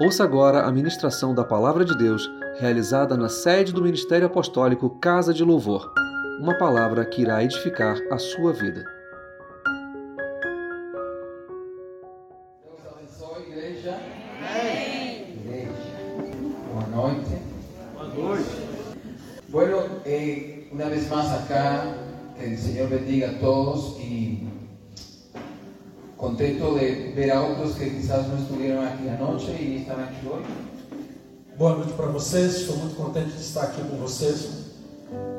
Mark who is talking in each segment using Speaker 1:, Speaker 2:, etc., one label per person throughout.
Speaker 1: Ouça agora a ministração da Palavra de Deus, realizada na sede do Ministério Apostólico Casa de Louvor. Uma palavra que irá edificar a sua vida.
Speaker 2: Deus abençoe, igreja. Igreja. Boa noite. Bueno, eh, una vez más acá, que el Señor bendiga a todos y contento de ver a otros que quizás no estuvieron aquí anoche y están aquí hoy.
Speaker 3: Boa noite para vocês, estou muito contente de estar aqui com vocês.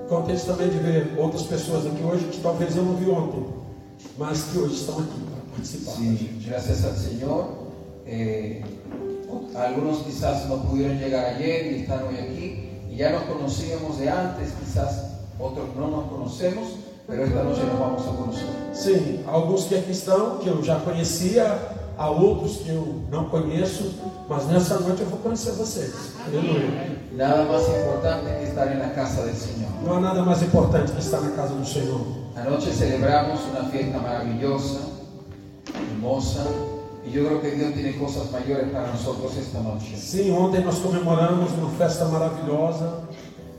Speaker 3: Contente também de ver outras pessoas aqui hoje que talvez eu não vi ontem, mas que hoje estão aqui para participar. com a gente.
Speaker 2: Sí, gracias al Señor. Eh, algunos quizás no pudieron llegar ayer y están hoy aquí y ya nos conocíamos de antes, quizás otros no nos conocemos, pero esta noche nos vamos a conocer.
Speaker 3: Sim, alguns que aqui estão, que eu já conhecia, há outros que eu não conheço, mas nessa noite eu vou conhecer vocês. Aleluia.
Speaker 2: Nada más importante que estar en la casa del Señor.
Speaker 3: Não há nada mais importante que estar na casa do Senhor.
Speaker 2: Anoche celebramos una fiesta maravillosa, hermosa, y yo creo que Dios tiene cosas mayores para nosotros esta noche.
Speaker 3: Sim, ontem nós comemoramos uma festa maravilhosa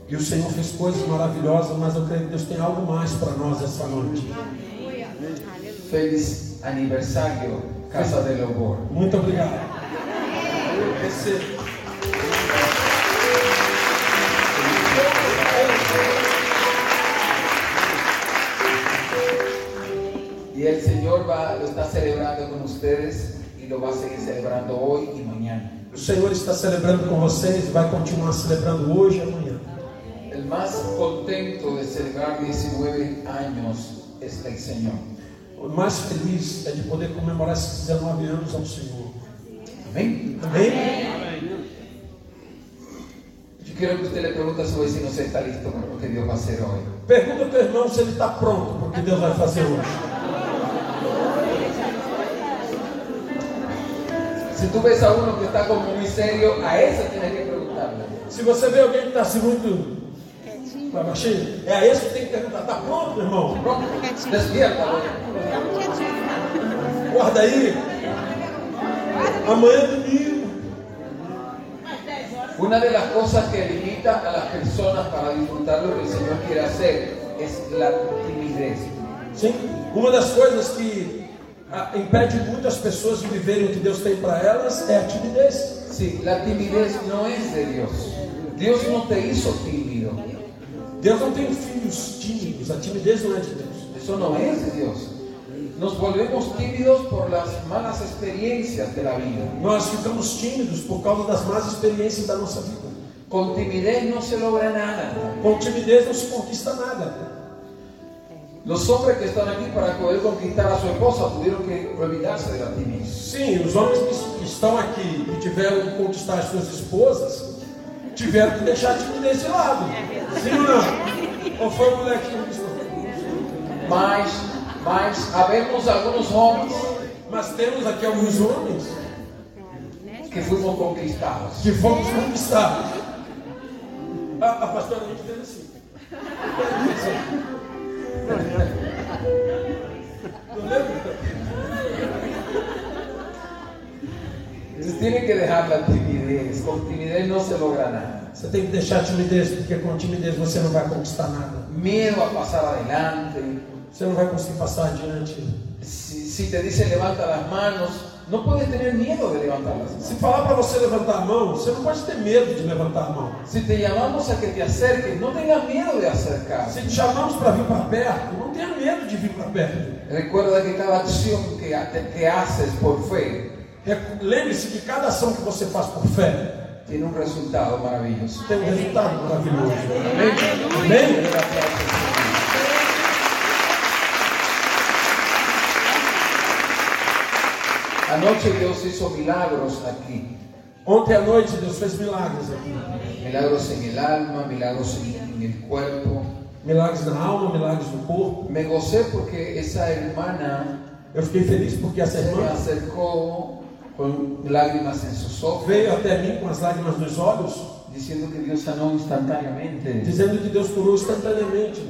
Speaker 3: e o Senhor fez coisas maravilhosas, mas eu creio que Deus tem algo mais para nós essa noite.
Speaker 2: Feliz aniversario, Casa de Lobor.
Speaker 3: Muito obrigado. Esse-
Speaker 2: Y el Señor va, lo está celebrando con ustedes y lo va a seguir celebrando hoy y mañana.
Speaker 3: O Senhor está celebrando com vocês, vai continuar celebrando hoje e amanhã.
Speaker 2: El más contento de celebrar 19 años es el Señor.
Speaker 3: O mais feliz é de poder comemorar esses 19 anos ao Senhor.
Speaker 2: Amén.
Speaker 3: Amém?
Speaker 2: Yo quiero que usted le pregunte a su vecino si está listo para lo que Dios va a hacer hoy.
Speaker 3: Pergunta para o irmão se ele está pronto para o que Deus vai fazer hoje.
Speaker 2: Si tú ves a uno que está como muy serio, a ese tienes que preguntarle.
Speaker 3: Se você vê alguém que está se muito Vai, baixinho, é a esse que tem que perguntar: está pronto, irmão?
Speaker 2: Pronto, despierta.
Speaker 3: Guarda aí. Amanhã é domingo.
Speaker 2: Una de las cosas que limita a las personas para disfrutar lo que el Señor quiere hacer es la timidez.
Speaker 3: Sim. Uma das coisas que ah, impede muitas pessoas de viverem o que Deus tem para elas é a timidez.
Speaker 2: Sí, la timidez no es de Dios. Dios no te hizo tímido.
Speaker 3: Deus não tem filhos tímidos, a timidez não é de Deus.
Speaker 2: Eso no es de Dios. Nos volvemos tímidos por las malas experiencias de la vida.
Speaker 3: Nós ficamos tímidos por causa das más experiências da nossa vida.
Speaker 2: Con timidez no se logra nada.
Speaker 3: Com timidez não se conquista nada.
Speaker 2: Los hombres que están aquí para poder conquistar a su esposa tuvieron que olvidarse de la timidez.
Speaker 3: Sim, os homens que estão aqui e tiveram que conquistar as suas esposas tiveram que deixar a timidez de lado. Sim ou não? Ou foi o moleque que conquistou?
Speaker 2: Mas, mas, habemos algunos hombres
Speaker 3: Mas temos aqui alguns homens
Speaker 2: que fuimos conquistados.
Speaker 3: que fomos conquistados. A, ah, a pastora gente fez assim. Não lembro?
Speaker 2: Entonces tiene que dejar la timidez, con timidez no se logra nada.
Speaker 3: Você tem que deixar a timidez, porque com a timidez você não vai conquistar nada.
Speaker 2: Miedo a pasar adelante.
Speaker 3: Você não vai conseguir passar adiante.
Speaker 2: Si, si te dicen levanta las manos, no puedes tener miedo de levantar las manos.
Speaker 3: Se falar para você levantar a mão, você não pode ter medo de levantar a mão.
Speaker 2: Si te llamamos a que te acerques, no tengas miedo de acercarse.
Speaker 3: Se te chamamos para vir para perto, não tenha medo de vir para perto.
Speaker 2: Recuerda que cada acción que, ha- que haces por fe
Speaker 3: Recu- É, Lembre-se que cada ação que você faz por fé
Speaker 2: tiene un resultado maravilloso.
Speaker 3: tem um resultado maravilhoso. Amém?
Speaker 2: Amén. Anoche Dios hizo milagros aquí.
Speaker 3: Ontem à noite Deus fez milagres aqui.
Speaker 2: Milagros en el alma, milagros en, en el cuerpo.
Speaker 3: Milagres na alma, milagres no corpo.
Speaker 2: Me gocé porque esa hermana
Speaker 3: Eu fiquei feliz porque essa
Speaker 2: se me
Speaker 3: irmã
Speaker 2: acercó con lágrimas en sus ojos,
Speaker 3: veio até mim com as lágrimas nos olhos,
Speaker 2: diciendo que Dios sanó instantáneamente.
Speaker 3: dizendo que Deus curou instantaneamente.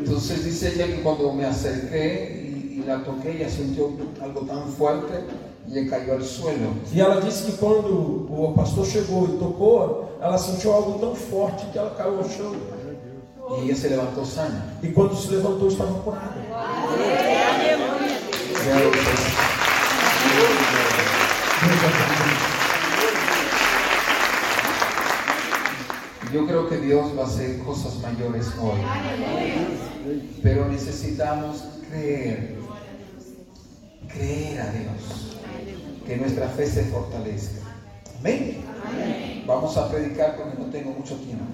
Speaker 2: Entonces dice ella que cuando me acerqué y, y la toqué, ella sintió algo tan fuerte y le cayó al suelo.
Speaker 3: E ela disse que quando o pastor chegou e tocou, ela sentiu algo tão forte que ela caiu ao chão.
Speaker 2: Y ella se levantó sana.
Speaker 3: E quando se levantou, estava curada.
Speaker 2: Gloria a Dios. Yo creo que Dios va a hacer cosas mayores hoy. Pero necesitamos creer. Creer a Dios. Que nuestra fe se fortalezca. Amén. Vamos a predicar porque no tengo mucho tiempo.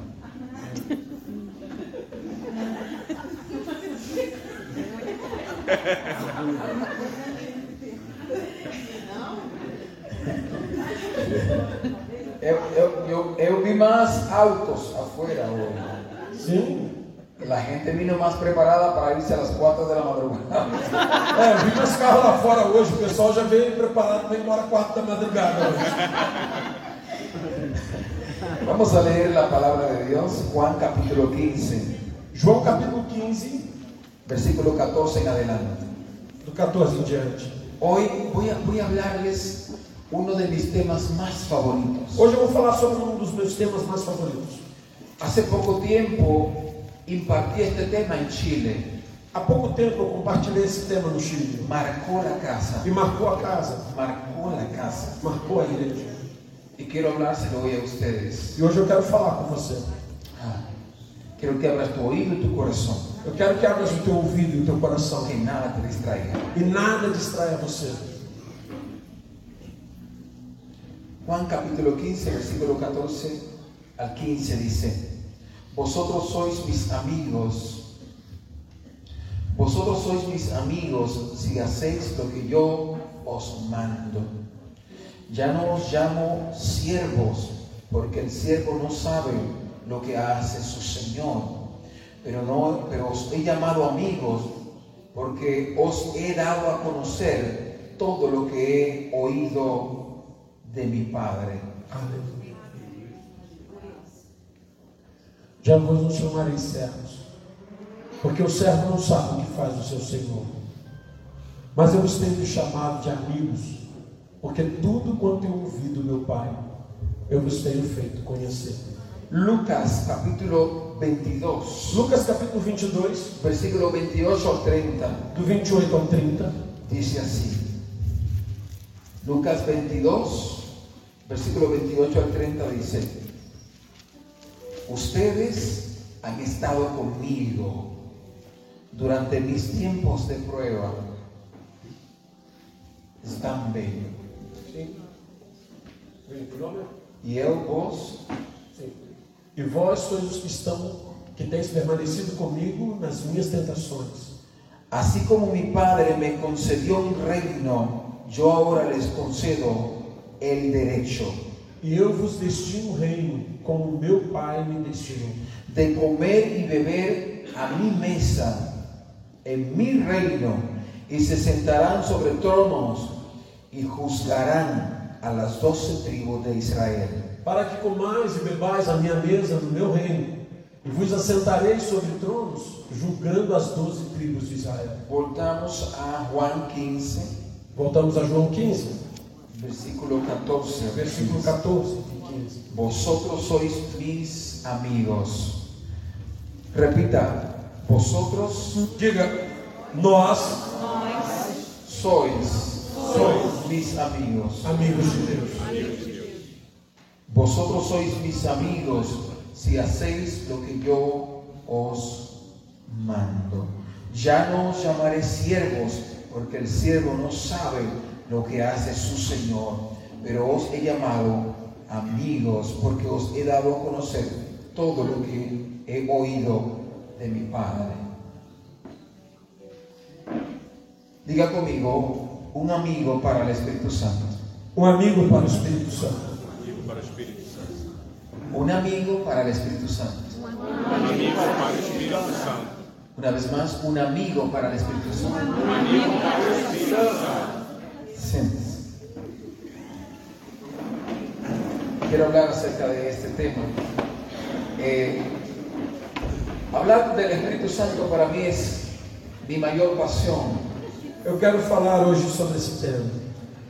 Speaker 2: Eu, eu, eu, eu vi más autos afuera hoy.
Speaker 3: Sim.
Speaker 2: La gente vino más preparada para irse a las 4 de la madrugada.
Speaker 3: É, eu vi meus carros lá fora hoje, o pessoal já veio preparado para ir embora quatro da madrugada hoje.
Speaker 2: Vamos a leer la palabra de Dios, Juan capítulo 15,
Speaker 3: João capítulo 15,
Speaker 2: versículo 14 en adelante.
Speaker 3: do 14 em diante.
Speaker 2: Hoy voy a, voy a hablarles uno de mis temas más favoritos.
Speaker 3: Hoje eu vou falar sobre um dos meus temas mais favoritos.
Speaker 2: Hace poco tiempo impartí este tema en Chile.
Speaker 3: Há pouco tempo eu compartilhei esse tema no Chile.
Speaker 2: Marcó la casa.
Speaker 3: E marcou a casa,
Speaker 2: Marcó la casa.
Speaker 3: marcou a igreja.
Speaker 2: Y quiero hablárselo hoy a ustedes.
Speaker 3: E hoje eu quero falar com você.
Speaker 2: Ah, Quiero que abras tu oído y tu corazón.
Speaker 3: Eu quero que abras o teu ouvido e o teu coração.
Speaker 2: Que nada te distraiga.
Speaker 3: E nada distraia você.
Speaker 2: Juan capítulo 15, versículo 14 al 15 dice, vosotros sois mis amigos, vosotros sois mis amigos si hacéis lo que yo os mando. Ya no os llamo siervos, porque el siervo no sabe lo que hace su Señor, pero, no, pero os he llamado amigos, porque os he dado a conocer todo lo que he oído de mi Padre.
Speaker 3: Aleluia. Já vos não chamarei servos, porque o servo não sabe o que faz o seu Senhor. Mas eu os tenho chamado de amigos, porque tudo quanto eu ouvi do meu Pai, eu vos tenho feito conhecer.
Speaker 2: Lucas capítulo 22,
Speaker 3: Lucas capítulo 22,
Speaker 2: versículo 28 al 30,
Speaker 3: do 28 ao 30.
Speaker 2: dice así. Lucas 22, versículo 28 al 30 dice, ustedes han estado conmigo durante mis tiempos de prueba. Están bem.
Speaker 3: Sim. 29.
Speaker 2: E eu vos
Speaker 3: Sim. E vós sois os que estão, que tens permanecido comigo nas minhas tentações.
Speaker 2: Así como mi Padre me concedió un reino, yo ahora les concedo el derecho
Speaker 3: E eu vos destino o reino, como meu Pai me destinou,
Speaker 2: de comer y beber a mi mesa en mi reino y se sentarán sobre tronos y juzgarán a las doce tribus de Israel.
Speaker 3: para que comais e bebais a minha mesa no meu reino, e vos assentarei sobre tronos, julgando as doze tribos de Israel.
Speaker 2: Voltamos a Juan 15,
Speaker 3: Voltamos a João 15,
Speaker 2: versículo 14.
Speaker 3: versículo 14 e 15.
Speaker 2: Vosotros sois mis amigos. Repita, vosotros
Speaker 3: Diga, nós,
Speaker 2: sois, sois mis amigos.
Speaker 3: amigos de Deus,
Speaker 2: Vosotros sois mis amigos si hacéis lo que yo os mando. Ya no os llamaré siervos, porque el siervo no sabe lo que hace su Señor, pero os he llamado amigos, porque os he dado a conocer todo lo que he oído de mi Padre. Diga conmigo, un amigo para el Espíritu Santo.
Speaker 3: um amigo para o Espírito Santo.
Speaker 2: Un amigo para el Espíritu Santo.
Speaker 4: amigo para o Espírito Santo.
Speaker 2: Una vez más, un amigo para el Espíritu Santo. Siéntese. Quiero hablar acerca de este tema. Eh, hablar del Espíritu Santo para mí es mi mayor pasión.
Speaker 3: Eu quero falar hoje sobre esse tema.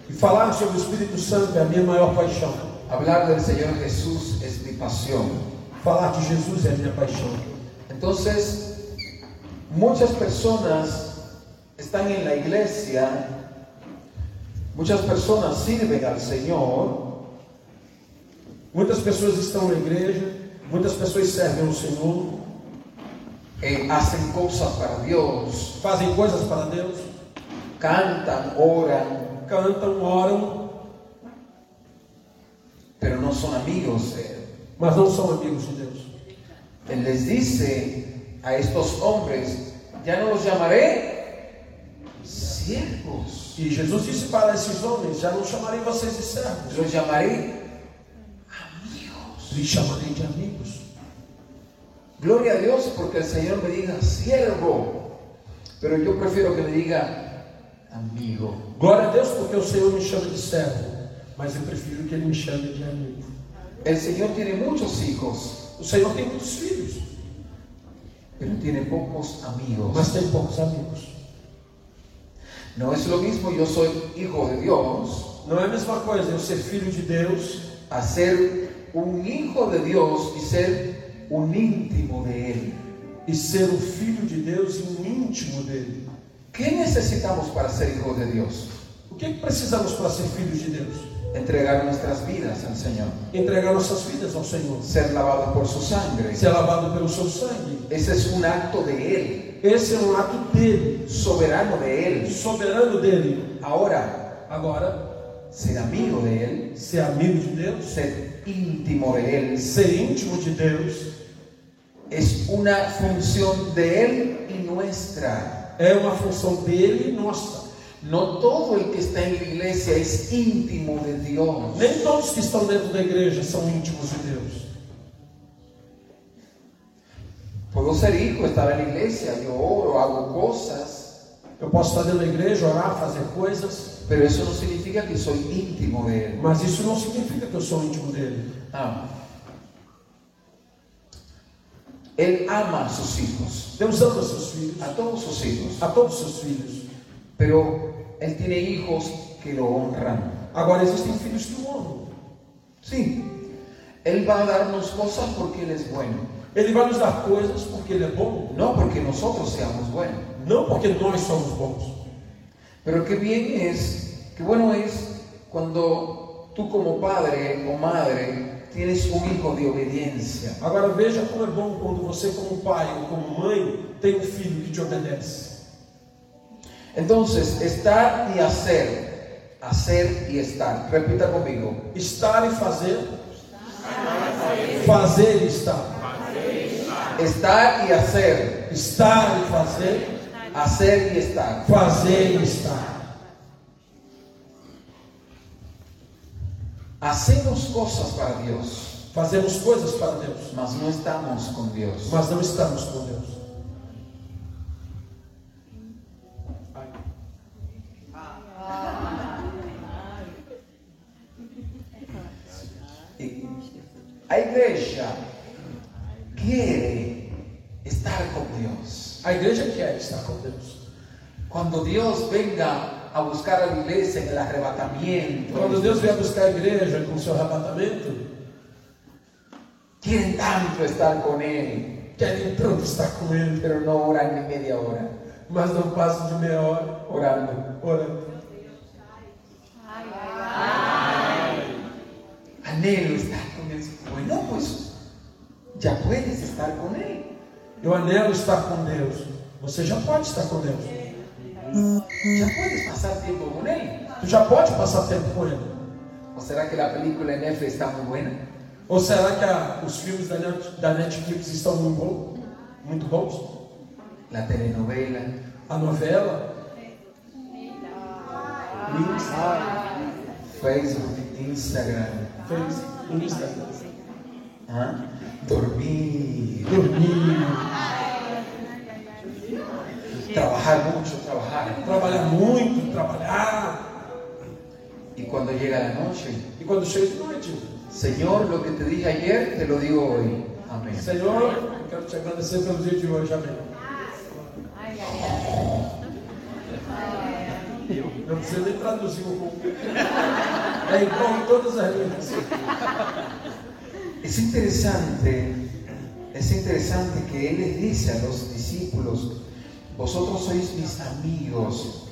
Speaker 3: E falar sobre o Espírito Santo é a minha maior paixão.
Speaker 2: Hablar del Señor Jesús es mi pasión.
Speaker 3: Falar de Jesus é a minha paixão.
Speaker 2: Entonces, muchas personas están en la iglesia, muchas personas sirven al Señor,
Speaker 3: Muitas pessoas estão na igreja, muitas pessoas servem ao Senhor,
Speaker 2: eh, hacen cosas para Dios,
Speaker 3: fazem coisas para Deus,
Speaker 2: cantan, oran,
Speaker 3: cantam, oram,
Speaker 2: pero no son amigos de Él.
Speaker 3: mas não são amigos de Deus.
Speaker 2: Él les dice a estos hombres, ya no los llamaré siervos,
Speaker 3: E Jesus disse para esses homens: Já não chamarei vocês de servos,
Speaker 2: los llamaré
Speaker 3: lhes chamarei de amigos.
Speaker 2: Gloria a Dios porque el Señor me diga siervo, pero yo prefiero que me diga amigo.
Speaker 3: Glória a Deus, porque o Senhor me chama de servo, mas eu prefiro que ele me chame de amigo.
Speaker 2: El Señor tiene muchos hijos,
Speaker 3: O Senhor tem muitos filhos,
Speaker 2: pero tiene pocos amigos.
Speaker 3: mas tem poucos amigos.
Speaker 2: No es lo mismo yo soy hijo de Dios
Speaker 3: Não é a mesma coisa eu ser filho de Deus
Speaker 2: a ser un hijo de Dios y ser un íntimo de Él.
Speaker 3: e ser o filho de Deus e um íntimo dele.
Speaker 2: ¿Qué necesitamos para ser hijos de Dios?
Speaker 3: O que, é que precisamos para ser filhos de Deus?
Speaker 2: Entregar nuestras vidas al Señor,
Speaker 3: Entregar nossas vidas ao Senhor,
Speaker 2: ser lavados por su sangre.
Speaker 3: ser lavado pelo seu sangue.
Speaker 2: Ese es un acto de
Speaker 3: Esse é um ato dele,
Speaker 2: Él, soberano de Él.
Speaker 3: soberano dele.
Speaker 2: Ahora,
Speaker 3: Agora,
Speaker 2: ser amigo de Él,
Speaker 3: ser amigo de Deus,
Speaker 2: ser íntimo de Él,
Speaker 3: ser íntimo de Deus,
Speaker 2: es una función de Él y nuestra.
Speaker 3: é uma função dele e nossa.
Speaker 2: No todo el que está en la iglesia es íntimo de Dios.
Speaker 3: Nem todos que estão dentro da igreja são íntimos de Deus.
Speaker 2: Puedo ser hijo, estar en la iglesia, yo oro, hago cosas,
Speaker 3: Eu posso estar dentro da igreja, orar, fazer coisas,
Speaker 2: pero eso no significa que soy íntimo de Él.
Speaker 3: mas isso não significa que eu sou íntimo dele.
Speaker 2: Ah. Él ama a sus hijos,
Speaker 3: Deus ama seus filhos,
Speaker 2: a todos sus hijos,
Speaker 3: a todos os seus filhos.
Speaker 2: pero Él tiene hijos que lo honran.
Speaker 3: Agora, existem filhos que o amam.
Speaker 2: Sí, Él va a darnos cosas porque Él es bueno,
Speaker 3: Ele vai nos dar coisas porque ele é bom,
Speaker 2: no porque nosotros seamos buenos.
Speaker 3: não porque nós somos bons.
Speaker 2: Pero qué bien es, qué bueno es cuando tú como padre o madre tienes un hijo de obediencia.
Speaker 3: Agora, veja como é bom quando você, como pai ou como mãe, tem um filho que te obedece.
Speaker 2: Entonces, estar y hacer, hacer y estar. Repita conmigo.
Speaker 3: Estar e fazer, fazer e estar.
Speaker 2: Estar y hacer,
Speaker 3: Estar e fazer,
Speaker 2: hacer y estar.
Speaker 3: fazer e estar.
Speaker 2: Hacemos cosas para Dios,
Speaker 3: Fazemos coisas para Deus,
Speaker 2: mas no estamos con Dios.
Speaker 3: mas não estamos com Deus.
Speaker 2: Y la iglesia quiere estar con Dios.
Speaker 3: A igreja quer estar com Deus.
Speaker 2: Cuando Dios venga a buscar a la iglesia en el arrebatamiento,
Speaker 3: Quando Deus vier buscar a igreja com seu arrebatamento,
Speaker 2: quieren tanto estar con Él,
Speaker 3: querem tanto estar com Ele,
Speaker 2: pero no oran ni media hora
Speaker 3: mas não passam de meia hora
Speaker 2: orando.
Speaker 3: orando.
Speaker 2: Anhelo estar con Él. Bueno, pues ya puedes estar con Él.
Speaker 3: Eu anelo estar com Deus. Você já pode estar com Deus.
Speaker 2: Ya puedes pasar tiempo con Él.
Speaker 3: Tu já pode passar tempo com Ele.
Speaker 2: ¿O será que la película en F está muy buena?
Speaker 3: Ou será que a- os filmes da, Net- da Netflix estão muito, bom, muito bons?
Speaker 2: La telenovela.
Speaker 3: A novela,
Speaker 2: Insta- Facebook, Instagram.
Speaker 3: fez no Instagram.
Speaker 2: ¿ah? Dormir.
Speaker 3: Dormir,
Speaker 2: Trabajar mucho, trabajar.
Speaker 3: trabalhar muito, trabalhar.
Speaker 2: Y cuando llega la noche,
Speaker 3: E quando chega é de noite,
Speaker 2: Señor, lo que te dije ayer, te lo digo hoy. Amén.
Speaker 3: Senhor, eu quero te agradecer pelo dia de hoje, amém. Não precisa nem traduzir o culto. É igual em todas as línguas.
Speaker 2: Es interesante, es interesante que Él les dice a los discípulos, vosotros sois mis amigos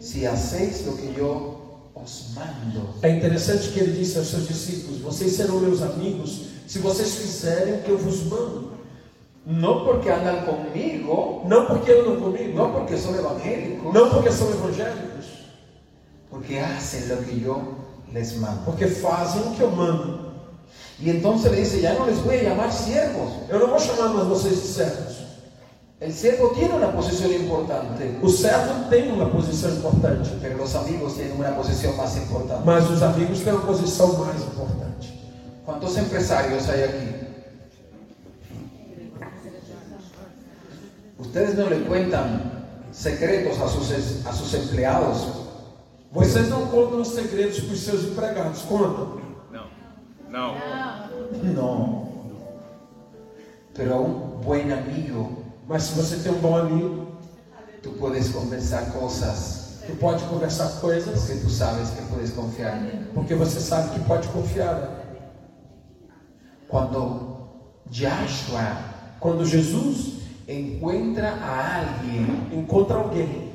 Speaker 2: si hacéis lo que yo os mando.
Speaker 3: É interessante que ele disse aos seus discípulos: Vocês serão meus amigos se vocês fizerem o que eu vos mando.
Speaker 2: No porque andan conmigo,
Speaker 3: Não porque andam comigo,
Speaker 2: no porque son evangélicos,
Speaker 3: não porque são evangélicos,
Speaker 2: porque hacen lo que yo les mando.
Speaker 3: porque fazem o que eu mando.
Speaker 2: Y entonces le dice, ya no les voy a llamar siervos.
Speaker 3: Eu não vou chamar mais vocês de servos.
Speaker 2: El siervo tiene una posición importante,
Speaker 3: O servo tem uma posição importante,
Speaker 2: pero los amigos tienen una posición más importante.
Speaker 3: mas os amigos têm uma posição mais importante.
Speaker 2: ¿Cuántos empresarios hay aquí? Ustedes no le cuentan secretos a sus, a sus empleados,
Speaker 3: Vocês não contam os segredos para os seus empregados, contam.
Speaker 5: Não. Não.
Speaker 2: no, pero a un buen amigo
Speaker 3: Mas se você tem um bom amigo,
Speaker 2: tú puedes conversar cosas
Speaker 3: tu pode conversar coisas,
Speaker 2: porque tú sabes que puedes confiar en él.
Speaker 3: porque você sabe que pode confiar.
Speaker 2: Cuando Joshua
Speaker 3: Quando Jesus
Speaker 2: encuentra a alguien
Speaker 3: encontra alguém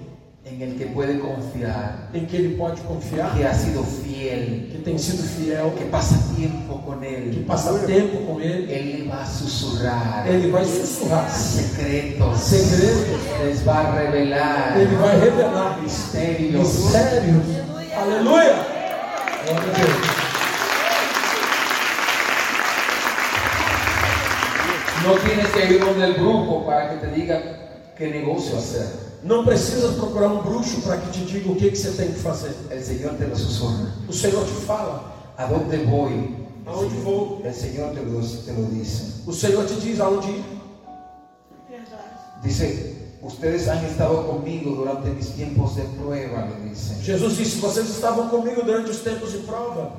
Speaker 2: en el que puede confiar,
Speaker 3: em que ele pode confiar,
Speaker 2: que ha sido fiel,
Speaker 3: que tem sido fiel,
Speaker 2: que pasa tiempo con
Speaker 3: que
Speaker 2: él,
Speaker 3: passa tempo com ele,
Speaker 2: él le va a susurrar
Speaker 3: ele vai sussurrar
Speaker 2: secretos,
Speaker 3: Secretos.
Speaker 2: les va a revelar
Speaker 3: ele vai revelar
Speaker 2: misterios.
Speaker 3: mistérios. Aleluia! Glória a Deus.
Speaker 2: No tienes que ir con el brujo para que te diga qué negocio hacer.
Speaker 3: Não precisa procurar um bruxo para que te diga o que, que você tem que fazer.
Speaker 2: El Señor te lo susurra.
Speaker 3: O Senhor te fala,
Speaker 2: ¿A dónde voy?
Speaker 3: aonde vou.
Speaker 2: El Señor te lo, te lo dice.
Speaker 3: O Senhor te diz aonde ir.
Speaker 2: Dice, ustedes han estado conmigo durante mis tiempos de prueba, le dice.
Speaker 3: Jesus disse: Vocês estavam comigo durante os tempos de prova.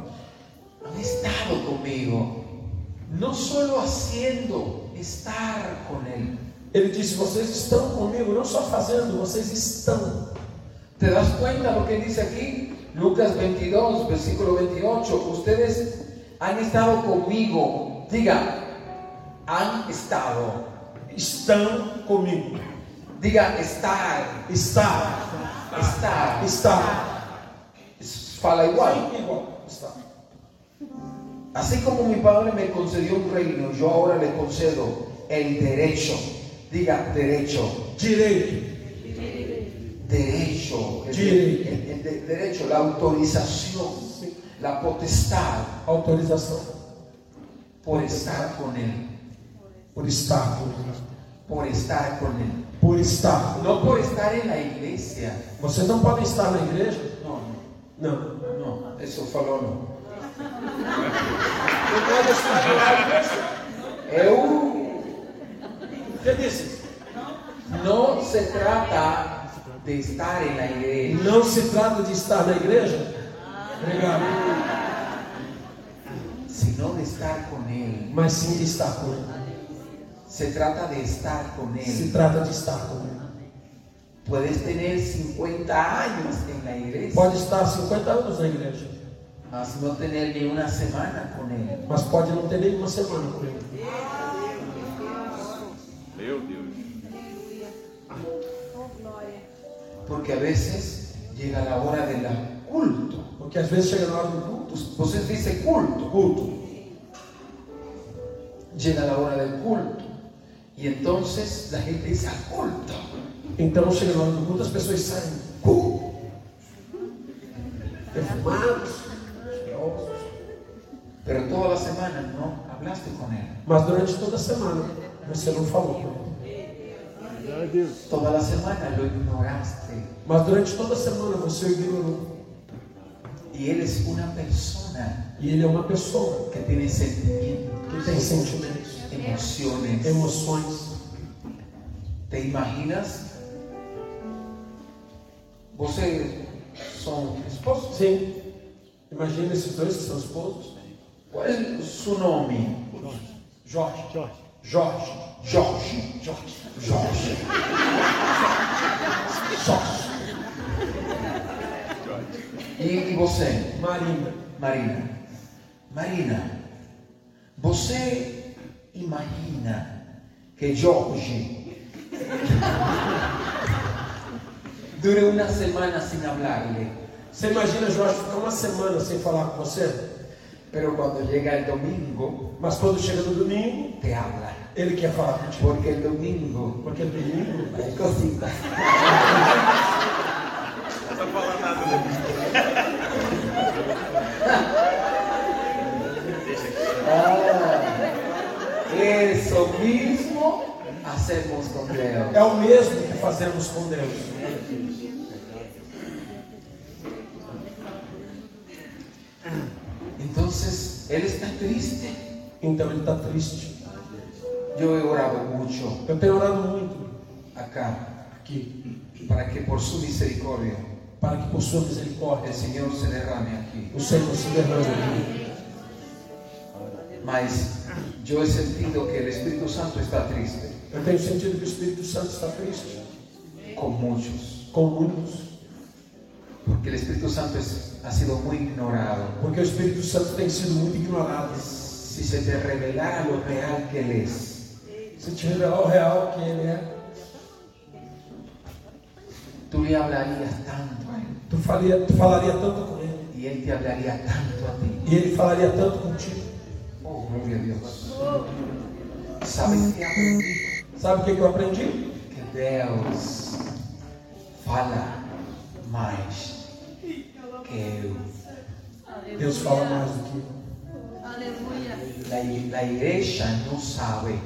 Speaker 2: Han estado conmigo. No solo haciendo, estar con Él.
Speaker 3: Ele disse: Vocês estão comigo, não só fazendo, vocês estão.
Speaker 2: ¿Te das cuenta lo que dice aquí? Lucas 22, versículo 28. Ustedes han estado conmigo. Diga, han estado.
Speaker 3: Estão comigo.
Speaker 2: Diga, estar.
Speaker 3: Está.
Speaker 2: Estar.
Speaker 3: Está.
Speaker 2: Fala igual.
Speaker 3: Está igual. Está.
Speaker 2: Así como mi padre me concedió un reino, yo ahora le concedo el derecho. Diga, derecho.
Speaker 3: Direito.
Speaker 2: Derecho. El,
Speaker 3: Sí.
Speaker 2: el- el de- derecho, la autorización, la potestad
Speaker 3: Autorização.
Speaker 2: por estar con Él.
Speaker 3: Por estar comigo.
Speaker 2: Por estar con Él.
Speaker 3: Por estar.
Speaker 2: No por estar en la iglesia.
Speaker 3: Vocês não podem estar na igreja?
Speaker 2: No,
Speaker 3: Não.
Speaker 2: no, no, eso falou no.
Speaker 3: Não pode estar na igreja.
Speaker 2: Eu
Speaker 3: Quem disse?
Speaker 2: no se trata de estar en la iglesia.
Speaker 3: Não se trata de estar na igreja. Obrigado.
Speaker 2: sino de estar con Él.
Speaker 3: Mas sim de estar com ele.
Speaker 2: Se trata de estar con
Speaker 3: Se
Speaker 2: Él.
Speaker 3: trata de estar com ele.
Speaker 2: Puedes tener 50 años en la iglesia,
Speaker 3: Pode estar 50 anos na igreja,
Speaker 2: mas no tener ni una semana con Él.
Speaker 3: mas pode não ter nenhuma semana com ele.
Speaker 5: Meu Deus.
Speaker 2: Porque a veces llega la hora del culto. Pues,
Speaker 3: Porque às vezes chega na hora do culto,
Speaker 2: Ustedes dicen culto, culto. Llega la hora del culto. Y entonces la gente dice al culto.
Speaker 3: então chega na hora do culto, as pessoas saem
Speaker 2: Cu-
Speaker 3: perfumados, cheirosos.
Speaker 2: Pero toda la semana no hablaste con él.
Speaker 3: Mas durante toda a semana você não falou com ele.
Speaker 2: Toda la semana lo ignoraste.
Speaker 3: Mas durante toda a semana você o ignorou.
Speaker 2: Y él es una persona
Speaker 3: E ele é uma pessoa
Speaker 2: que tiene sentimientos,
Speaker 3: que tem sentimentos,
Speaker 2: emociones.
Speaker 3: emoções.
Speaker 2: ¿Te imaginas? Vos son esposos.
Speaker 3: Sim. Imagina esses dois que são esposos.
Speaker 2: ¿Cuál es su nombre?
Speaker 3: Jorge. Jorge. Jorge.
Speaker 2: Jorge. Jorge. Jorge. Jorge. E, e você,
Speaker 3: Marina,
Speaker 2: Marina? Marina, você imagina que Jorge dure uma semana sem hablar-lhe,
Speaker 3: você imagina Jorge ficar uma semana sem falar com você?
Speaker 2: mas quando chega o domingo,
Speaker 3: Mas quando chega no domingo,
Speaker 2: te habla,
Speaker 3: ele quer falar contigo.
Speaker 2: porque o domingo
Speaker 3: Porque domingo
Speaker 2: é cosita.
Speaker 6: Não tá falando nada. né?
Speaker 2: Isso mesmo hacemos com Deus.
Speaker 3: é o mesmo que fazemos com Deus.
Speaker 2: Entonces, él está triste.
Speaker 3: Então ele está triste.
Speaker 2: Yo he orado mucho
Speaker 3: Eu tenho orado muito
Speaker 2: acá
Speaker 3: aqui
Speaker 2: para que por su misericordia
Speaker 3: para que por sua
Speaker 2: el
Speaker 3: misericórdia
Speaker 2: Señor se derrame aquí.
Speaker 3: o Senhor se derrame aqui.
Speaker 2: Mas yo he sentido que el Espíritu Santo está triste
Speaker 3: Eu tenho sentido que o Espírito Santo está triste
Speaker 2: con muchos,
Speaker 3: com muitos,
Speaker 2: porque el Espíritu Santo es- ha sido muy ignorado.
Speaker 3: porque o Espírito Santo tem sido muito ignorado.
Speaker 2: Si se te revelara lo real que él es,
Speaker 3: Se te revelar o real que ele é,
Speaker 2: tú le hablarías tanto a él
Speaker 3: tu faria- tu falaria tanto com ele
Speaker 2: y él te hablaría tanto a ti.
Speaker 3: e ele falaria tanto contigo.
Speaker 2: Oh, gloria a Dios. ¿Sabes qué aprendí?
Speaker 3: Sabe o que que eu aprendi?
Speaker 2: que Deus fala mais que eu.
Speaker 3: Deus fala mais do que eu.
Speaker 7: Aleluia.
Speaker 2: A igreja não sabe.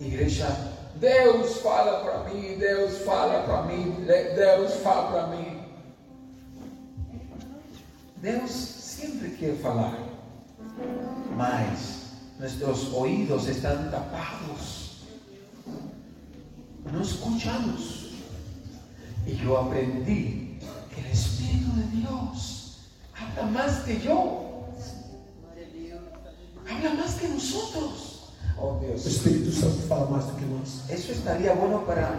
Speaker 2: A igreja, Deus fala para mim, Deus fala para mim, Le- Deus fala para mim. Deus sempre quer falar, mas nossos ouvidos estão tapados. Não escuchamos. E eu aprendi que o Espírito de Deus habla mais que eu. Habla más que nosotros. Oh
Speaker 3: O
Speaker 2: Dios.
Speaker 3: Espírito Santo fala mais do que nós.
Speaker 2: Eso estaría bueno para,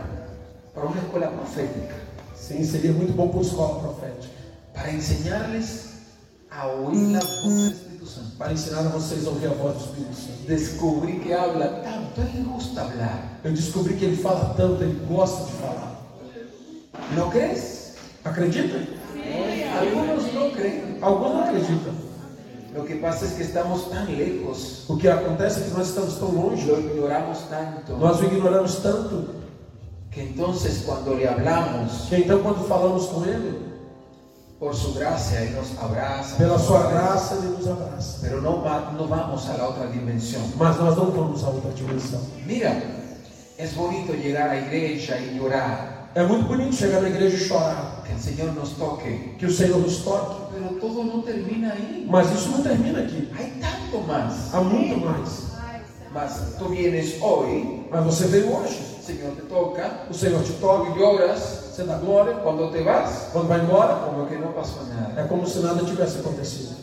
Speaker 2: para una escuela profética.
Speaker 3: Sim, seria muito bom para escola profética.
Speaker 2: Para enseñarles a oír la voz del Espíritu Santo.
Speaker 3: Para ensinar a vocês a ouvir a voz do Espírito Santo.
Speaker 2: Descubrí que habla tanto. A él le gusta hablar.
Speaker 3: Eu descobri que ele fala tanto, ele gosta de falar.
Speaker 2: ¿No crees?
Speaker 3: Acredita?
Speaker 2: Algunos no creen.
Speaker 3: Alguns não acreditam.
Speaker 2: Lo que pasa es que estamos tan lejos.
Speaker 3: O que acontece é que nós estamos tão longe,
Speaker 2: Lo ignoramos tanto.
Speaker 3: nós o ignoramos tanto,
Speaker 2: Que entonces cuando le hablamos,
Speaker 3: que então quando falamos com ele,
Speaker 2: por su gracia, Él nos abraza.
Speaker 3: pela sua graça ele nos abraça.
Speaker 2: Pero no, va- no vamos a la otra dimensión.
Speaker 3: Mas nós não vamos a outra dimensão.
Speaker 2: Mira, es bonito llegar a la iglesia y llorar,
Speaker 3: É muito bonito chegar na igreja e chorar,
Speaker 2: que el Señor nos toque,
Speaker 3: que o Senhor nos toque,
Speaker 2: pero todo no termina ahí.
Speaker 3: mas isso não termina aqui.
Speaker 2: Hay tanto más.
Speaker 3: Há muito mais.
Speaker 2: Mas tú vienes hoy,
Speaker 3: Mas você veio hoje,
Speaker 2: el Señor te toca,
Speaker 3: o Senhor te toca,
Speaker 2: tú lloras,
Speaker 3: você dá glória,
Speaker 2: cuando te vas,
Speaker 3: quando vai embora,
Speaker 2: como que no pasó nada.
Speaker 3: é como se nada tivesse acontecido.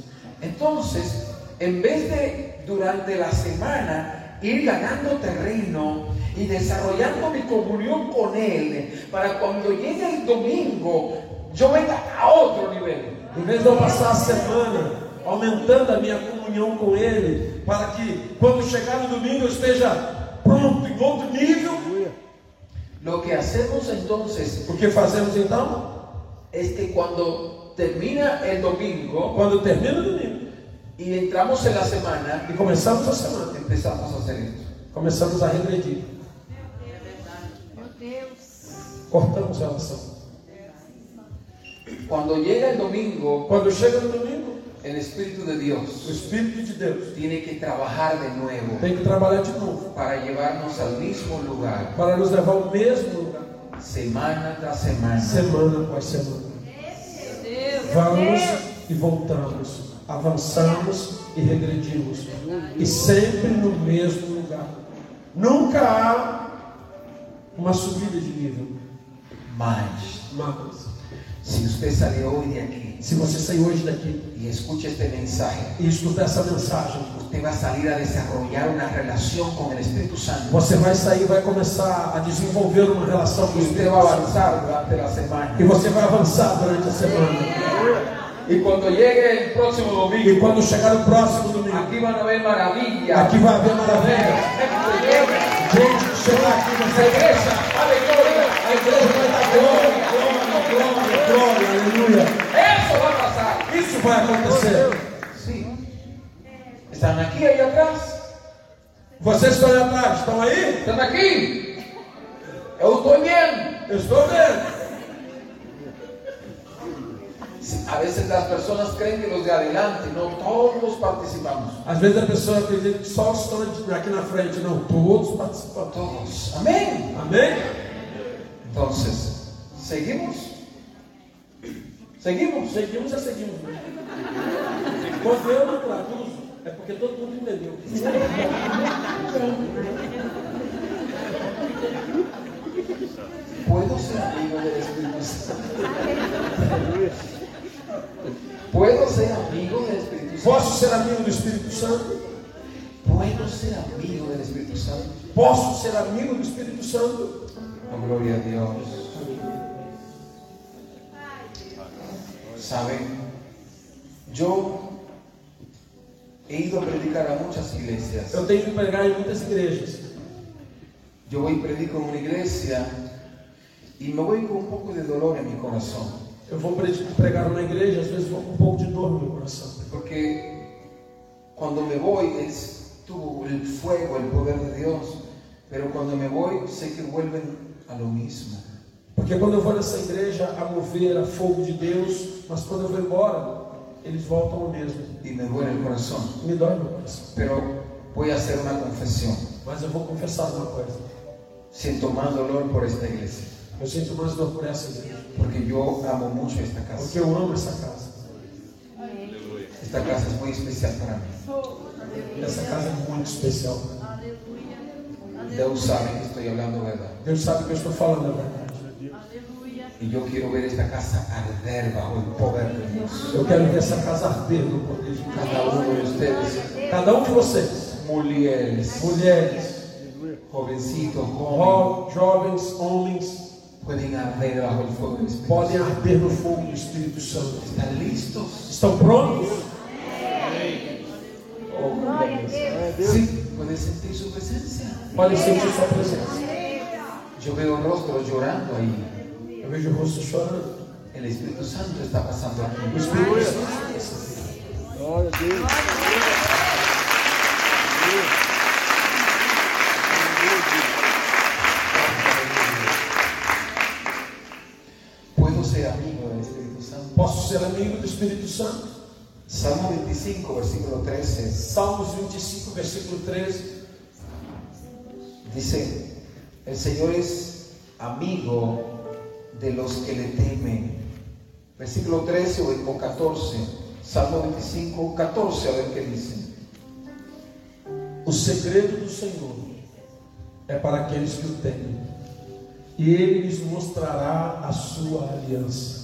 Speaker 2: Entonces, en vez de durante la semana ir ganando terreno y desarrollando mi comunión con Él, para cuando llegue el domingo, yo venga a otro nivel.
Speaker 3: Em vez de eu passar a semana aumentando a minha comunhão com Ele, para que quando chegar no domingo eu esteja pronto em outro nível,
Speaker 2: Lo que hacemos entonces
Speaker 3: o que fazemos então?
Speaker 2: es que cuando termina el domingo
Speaker 3: Quando termina o domingo
Speaker 2: y entramos en la semana,
Speaker 3: e começamos a semana,
Speaker 2: empezamos a hacer esto.
Speaker 3: começamos a regredir,
Speaker 7: Meu Deus.
Speaker 3: cortamos relação.
Speaker 2: Cuando llega el domingo,
Speaker 3: Quando chega no domingo,
Speaker 2: el Espíritu de
Speaker 3: o
Speaker 2: Dios
Speaker 3: Espírito de Deus
Speaker 2: tiene que trabajar de nuevo
Speaker 3: tem que trabalhar de novo
Speaker 2: para llevarnos al mismo lugar,
Speaker 3: para nos levar ao mesmo lugar,
Speaker 2: semana tras semana.
Speaker 3: semana após semana.
Speaker 7: Meu Deus.
Speaker 3: Vamos e voltamos, avançamos e regredimos, e sempre no mesmo lugar. Nunca há uma subida de nível.
Speaker 2: Más,
Speaker 3: Mas,
Speaker 2: si usted sale hoy de aquí
Speaker 3: se você sair hoje daqui
Speaker 2: y escucha este mensaje,
Speaker 3: e escutar essa mensagem,
Speaker 2: usted va a salir a desarrollar una relación con el Espíritu Santo.
Speaker 3: você vai sair e vai começar a desenvolver uma relação com o
Speaker 2: Usted
Speaker 3: Espírito
Speaker 2: va a
Speaker 3: Santo.
Speaker 2: avanzar durante la semana.
Speaker 3: E você vai avançar durante a semana.
Speaker 2: Y cuando llegue el próximo
Speaker 3: E
Speaker 2: domingo,
Speaker 3: quando chegar o próximo domingo,
Speaker 2: aquí van a ver maravillas.
Speaker 3: aqui vai haver maravilha.
Speaker 2: Gente,
Speaker 3: Gente que chegar aqui vai ser.
Speaker 2: regresa, aleluya,
Speaker 3: A igreja vai dar glória, glória, glória, glória, aleluia.
Speaker 2: Eso va a pasar.
Speaker 3: Isso vai acontecer.
Speaker 2: Sí. Están aquí, ahí atrás.
Speaker 3: Vocês estão aí atrás, estão aí?
Speaker 2: Están aquí. Eu estoy bien.
Speaker 3: Eu estou vendo.
Speaker 2: A veces las personas creen que los de adelante, no todos participamos.
Speaker 3: Às vezes a pessoa acredita que só os que estão aqui na frente, não, todos participam.
Speaker 2: Todos. Amén.
Speaker 3: Amém?
Speaker 2: Entonces, ¿seguimos? Seguimos.
Speaker 3: Seguimos já seguimos. Quando eu não traduzo, é porque todo mundo entendeu.
Speaker 2: ¿Puedo ser amigo del Espíritu Santo? ¿Puedo ser amigo del Espíritu Santo?
Speaker 3: Posso ser amigo do Espírito Santo?
Speaker 2: ¿Puedo ser amigo del Espíritu Santo?
Speaker 3: Posso ser amigo do Espírito Santo?
Speaker 2: Oh, gloria a Dios. Saben, yo he ido a predicar a muchas iglesias.
Speaker 3: Eu tenho que pregar em muitas igrejas.
Speaker 2: Yo voy y predico en una iglesia y me voy con un poco de dolor en mi corazón.
Speaker 3: Eu vou pre- pregar na igreja, às vezes vou com um pouco de dor no meu coração.
Speaker 2: Porque cuando me voy es tu el fuego, el poder de Dios, pero cuando me voy sé que vuelven a lo mismo.
Speaker 3: Porque quando eu vou nessa igreja, a mover, a fogo de Deus, mas quando eu vou embora, eles voltam ao mesmo.
Speaker 2: Y me duele el corazón.
Speaker 3: Me dói meu coração.
Speaker 2: Pero voy a hacer una confesión.
Speaker 3: Mas eu vou confessar uma coisa.
Speaker 2: Siento más dolor por esta iglesia,
Speaker 3: Eu sinto mais dor por essa igreja.
Speaker 2: porque yo amo mucho esta casa.
Speaker 3: Porque eu amo essa casa.
Speaker 2: Esta casa es muy especial para mim.
Speaker 3: Essa casa é muito especial.
Speaker 7: Aleluia.
Speaker 2: Deus sabe que estoy hablando verdad.
Speaker 3: Deus sabe o que eu estou falando, é verdade.
Speaker 7: Aleluia.
Speaker 2: Y yo quiero ver esta casa arder bajo el poder de Dios.
Speaker 3: Eu quero ver essa casa arder no poder de cada
Speaker 2: Cada uno de ustedes,
Speaker 3: um. Cada um de vocês,
Speaker 2: mulheres,
Speaker 3: mulheres,
Speaker 2: jovencitos, jóvenes,
Speaker 3: jo- jovens, homens,
Speaker 2: pueden arder bajo el fuego del Espíritu.
Speaker 3: podem arder no fogo do Espírito Santo.
Speaker 2: ¿Están listos?
Speaker 3: Estão prontos?
Speaker 2: Oh, gloria a Dios. sí, pueden sentir su presencia.
Speaker 3: Podem sentir sua presença.
Speaker 2: Yo veo rostros llorando ahí.
Speaker 3: Eu vejo o rosto chorando.
Speaker 2: El Espíritu Santo está pasando aquí.
Speaker 3: O Espírito Santo. está aqui.
Speaker 2: Puedo ser amigo del Espíritu Santo.
Speaker 3: Posso ser amigo do Espírito Santo?
Speaker 2: Salmo 25, versículo 13,
Speaker 3: Salmos 25, versículo 13.
Speaker 2: dice, el Señor es amigo de los que le temen. Versículo 13 o o 14, Salmo 25, 14, a ver qué dice.
Speaker 3: O segredo do Senhor é para aqueles que o temem, e ele lhes mostrará a sua aliança.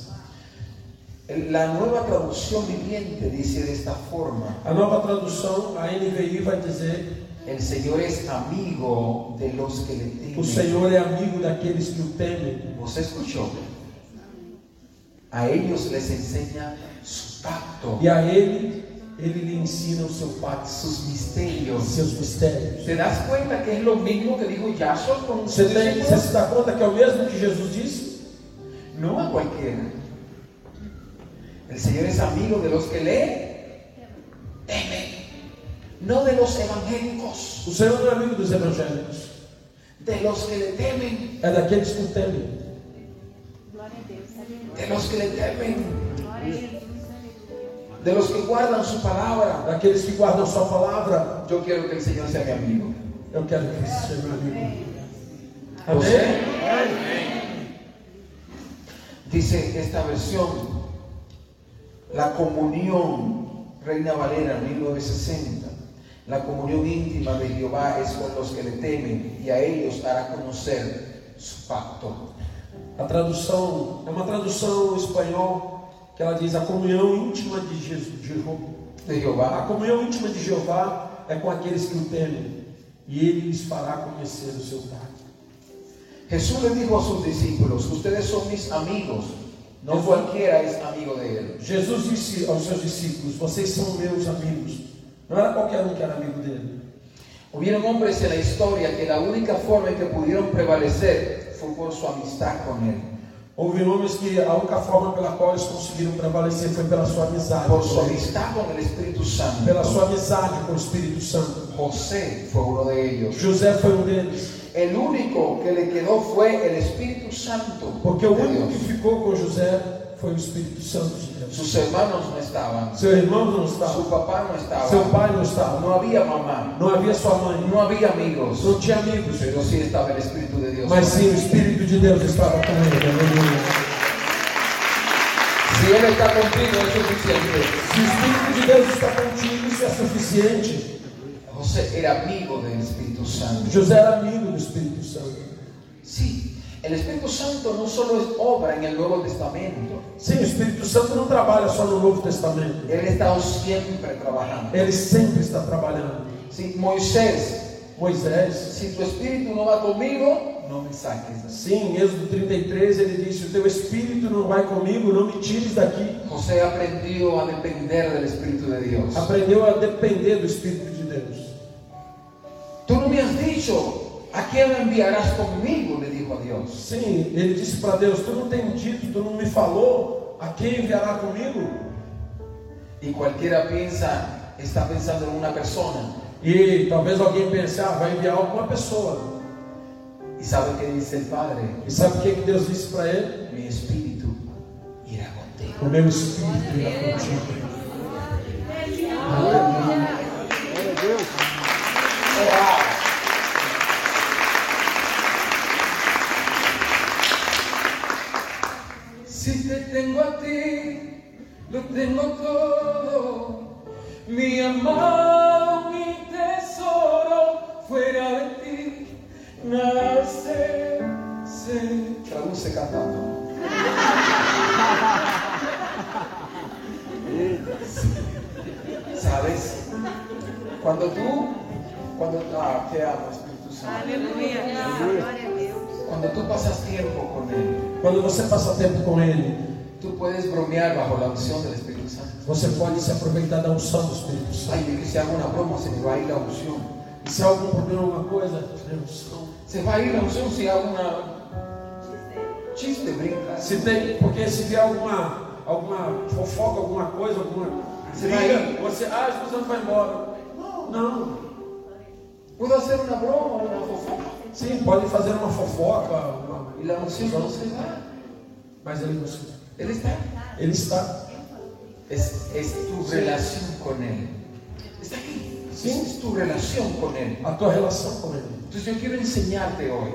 Speaker 2: La nueva traducción viviente dice de esta forma,
Speaker 3: A nova tradução, a NVI, vai dizer:
Speaker 2: el Señor es amigo de los que le
Speaker 3: O
Speaker 2: temen.
Speaker 3: Senhor é amigo daqueles que o temem.
Speaker 2: ¿Usted escuchó? A ellos les enseña su pacto,
Speaker 3: E a ele, ele lhe ensina o seu pacto,
Speaker 2: sus misterios.
Speaker 3: seus mistérios.
Speaker 2: ¿Te das cuenta que es lo mismo que dijo Yahshua con
Speaker 3: Você,
Speaker 2: sus
Speaker 3: tem, você
Speaker 2: discípulos?
Speaker 3: se dá conta que é o mesmo que Jesus disse?
Speaker 2: No a cualquiera. El Señor es amigo de los que leen, temen, no de los evangélicos,
Speaker 3: O Senhor não é amigo dos evangélicos,
Speaker 2: de los que le temen,
Speaker 3: é daqueles que o temem.
Speaker 7: Glória a Deus. Aleluia.
Speaker 2: de los que le temen,
Speaker 7: Glória a Jesus. Aleluia.
Speaker 2: de los que guardan su palabra.
Speaker 3: Daqueles que guardam sua palavra,
Speaker 2: Yo quiero que el Señor sea mi amigo.
Speaker 3: eu quero que você seja meu amigo.
Speaker 2: Amén.
Speaker 3: Amém?
Speaker 2: Dice esta versión, la comunión, Reina Valera 1960, la comunión íntima de Jehová es con los que le temen y a ellos hará conocer su pacto.
Speaker 3: A tradução é uma tradução em espanhol que ela diz a comunhão íntima de Jesus. de Jeho-
Speaker 2: De
Speaker 3: A
Speaker 2: Jehová,
Speaker 3: comunhão íntima de Jeová é com aqueles que o temem, e ele lhes fará conhecer o seu pacto.
Speaker 2: Jesús le dijo a sus discípulos, ustedes son mis amigos No cualquiera es amigo de Él.
Speaker 3: Jesus disse aos seus discípulos: Vocês são meus amigos. Não era qualquer um que era amigo dele.
Speaker 2: Hubieron hombres en la historia que la única forma en que pudieron prevalecer fue por su amistad con Él,
Speaker 3: Houve homens que a única forma pela qual eles conseguiram prevalecer foi pela sua amizade.
Speaker 2: por su amistad con el Espíritu
Speaker 3: Pela
Speaker 2: Santo.
Speaker 3: sua amizade com o Espírito Santo.
Speaker 2: José fue uno de ellos.
Speaker 3: José foi um deles.
Speaker 2: El único que le quedó fue el Espíritu Santo.
Speaker 3: Porque o
Speaker 2: de
Speaker 3: único que
Speaker 2: Dios.
Speaker 3: ficou com José foi o Espírito Santo de Deus.
Speaker 2: sus hermanos no estaban,
Speaker 3: Seu irmão não
Speaker 2: su
Speaker 3: estava.
Speaker 2: papá no estaba,
Speaker 3: Seu pai não estava.
Speaker 2: no había mamá,
Speaker 3: Não havia sua mãe.
Speaker 2: no había amigos,
Speaker 3: Não tinha amigos.
Speaker 2: pero sí estaba el Espíritu de Dios.
Speaker 3: Mas sim, o Espírito de Deus estava com ele. Aleluia.
Speaker 2: Si Él está contigo es suficiente.
Speaker 3: Se o Espírito de Deus está contigo, isso é suficiente.
Speaker 2: José era amigo del Espíritu Santo.
Speaker 3: José era amigo do Espírito Santo.
Speaker 2: Sí, el Espíritu Santo no solo es obra en el Nuevo Testamento,
Speaker 3: Sim, o Espírito Santo não trabalha só no Novo Testamento.
Speaker 2: Él ha estado siempre trabajando.
Speaker 3: Ele sempre está trabalhando.
Speaker 2: Sí, Moisés,
Speaker 3: Moisés,
Speaker 2: si tu espíritu no va conmigo, no me saques. de aquí.
Speaker 3: sim, em Êxodo 33, ele disse: O teu Espírito não vai comigo, não me tires daqui.
Speaker 2: José aprendió a depender del Espíritu de Dios.
Speaker 3: Aprendeu a depender do Espírito de Deus.
Speaker 2: Tú no me has dicho a quién me enviarás conmigo, le dijo a Dios.
Speaker 3: Sim, ele disse para Deus: Tu não tem dito, tu não me falou, a quem enviará comigo?
Speaker 2: Y cualquiera piensa, está pensando en una persona.
Speaker 3: E talvez alguém pense: Ah, vai enviar alguma pessoa.
Speaker 2: Y sabe que dice el Padre,
Speaker 3: E sabe o que, que Deus disse para ele?
Speaker 2: mi espíritu irá contigo.
Speaker 3: O meu Espírito irá contigo.
Speaker 2: Si te tengo a ti, lo tengo todo. Mi amado, mi tesoro, fuera de ti, nada sé, sé. Traduce cantando. ¿Sabes? Cuando tú, cuando, ah, te amo, Espíritu Santo.
Speaker 7: Aleluia. Glória a Deus.
Speaker 2: Cuando tú pasas tiempo con Él,
Speaker 3: Quando você passa tempo com Ele,
Speaker 2: tú puedes bromear bajo la unción del Espíritu Santo.
Speaker 3: Você pode se aproveitar da unção do Espírito Santo.
Speaker 2: Ay, que si hago una broma, se me va a ir la unción.
Speaker 3: E se há algum problema, alguma coisa, é unção.
Speaker 2: Se va a ir la unción si hago una chiste, brinca.
Speaker 3: Se tem, porque se vier alguma, alguma fofoca, alguma coisa, alguma
Speaker 2: Você vai-
Speaker 3: briga, você, ah, a pessoa vai embora. Não, não.
Speaker 2: Puedo hacer una broma, una fofoca.
Speaker 3: Sim, pode fazer uma fofoca, uma-
Speaker 2: Y la unción no se va.
Speaker 3: mas ele não se-
Speaker 2: Él está.
Speaker 3: Ele está.
Speaker 2: Es, es tu relación con Él. Está aquí.
Speaker 3: Sí.
Speaker 2: Es tu relación con Él.
Speaker 3: A tua relação com ele.
Speaker 2: Entonces yo quiero enseñarte hoy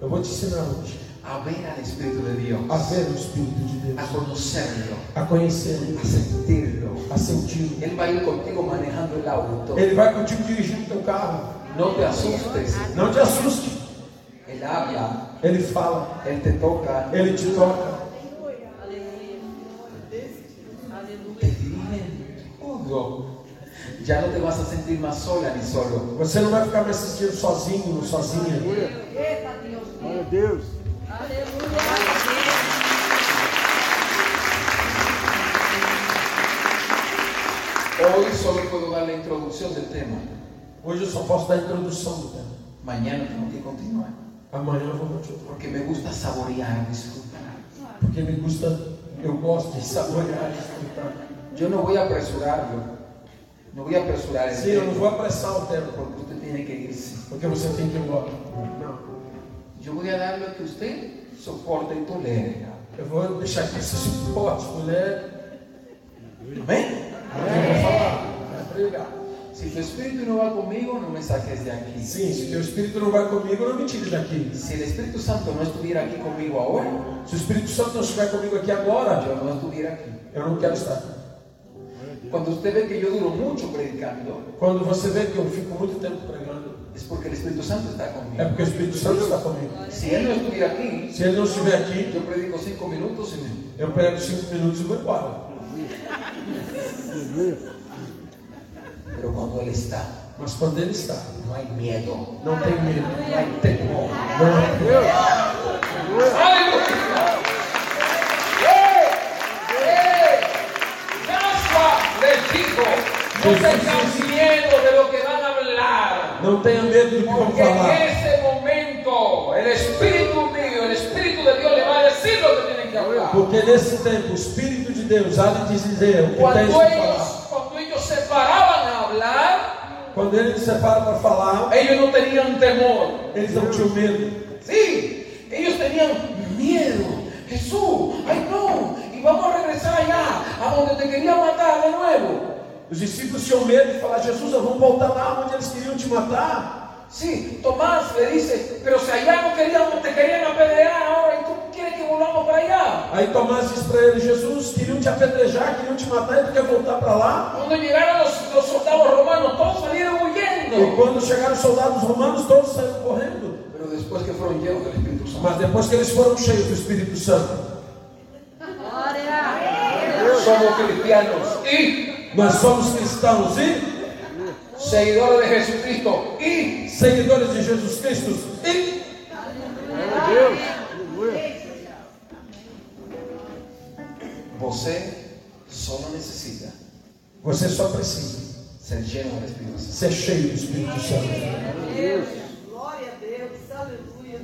Speaker 3: Eu vou te ensinar hoje
Speaker 2: a ver al Espíritu de Dios,
Speaker 3: a ver o Espírito de Deus,
Speaker 2: a conocerlo,
Speaker 3: a conhecê-lo,
Speaker 2: a sentirlo.
Speaker 3: a senti-lo.
Speaker 2: Él va a ir contigo manejando el auto.
Speaker 3: Ele vai contigo dirigindo teu carro.
Speaker 2: No te asustes.
Speaker 3: Não te assuste.
Speaker 2: Él habla,
Speaker 3: Ele fala,
Speaker 2: Él te toca,
Speaker 3: ele te toca.
Speaker 2: te dirige en todo. Ya no te vas a sentir más sola ni solo.
Speaker 3: Você não vai ficar mais assistindo sozinho ou sozinha.
Speaker 7: Eita, Deus.
Speaker 8: Glória a Deus.
Speaker 7: Aleluia.
Speaker 2: Hoy solo puedo dar la introducción del tema.
Speaker 3: Hoje eu só posso dar a introdução do tema.
Speaker 2: Mañana tengo que continuar.
Speaker 3: Amanhã eu vou continuar.
Speaker 2: Porque me gusta saborear, disfrutar.
Speaker 3: Porque me gusta, eu gosto de saborear e escutar.
Speaker 2: Yo no voy a apresurarlo. No voy a apresurar el
Speaker 3: Sim, eu não
Speaker 2: tema,
Speaker 3: vou apressar o tempo,
Speaker 2: Porque usted tiene que irse.
Speaker 3: porque você tem que ir embora. Não.
Speaker 2: Yo voy a dar lo que usted soporte y tolere.
Speaker 3: Eu vou deixar que você suporte, mulher.
Speaker 2: Amén.
Speaker 3: Mulher vai falar, vai pregar.
Speaker 2: Si tu espíritu no va conmigo, no me saques de aquí.
Speaker 3: Sim, se teu espírito não vai comigo, não me tire daqui.
Speaker 2: Si el Espíritu Santo no estuviera aquí conmigo ahora,
Speaker 3: Se o Espírito Santo não estiver comigo aqui agora,
Speaker 2: yo no estuviera aquí.
Speaker 3: eu não quero estar.
Speaker 2: Cuando usted ve que yo duro mucho predicando,
Speaker 3: Quando você vê que eu fico muito tempo pregando,
Speaker 2: es porque el Espíritu Santo está
Speaker 3: é
Speaker 2: conmigo.
Speaker 3: porque o Espírito Santo está comigo.
Speaker 2: Si Él no estuviera aquí,
Speaker 3: Se ele não estiver aqui,
Speaker 2: yo predico cinco minutos y me-
Speaker 3: eu pego cinco minutos e vou embora.
Speaker 2: Pero cuando Él está,
Speaker 3: Mas quando ele está,
Speaker 2: no hay miedo,
Speaker 3: não tem medo.
Speaker 2: no hay temor.
Speaker 3: Não é
Speaker 8: Deus.
Speaker 2: ¡Aleluya! ¡Eh!
Speaker 9: No se tengan miedo de lo que van a hablar.
Speaker 3: Não tenha medo do que vão
Speaker 9: Porque en
Speaker 3: falar.
Speaker 9: ese momento el Espíritu mío, el Espíritu de Dios le va a decir lo que tienen que hablar.
Speaker 3: Porque nesse tempo o Espírito de Deus há de dizer o que tem que
Speaker 9: Cuando
Speaker 3: falar.
Speaker 9: ellos, cuando ellos se paraban a hablar,
Speaker 3: Quando ele se separa para falar,
Speaker 9: ellos no tenían temor.
Speaker 3: eles não tinham medo.
Speaker 9: Sí, ellos tenían miedo. Jesús, ay no, y vamos a regresar allá, a donde te quería matar de nuevo.
Speaker 3: Os discípulos tinham medo de falar, Jesus, nós vamos voltar lá onde eles queriam te matar.
Speaker 9: Sí, Tomás le dice, pero si allá no queríamos, te querían apedrear ahora y tú quieres que volvamos para allá.
Speaker 3: Aí Tomás disse para ele, Jesus, queriam te apedrejar, queriam te matar, e tu quer voltar para lá?
Speaker 9: Cuando llegaron los, los soldados romanos, todos salieron
Speaker 3: E
Speaker 9: huyendo.
Speaker 3: quando chegaram os soldados romanos, todos saíram correndo.
Speaker 9: Pero después que fueron llenos del Espíritu Santo.
Speaker 3: Mas depois que eles foram cheios do Espírito Santo,
Speaker 7: Glória a Deus.
Speaker 9: Somos cristianos y
Speaker 3: nós somos cristãos e
Speaker 9: seguidores de Jesucristo y
Speaker 3: seguidores de Jesus Cristo. E
Speaker 9: Você solo necesita
Speaker 3: você só precisa
Speaker 9: ser lleno del Espíritu Santo.
Speaker 3: ser cheio do Espírito Santo.
Speaker 7: Glória a Deus. Aleluia.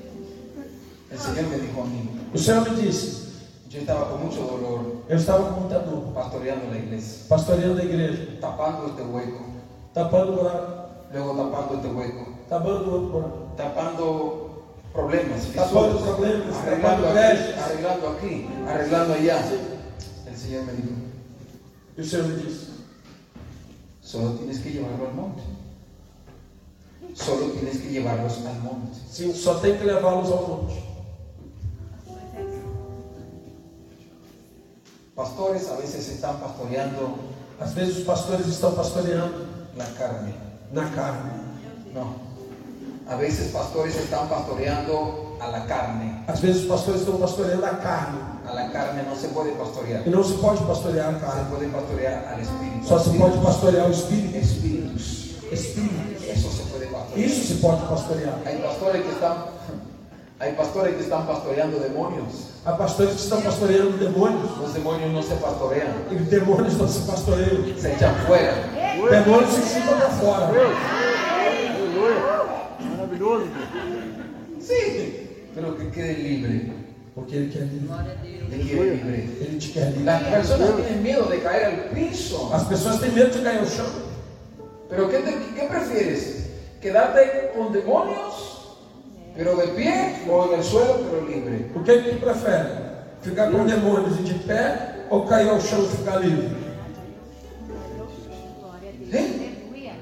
Speaker 9: El Señor me dijo a mí,
Speaker 3: O Senhor me disse,
Speaker 9: yo estaba con mucho dolor
Speaker 3: eu estava com muita dor,
Speaker 9: pastoreando la iglesia,
Speaker 3: pastoreando a igreja,
Speaker 9: tapando este hueco,
Speaker 3: tapando o buraco,
Speaker 9: luego tapando este hueco,
Speaker 3: tapando outro buraco,
Speaker 9: tapando problemas,
Speaker 3: Tapando
Speaker 9: fisuras,
Speaker 3: problemas,
Speaker 9: arreglando
Speaker 3: tapando
Speaker 9: aquí,
Speaker 3: brechas.
Speaker 9: arreglando aquí, arreglando allá. El Señor me dijo,
Speaker 3: E o Senhor me disse,
Speaker 9: solo tienes que llevarlo al monte. Solo tienes que llevarlos al monte.
Speaker 3: sim, só tem que levá-los ao monte.
Speaker 9: Pastores a veces están pastoreando
Speaker 3: Às vezes os pastores estão pastoreando
Speaker 9: la carne.
Speaker 3: na carne.
Speaker 9: No. A veces pastores están pastoreando a la carne.
Speaker 3: Às vezes os pastores estão pastoreando a carne.
Speaker 9: A la carne no se puede pastorear.
Speaker 3: E não se pode pastorear a
Speaker 9: Se
Speaker 3: carne.
Speaker 9: puede pastorear al espíritu.
Speaker 3: Só se pode pastorear o espírito.
Speaker 9: Espíritus.
Speaker 3: Espírito.
Speaker 9: Eso se puede pastorear.
Speaker 3: Isso se pode pastorear.
Speaker 9: Hay pastores que están, hay pastores que están pastoreando demonios.
Speaker 3: Há pastores que estão pastoreando demônios.
Speaker 9: Los demonios no se pastorean,
Speaker 3: E demônios não se pastoreiam.
Speaker 9: se echan fuera.
Speaker 3: Demônios se chutam para fora.
Speaker 2: Maravilhoso.
Speaker 9: Sí, pero que quede libre.
Speaker 3: Porque ele quer livre.
Speaker 9: Te quiere libre.
Speaker 3: Ele te quer livre.
Speaker 9: Las personas tienen miedo de caer al piso.
Speaker 3: As pessoas têm medo de cair ao chão.
Speaker 9: Pero ¿qué, te- qué prefieres? ¿Quedarte con demonios, pero de pie o en el suelo, pero libre?
Speaker 3: O que ele prefere? Ficar com demônios e de pé ou cair ao chão e ficar livre?
Speaker 10: Glória a Deus.
Speaker 9: Hein?
Speaker 10: Aleluia.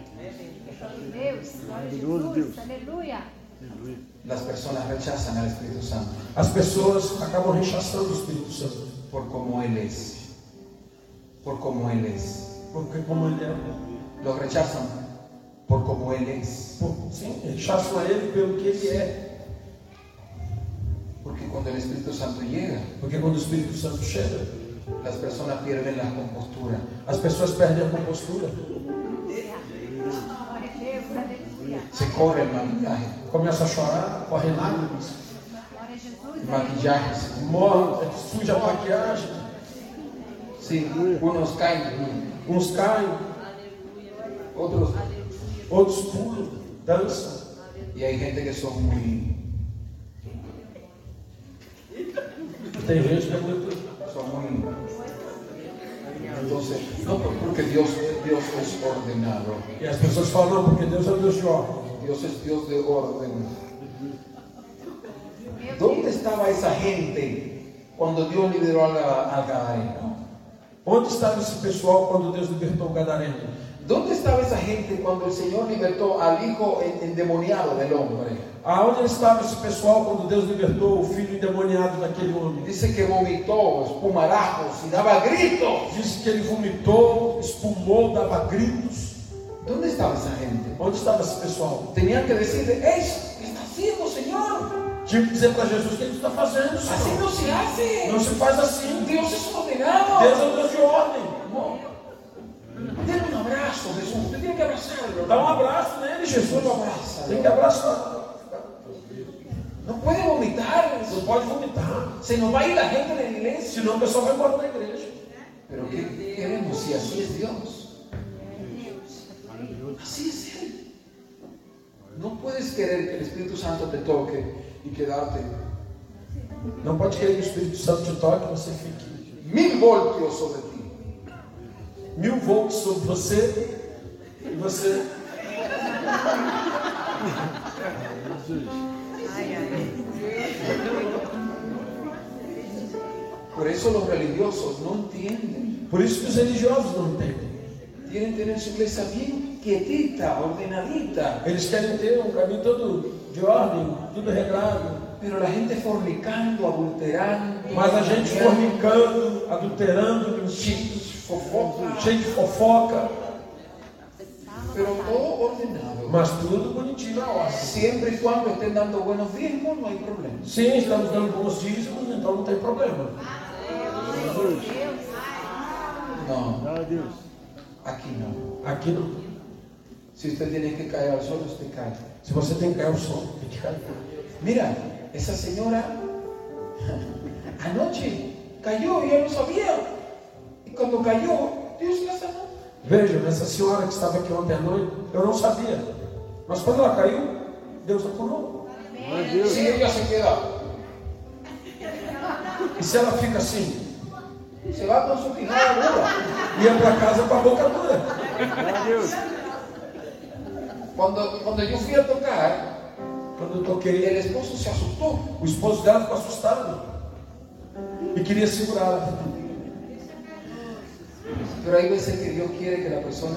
Speaker 10: Deus. Glória a Jesus. Aleluia.
Speaker 9: Las personas rechazan al Espíritu Santo
Speaker 3: As pessoas acabam rechaçando o Espírito Santo.
Speaker 9: por cómo Él es. Por cómo Él es.
Speaker 3: Porque como ele é.
Speaker 9: Lo rechazan por cómo Él es.
Speaker 3: Por, sim, rechaçam a ele pelo que ele é.
Speaker 9: Porque cuando el Espíritu Santo llega,
Speaker 3: Porque quando o Espírito Santo chega,
Speaker 9: las personas pierden la compostura.
Speaker 3: as pessoas perdem a compostura.
Speaker 10: Glória a Deus. Aleluia.
Speaker 9: Se corre el maquillaje.
Speaker 3: Começam a chorar, correm lágrimas,
Speaker 10: Glória a
Speaker 9: El
Speaker 10: Jesus.
Speaker 9: maquillaje. se-
Speaker 3: morrem, suja a maquiagem,
Speaker 9: Sí, unos caen,
Speaker 3: uns caem,
Speaker 9: otros.
Speaker 3: Outros pulam, dançam.
Speaker 9: Y hay gente que son muy
Speaker 3: Tem gente que é muito.
Speaker 9: Son muy- Entonces, no por- porque Dios, Dios es ordenado,
Speaker 3: E as pessoas falam, não, porque Deus é um Deus de ordem.
Speaker 9: Dios es Dios de orden. ¿Dónde estaba esa gente cuando Dios liberó al, al Gadareno?
Speaker 3: Onde estava esse pessoal quando Deus libertou o Gadareno?
Speaker 9: ¿Dónde estaba esa gente cuando el Señor libertó al hijo en- endemoniado del hombre?
Speaker 3: Aonde estava esse pessoal quando Deus libertou o filho endemoniado daquele homem?
Speaker 9: Dice que vomitó espumarajos y daba gritos.
Speaker 3: Disse que ele vomitou, espumou, dava gritos.
Speaker 9: ¿Dónde estaba esa gente?
Speaker 3: Onde estava esse pessoal?
Speaker 9: Tenían que decirle, "Ey, ¿qué está haciendo, Señor?
Speaker 3: Tinha que dizer para Jesus o que ele está fazendo,
Speaker 9: Así
Speaker 3: Senhor.
Speaker 9: no se hace.
Speaker 3: Não se faz assim. Deus
Speaker 9: Dios es ordenado.
Speaker 3: é um Deus de ordem.
Speaker 9: No. Dale un abrazo, Jesús. Usted tiene que abrazarlo.
Speaker 3: Dá um abraço nele, Jesus. um
Speaker 9: Abraça.
Speaker 3: Tem que abraçar.
Speaker 9: No puede vomitar.
Speaker 3: Não pode vomitar.
Speaker 9: Se nos va a ir la gente de la iglesia.
Speaker 3: Senão o pessoal vai embora da igreja.
Speaker 9: Pero ¿qué queremos si así es Dios? puedes querer que el Espíritu Santo te toque y quedarte
Speaker 3: Não pode querer que o Espírito Santo te toque, você fique
Speaker 9: mil voltios sobre ti.
Speaker 3: mil volts sobre você e você.
Speaker 9: Por eso los religiosos no entienden.
Speaker 3: Por isso que os religiosos não entendem.
Speaker 9: Quieren tener su iglesia bien quietita, ordenadita.
Speaker 3: Eles querem ter um caminho todo de ordem, tudo regrado.
Speaker 9: Pero la gente fornicando, adulterando,
Speaker 3: Mas a gente fornicando, adulterando, mentindo,
Speaker 9: fofoca,
Speaker 3: cheio de fofoca,
Speaker 9: pero todo ordenado.
Speaker 3: mas tudo bonitinho na ordem.
Speaker 9: Siempre y cuando estén dando buenos diezmos, no hay problema.
Speaker 3: Sim, estamos dando bons dízimos, então não tem problema.
Speaker 9: No, aquí no.
Speaker 3: Aqui não.
Speaker 9: Si usted tiene que caer al sol, usted cae.
Speaker 3: Se você tem que cair o som, tem que cair.
Speaker 9: Mira, esa señora anoche cayó, yo no sabía. Y cuando cayó, Dios la sanó.
Speaker 3: Vejam, essa senhora que estava aqui ontem à noite, eu não sabia. Mas quando ela caiu, Deus a curou.
Speaker 9: Si ella se queda,
Speaker 3: E se ela fica assim,
Speaker 9: se va con su quijada dura.
Speaker 3: ia para casa com a boca dura.
Speaker 9: Cuando, cuando yo fui a tocar,
Speaker 3: Quando eu
Speaker 9: el
Speaker 3: toquei,
Speaker 9: esposo se asustó.
Speaker 3: o esposo dela ficou assustado e queria segurar.
Speaker 9: Pero hay veces que Dios quiere que la persona...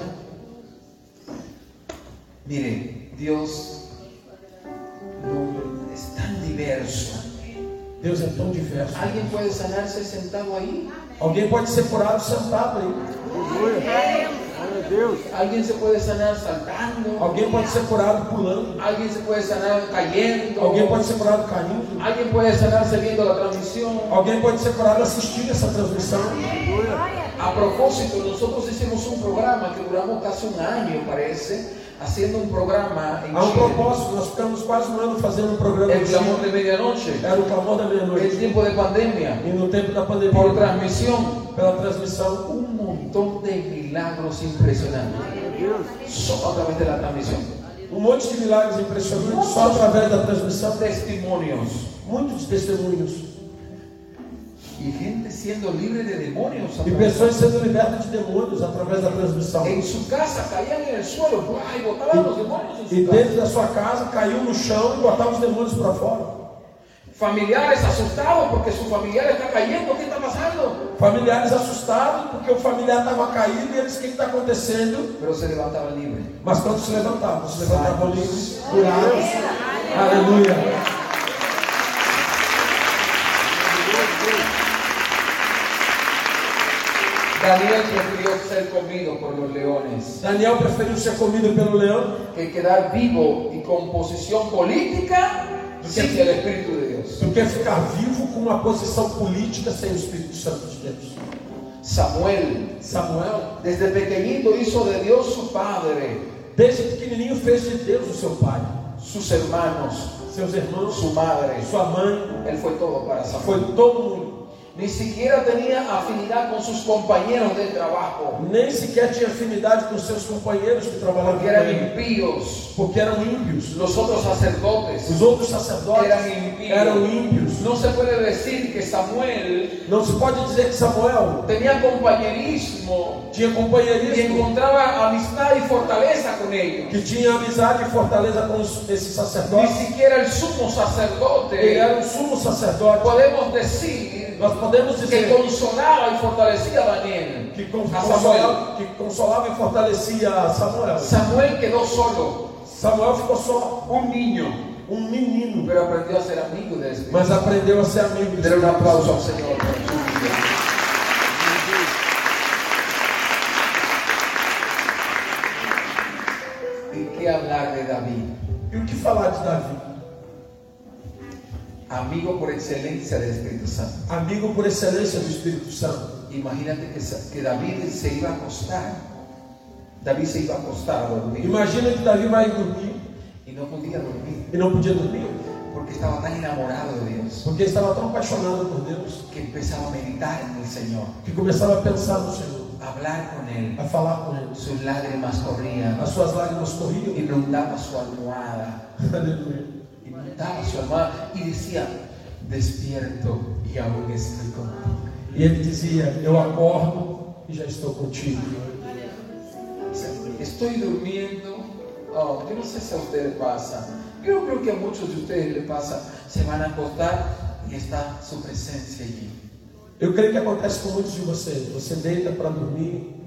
Speaker 9: Mire, Dios no- es tan diverso.
Speaker 3: Deus é tão diverso.
Speaker 9: Alguien puede sanarse sentado ahí.
Speaker 3: Alguém pode ser curado sentado aí.
Speaker 9: Alguien se puede sanar saltando.
Speaker 3: Alguém pode ser curado pulando.
Speaker 9: Alguien se puede sanar cayendo.
Speaker 3: Alguém pode ser curado caindo.
Speaker 9: Alguien puede sanarse viendo la transmisión.
Speaker 3: Alguém pode ser curado assistindo essa transmissão.
Speaker 9: A propósito, nosotros hicimos un programa que duramos casi un año, parece, haciendo un programa en
Speaker 3: Há um
Speaker 9: Chile.
Speaker 3: propósito, nós ficamos quase um ano fazendo um programa
Speaker 9: El
Speaker 3: de
Speaker 9: clamor
Speaker 3: Chile.
Speaker 9: de medianoche,
Speaker 3: Era o clamor da
Speaker 9: el
Speaker 3: meia-noite.
Speaker 9: tiempo de pandemia,
Speaker 3: E no tempo da
Speaker 9: por
Speaker 3: pandemia,
Speaker 9: transmisión,
Speaker 3: pela transmissão,
Speaker 9: un montón de milagros impresionantes. Solo a través de la transmisión.
Speaker 3: um monte de milagres impressionantes só através da transmissão.
Speaker 9: Testimonios.
Speaker 3: Muitos testemunhos.
Speaker 9: Y gente siendo libre de demonios. a
Speaker 3: E
Speaker 9: través-
Speaker 3: pessoas sendo libertas de demônios através da transmissão.
Speaker 9: En su casa caían en el suelo ¡buah! y botaban los demonios en
Speaker 3: E
Speaker 9: su casa.
Speaker 3: dentro da sua casa caiu no chão e botava os demônios para fora.
Speaker 9: Familiares asustados porque su familiar está cayendo. ¿Qué está pasando?
Speaker 3: Familiares assustados porque o familiar estava caído e eles, o que está acontecendo?
Speaker 9: Pero se levantaba libre.
Speaker 3: Mas quando se levantavam, se levantavam livres, curados. Aleluia.
Speaker 9: Daniel prefirió ser comido por los leones
Speaker 3: Daniel preferiu ser comido pelo leão
Speaker 9: que quedar vivo y con posición política sin el Espíritu de Dios.
Speaker 3: do que ficar vivo com uma posição política sem o Espírito Santo de Deus.
Speaker 9: Samuel,
Speaker 3: Samuel,
Speaker 9: desde pequeñito, hizo de Dios su padre,
Speaker 3: desde pequenininho, fez de Deus o seu pai,
Speaker 9: sus hermanos,
Speaker 3: seus irmãos,
Speaker 9: su madre.
Speaker 3: sua mãe,
Speaker 9: Él fue todo para Samuel.
Speaker 3: foi todo mundo.
Speaker 9: Ni siquiera tenía afinidad con sus compañeros de trabajo,
Speaker 3: Nem sequer tinha afinidade com seus companheiros que trabalhavam com
Speaker 9: porque eran
Speaker 3: ele,
Speaker 9: impíos.
Speaker 3: porque eram ímpios.
Speaker 9: Los otros sacerdotes
Speaker 3: Os outros sacerdotes
Speaker 9: eran impíos.
Speaker 3: eram ímpios.
Speaker 9: No se puede decir que Samuel
Speaker 3: Não se pode dizer que Samuel
Speaker 9: tenía compañerismo
Speaker 3: tinha
Speaker 9: y
Speaker 3: companheirismo
Speaker 9: encontraba amistad y fortaleza con ellos.
Speaker 3: que tinha amizade e fortaleza com os- esses
Speaker 9: Ni
Speaker 3: sacerdotes.
Speaker 9: siquiera el sumo
Speaker 3: Ele
Speaker 9: sacerdote,
Speaker 3: era o sumo sacerdote.
Speaker 9: podemos decir,
Speaker 3: Nós podemos
Speaker 9: que
Speaker 3: dizer
Speaker 9: consolaba y fortalecía a Daniel.
Speaker 3: que, con-
Speaker 9: A Samuel.
Speaker 3: consolava, que consolava e fortalecia Samuel.
Speaker 9: Samuel quedó solo,
Speaker 3: Samuel ficou só
Speaker 9: un niño,
Speaker 3: um menino,
Speaker 9: pero aprendió a ser amigo de él.
Speaker 3: mas aprendeu a ser amigo de
Speaker 9: Dele
Speaker 2: um
Speaker 9: un aplauso al
Speaker 3: Deus.
Speaker 9: Señor. por su vida. ¿Y qué hablar de David?
Speaker 3: E o que falar de Davi?
Speaker 9: Amigo por excelencia del Espíritu Santo.
Speaker 3: Amigo por excelência do Espírito Santo.
Speaker 9: Imagínate que, sa- que David se iba a acostar. David se iba a acostar a dormir
Speaker 3: Imagina que Davi vai dormir
Speaker 9: y no podía dormir
Speaker 3: e não podia dormir,
Speaker 9: porque estaba tan enamorado de Dios
Speaker 3: porque estava tão apaixonado por Deus
Speaker 9: que empezaba a meditar en el Señor.
Speaker 3: que começava a pensar no Senhor.
Speaker 9: hablar con él.
Speaker 3: a falar com Ele.
Speaker 9: Sus lágrimas corrían
Speaker 3: As suas lágrimas corriam.
Speaker 9: y preguntaba a su almohada,
Speaker 3: Aleluia.
Speaker 9: y preguntaba a su almohada y decía, despierto y aún estoy contigo.
Speaker 3: E ele dizia: Eu acordo e já estou contigo.
Speaker 9: O sea, Estoy durmiendo. Oh, yo no sé si a ustedes pasa. Yo no creo que a muchos de ustedes les pasa. Se van a acostar y está su presencia allí.
Speaker 3: Eu creio que acontece com muitos de vocês. Você deita para dormir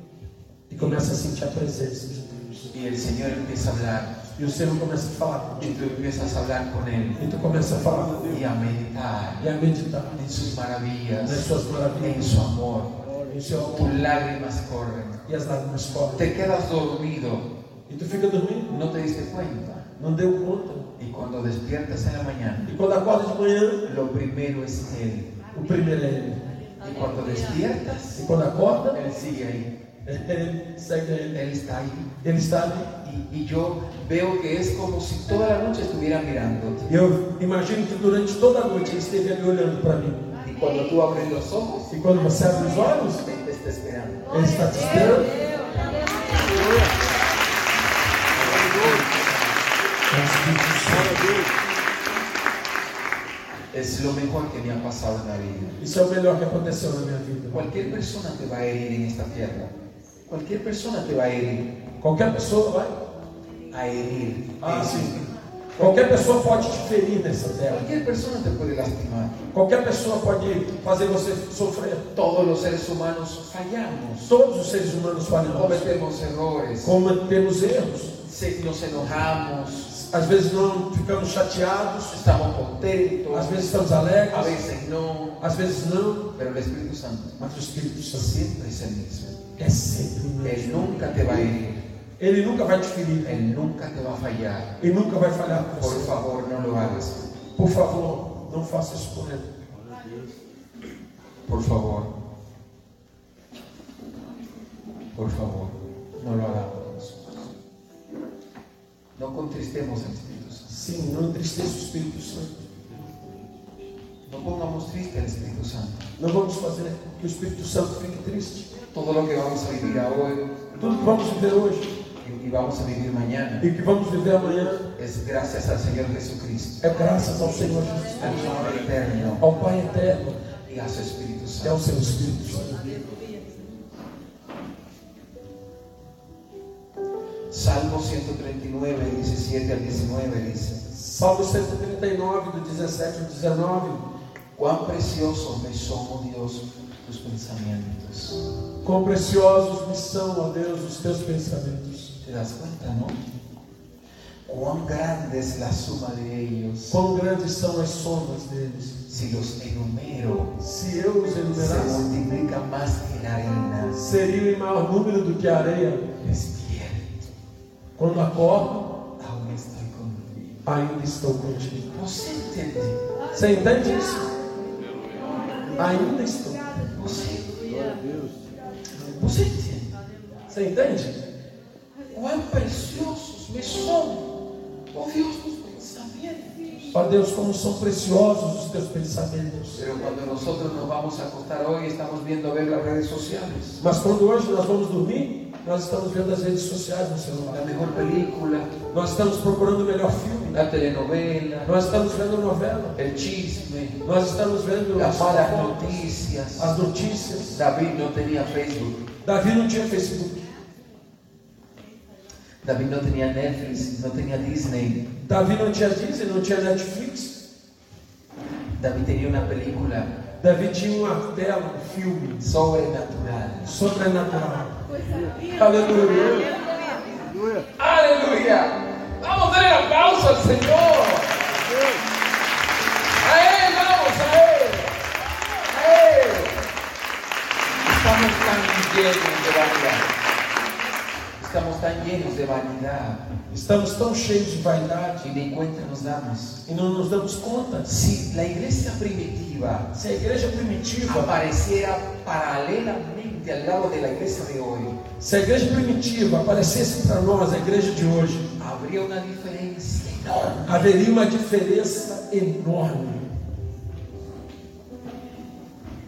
Speaker 3: e começa a sentir a presença de Deus.
Speaker 9: Y el Señor empieza a hablar.
Speaker 3: E o Senhor começa a falar
Speaker 9: Y
Speaker 3: contigo.
Speaker 9: tú empiezas a hablar con Él.
Speaker 3: E tu começa a falar com Deus
Speaker 9: Y a meditar
Speaker 3: e a meditar
Speaker 9: en sus
Speaker 3: nas
Speaker 9: maravillas,
Speaker 3: suas
Speaker 9: en
Speaker 3: maravilhas,
Speaker 9: su amor.
Speaker 3: em seu amor.
Speaker 9: Tus lágrimas corren.
Speaker 3: E as lágrimas correm.
Speaker 9: Te quedas dormido.
Speaker 3: E tu fica dormindo,
Speaker 9: No te diste cuenta.
Speaker 3: não deu conta.
Speaker 9: Y cuando despiertas en la mañana,
Speaker 3: E quando acorda de manhã,
Speaker 9: lo primero es Él.
Speaker 3: o primeiro é Ele.
Speaker 9: Y cuando despiertas,
Speaker 3: E quando acorda,
Speaker 9: Él sigue ahí.
Speaker 3: ele segue Ele.
Speaker 9: Él está ahí.
Speaker 3: Ele está ali.
Speaker 9: Y, y yo veo que es como si toda la noche estuviera mirándote.
Speaker 3: E eu imagino que durante toda a noite ele esteve ali olhando para mim.
Speaker 9: Y cuando tú abres los ojos,
Speaker 3: E quando você abre os olhos,
Speaker 9: Él te está esperando.
Speaker 3: ele está te esperando.
Speaker 9: Es lo mejor que me ha pasado en la vida.
Speaker 3: Isso é o melhor que aconteceu na minha vida.
Speaker 9: Cualquier persona te va a herir en esta tierra. Cualquier persona te va a herir.
Speaker 3: Qualquer pessoa vai.
Speaker 9: A herir.
Speaker 3: Ah,
Speaker 9: Eh,
Speaker 3: sim. Qualquer pessoa pode te ferir nessa terra.
Speaker 9: Cualquier persona te puede lastimar.
Speaker 3: Qualquer pessoa pode fazer você sofrer.
Speaker 9: Todos los seres humanos fallamos.
Speaker 3: Todos os seres humanos falhamos.
Speaker 9: Cometemos errores.
Speaker 3: Cometemos erros.
Speaker 9: Se- Nos enojamos.
Speaker 3: Às vezes não ficamos chateados.
Speaker 9: Estamos
Speaker 3: Às
Speaker 9: contentos.
Speaker 3: vezes estamos
Speaker 9: A
Speaker 3: alegres.
Speaker 9: veces no.
Speaker 3: Às vezes não.
Speaker 9: Pero el Espíritu Santo
Speaker 3: Mas o Espírito Santo
Speaker 9: siempre es el mismo.
Speaker 3: é sempre o mesmo.
Speaker 9: Él nunca te va a herir,
Speaker 3: Ele nunca vai te ferir.
Speaker 9: Él nunca te va a fallar.
Speaker 3: Ele nunca vai falhar com
Speaker 9: Por
Speaker 3: você.
Speaker 9: favor, no lo hagas.
Speaker 3: Por favor, não faça isso com ele.
Speaker 9: Por favor. Por favor, no lo hagamos. No contristemos al Espíritu Santo.
Speaker 3: Sim, não entristeça o Espírito Santo.
Speaker 9: No pongamos triste al Espíritu Santo.
Speaker 3: Não vamos fazer que o Espírito Santo fique triste.
Speaker 9: Todo lo que vamos a vivir hoy
Speaker 3: Tudo que vamos viver hoje
Speaker 9: y vamos a vivir mañana
Speaker 3: e que vamos viver amanhã
Speaker 9: es gracias al Señor Jesucristo,
Speaker 3: é graças ao Senhor Jesus,
Speaker 9: al Padre Eterno
Speaker 3: ao Pai Eterno
Speaker 9: y a su Espíritu
Speaker 3: e ao seu
Speaker 9: Santo.
Speaker 3: Espírito Santo.
Speaker 9: Salmo 139, 17 al 19 dice.
Speaker 3: Salmo 139, do 17 ao 19.
Speaker 9: Cuán preciosos me son, oh Dios, tus pensamientos.
Speaker 3: Quão preciosos me são, ó Deus, os teus pensamentos.
Speaker 9: ¿Te das cuenta, no? Cuán grande es la suma de ellos.
Speaker 3: Quão grandes são as somas deles.
Speaker 9: Si los enumero,
Speaker 3: Se eu os
Speaker 9: se
Speaker 3: enumerasse,
Speaker 9: multiplica más que la arena.
Speaker 3: seriam em maior número do que a areia.
Speaker 9: Despierto,
Speaker 3: Quando acordo,
Speaker 9: aún estoy contigo.
Speaker 3: ainda estou contigo.
Speaker 9: Vos entendés,
Speaker 3: Você entende isso? Ainda estou.
Speaker 9: vos entendés. Vos entendés.
Speaker 3: Você entende?
Speaker 9: Cuán preciosos me son, oh Dios, tus pensamientos.
Speaker 3: Ó Deus, como são preciosos os teus pensamentos.
Speaker 9: Pero cuando nosotros nos vamos a acostar hoy, estamos viendo a ver las redes sociales.
Speaker 3: Mas quando hoje nós vamos dormir, nós estamos vendo as redes sociais no
Speaker 9: la
Speaker 3: celular.
Speaker 9: mejor película,
Speaker 3: Nós estamos procurando o melhor filme.
Speaker 9: la telenovela,
Speaker 3: Nós estamos vendo novela.
Speaker 9: el chisme,
Speaker 3: Nós estamos vendo
Speaker 9: las
Speaker 3: as
Speaker 9: malas
Speaker 3: fofocas,
Speaker 9: noticias.
Speaker 3: as notícias.
Speaker 9: David no tenía Facebook,
Speaker 3: Davi não tinha Facebook.
Speaker 9: David no tenía Netflix, no tenía Disney.
Speaker 3: Davi não tinha Disney, não tinha Netflix.
Speaker 9: David tenía una película
Speaker 3: Davi tinha uma tela, um filme
Speaker 9: sobrenatural.
Speaker 3: sobrenatural.
Speaker 7: Aleluia.
Speaker 3: Aleluia.
Speaker 9: Aleluya. Vamos a darle un aplauso al Señor. A Él, vamos, a Él. A Él. Estamos tan llenos de vanidad. Estamos tan llenos de vanidad.
Speaker 3: Estamos tão cheios de vaidade
Speaker 9: Y ni cuenta nos damos.
Speaker 3: e não nos damos conta
Speaker 9: Si la iglesia primitiva
Speaker 3: Se a igreja primitiva,
Speaker 9: apareciera paralelamente al lado de la iglesia de hoy,
Speaker 3: se a igreja primitiva aparecesse para nós, a igreja de hoje,
Speaker 9: habría una diferencia enorme.
Speaker 3: haveria uma diferença enorme.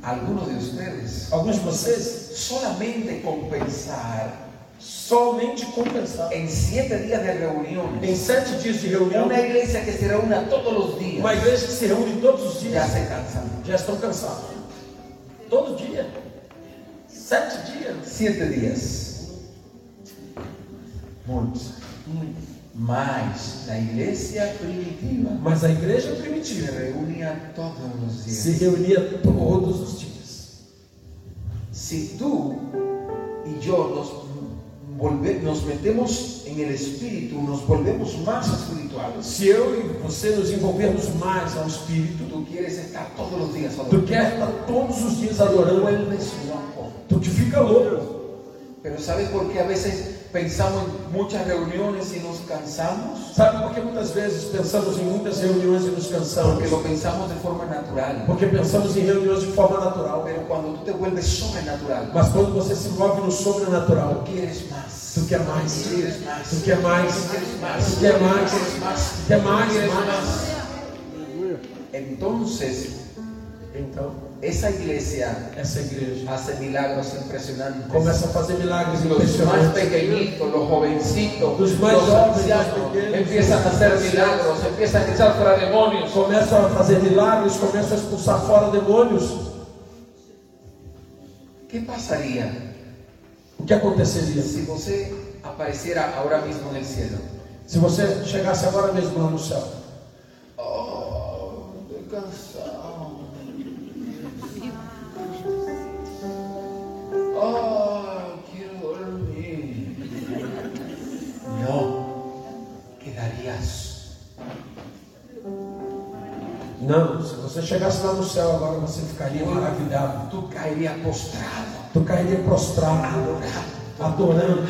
Speaker 9: Algunos de ustedes
Speaker 3: Alguns de vocês
Speaker 9: solamente con pensar
Speaker 3: Somente compensar.
Speaker 9: en siete días de
Speaker 3: Em
Speaker 9: reuniones,
Speaker 3: sete dias de reunião,
Speaker 9: una iglesia que se reúna todos los
Speaker 3: uma
Speaker 9: días,
Speaker 3: igreja que se reúne todos os
Speaker 9: ya
Speaker 3: dias
Speaker 9: se cansan.
Speaker 3: já estão cansados. Todo dia. Sete dias.
Speaker 9: Siete días. Muchos. Más la iglesia primitiva
Speaker 3: Mas a igreja é
Speaker 9: se
Speaker 3: primitiva
Speaker 9: reunía todos los
Speaker 3: se
Speaker 9: días.
Speaker 3: reunia todos os dias.
Speaker 9: Si tú y yo nos, volve- nos metemos en el espíritu, nos volvemos más espirituales.
Speaker 3: Se eu e você nos envolvermos mais ao Espírito,
Speaker 9: Tú quieres estar todos los días
Speaker 3: tu
Speaker 9: adorando.
Speaker 3: quer estar todos os dias adorando,
Speaker 9: Vuelves loco.
Speaker 3: tu te fica louco.
Speaker 9: Pero ¿sabes por qué a veces pensamos en muchas reuniones y nos cansamos?
Speaker 3: Sabe por que muitas vezes pensamos em muitas reuniões e nos cansamos?
Speaker 9: Porque lo pensamos de forma natural.
Speaker 3: Porque pensamos em reuniões de forma natural.
Speaker 9: Pero cuando tú te vuelves sobrenatural,
Speaker 3: Mas quando você se envolve no sobrenatural,
Speaker 9: quieres más.
Speaker 3: tu quer mais,
Speaker 9: Tú quieres más.
Speaker 3: tu quer mais,
Speaker 9: Quieres más.
Speaker 3: tu quer mais,
Speaker 9: Quieres más.
Speaker 3: tu quer mais,
Speaker 9: Quieres
Speaker 3: mais.
Speaker 9: Entonces,
Speaker 3: Então,
Speaker 9: essa iglesia
Speaker 3: essa é igreja
Speaker 9: hace milagros impresionantes.
Speaker 3: começa a fazer milagres
Speaker 9: Los más
Speaker 3: impressionantes.
Speaker 9: pequeñitos, los jovencitos,
Speaker 3: Los más jóvenes, los
Speaker 9: ancianos,
Speaker 3: pequeños.
Speaker 9: empiezan a hacer milagros, empiezan a echar fuera demonios.
Speaker 3: Começam a fazer milagres, começam a expulsar fora demônios.
Speaker 9: ¿Qué pasaría
Speaker 3: O que aconteceria
Speaker 9: si você apareciera ahora mismo en el cielo?
Speaker 3: se você chegasse agora mesmo lá no céu?
Speaker 9: Oh, estoy cansado. Oh, quiero dormir. No, quedarías.
Speaker 3: Não, se você chegasse lá no céu agora, você ficaria maravilhado.
Speaker 9: Tú caerías postrado,
Speaker 3: Tu cairia prostrado, adorando,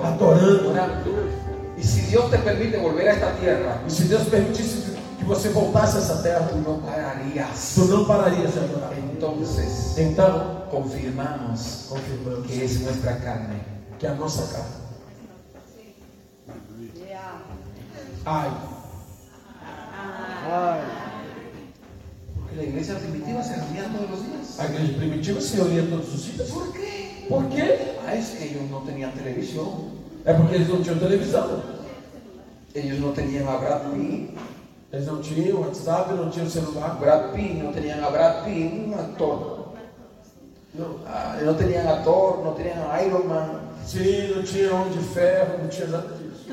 Speaker 9: orando,
Speaker 3: adorando.
Speaker 9: Y si Dios te permite volver a esta tierra,
Speaker 3: E se Deus permitisse que você voltasse a essa terra,
Speaker 9: tú no pararías.
Speaker 3: tu não pararias de adorar.
Speaker 9: Entonces,
Speaker 3: Então,
Speaker 9: confirmamos
Speaker 3: confirmamos
Speaker 9: que es nuestra carne.
Speaker 3: que é a nossa carne, ai,
Speaker 9: Porque la iglesia primitiva se reunía todos los días.
Speaker 3: a igreja primitiva se reunia todos os dias.
Speaker 9: ¿Por qué?
Speaker 3: Por quê?
Speaker 9: Ah, es que ellos no tenían televisión,
Speaker 3: É porque eles não tinham televisão.
Speaker 9: ellos no tenían a Brad Pitt,
Speaker 3: Eles não tinham WhatsApp, não tinham celular.
Speaker 9: Brad Pitt no tenían a Brad Pitt, un actor,
Speaker 3: Não.
Speaker 9: Ah, no tenían a Thor, no tenían a Iron Man,
Speaker 3: Sim, não tinha homem de ferro, não tinha nada disso.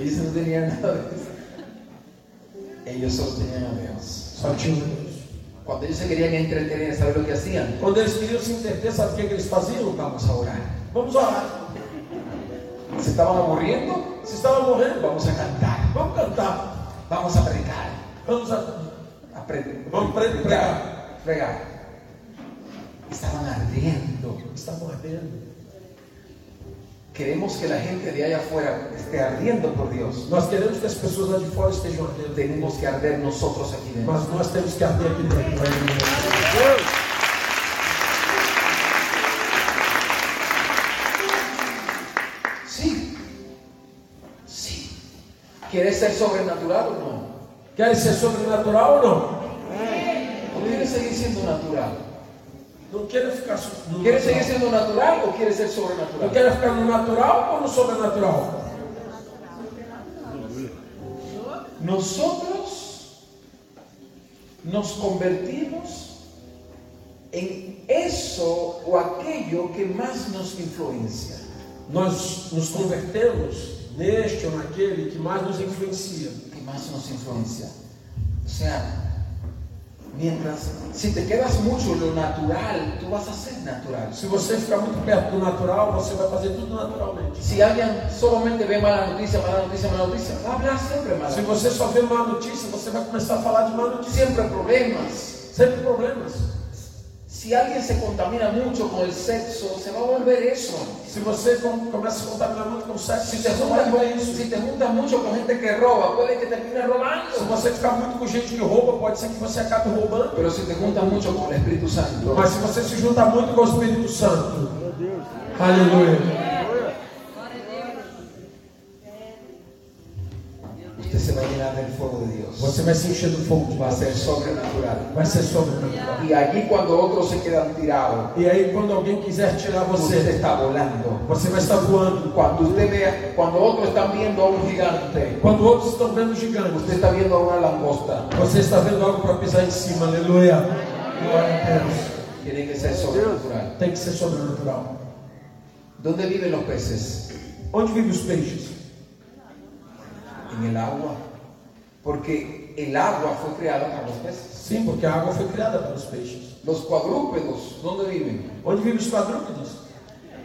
Speaker 9: ellos no tenían nada de eso. Ellos solo tenían a Dios.
Speaker 3: Só tinha Deus.
Speaker 9: Cuando ellos se querían entretener, ¿sabes lo que hacían?
Speaker 3: Quando eles queriam se entender, sabe o que, que eles faziam?
Speaker 9: Vamos a orar.
Speaker 3: Vamos orar.
Speaker 9: ¿Se estaban aburriendo?
Speaker 3: Se estavam morrendo,
Speaker 9: Vamos a cantar,
Speaker 3: vamos cantar.
Speaker 9: vamos a predicar,
Speaker 3: Vamos a...
Speaker 9: a pre-
Speaker 3: Vamos pre-
Speaker 9: pregar, pregar. Estaban ardiendo.
Speaker 3: Estavam ardendo.
Speaker 9: Queremos que la gente de allá afuera esté ardiendo por Dios.
Speaker 3: Nós queremos que as pessoas lá de fora estejam ardendo.
Speaker 9: Tenemos que arder nosotros aquí dentro.
Speaker 3: Mas nós temos que arder aqui dentro.
Speaker 9: Sí. Sí. ¿Quieres ser sobrenatural o no?
Speaker 3: Querem ser sobrenatural ou não?
Speaker 9: ¿O quieres seguir siendo natural?
Speaker 3: Não quero ficar so- no
Speaker 9: ¿Quieres seguir
Speaker 3: natural.
Speaker 9: siendo natural o quieres ser
Speaker 3: Eu
Speaker 9: sobrenatural?
Speaker 3: quero ficar no natural ou no sobrenatural?
Speaker 9: Nosotros nos convertimos en eso o aquello que más nos influencia.
Speaker 3: Nós nos convertemos neste ou naquele que mais nos influencia.
Speaker 9: que más nos influencia. O sea, mientras, si te quedas mucho en lo natural, tú vas a ser natural.
Speaker 3: Se você ficar muito perto do natural, você vai fazer tudo naturalmente.
Speaker 9: Si alguien solamente ve mala noticia, mala noticia, mala noticia, va a hablar siempre mala
Speaker 3: Se
Speaker 9: noticia.
Speaker 3: você só vê má notícia, você vai começar a falar de má notícia.
Speaker 9: Siempre problemas.
Speaker 3: Sempre problemas.
Speaker 9: Si alguien se contamina mucho con el sexo, se va a volver eso.
Speaker 3: Se você com- começa a se contaminar muito com sexo,
Speaker 9: Si
Speaker 3: você
Speaker 9: te
Speaker 3: só vai
Speaker 9: juntas,
Speaker 3: ver
Speaker 9: con-
Speaker 3: isso.
Speaker 9: si te juntas mucho con gente que roba, puede que termines
Speaker 3: Se
Speaker 9: robando.
Speaker 3: você ficar muito com gente que rouba, pode ser que você acabe roubando.
Speaker 9: Pero si te juntas mucho con el Espíritu Santo,
Speaker 3: Mas se você se junta muito com o Espírito Santo, aleluia,
Speaker 9: usted se va a llenar del fuego de Dios.
Speaker 3: você vai se encher do fogo de
Speaker 9: va a
Speaker 3: Deus.
Speaker 9: ser sobrenatural.
Speaker 3: Vai ser sobrenatural.
Speaker 9: Y allí cuando otros se quedan tirados,
Speaker 3: E aí, quando alguém quiser tirar
Speaker 9: usted
Speaker 3: você,
Speaker 9: está volando.
Speaker 3: você vai estar voando.
Speaker 9: Cuando usted vea, cuando otros están viendo a un gigante,
Speaker 3: Quando outros estão vendo gigantes,
Speaker 9: usted está viendo a una langosta.
Speaker 3: você está vendo algo para pisar em cima. Aleluia. Glória a Deus.
Speaker 9: Tiene que ser sobrenatural.
Speaker 3: Tem que ser sobrenatural.
Speaker 9: ¿Dónde viven los peces?
Speaker 3: Onde vivem os peixes?
Speaker 9: En el agua. Porque el agua fue creada para los peces.
Speaker 3: Sim, porque a água foi criada para os peixes.
Speaker 9: Los cuadrúpedos, ¿dónde viven?
Speaker 3: Onde vivem os quadrúpedes?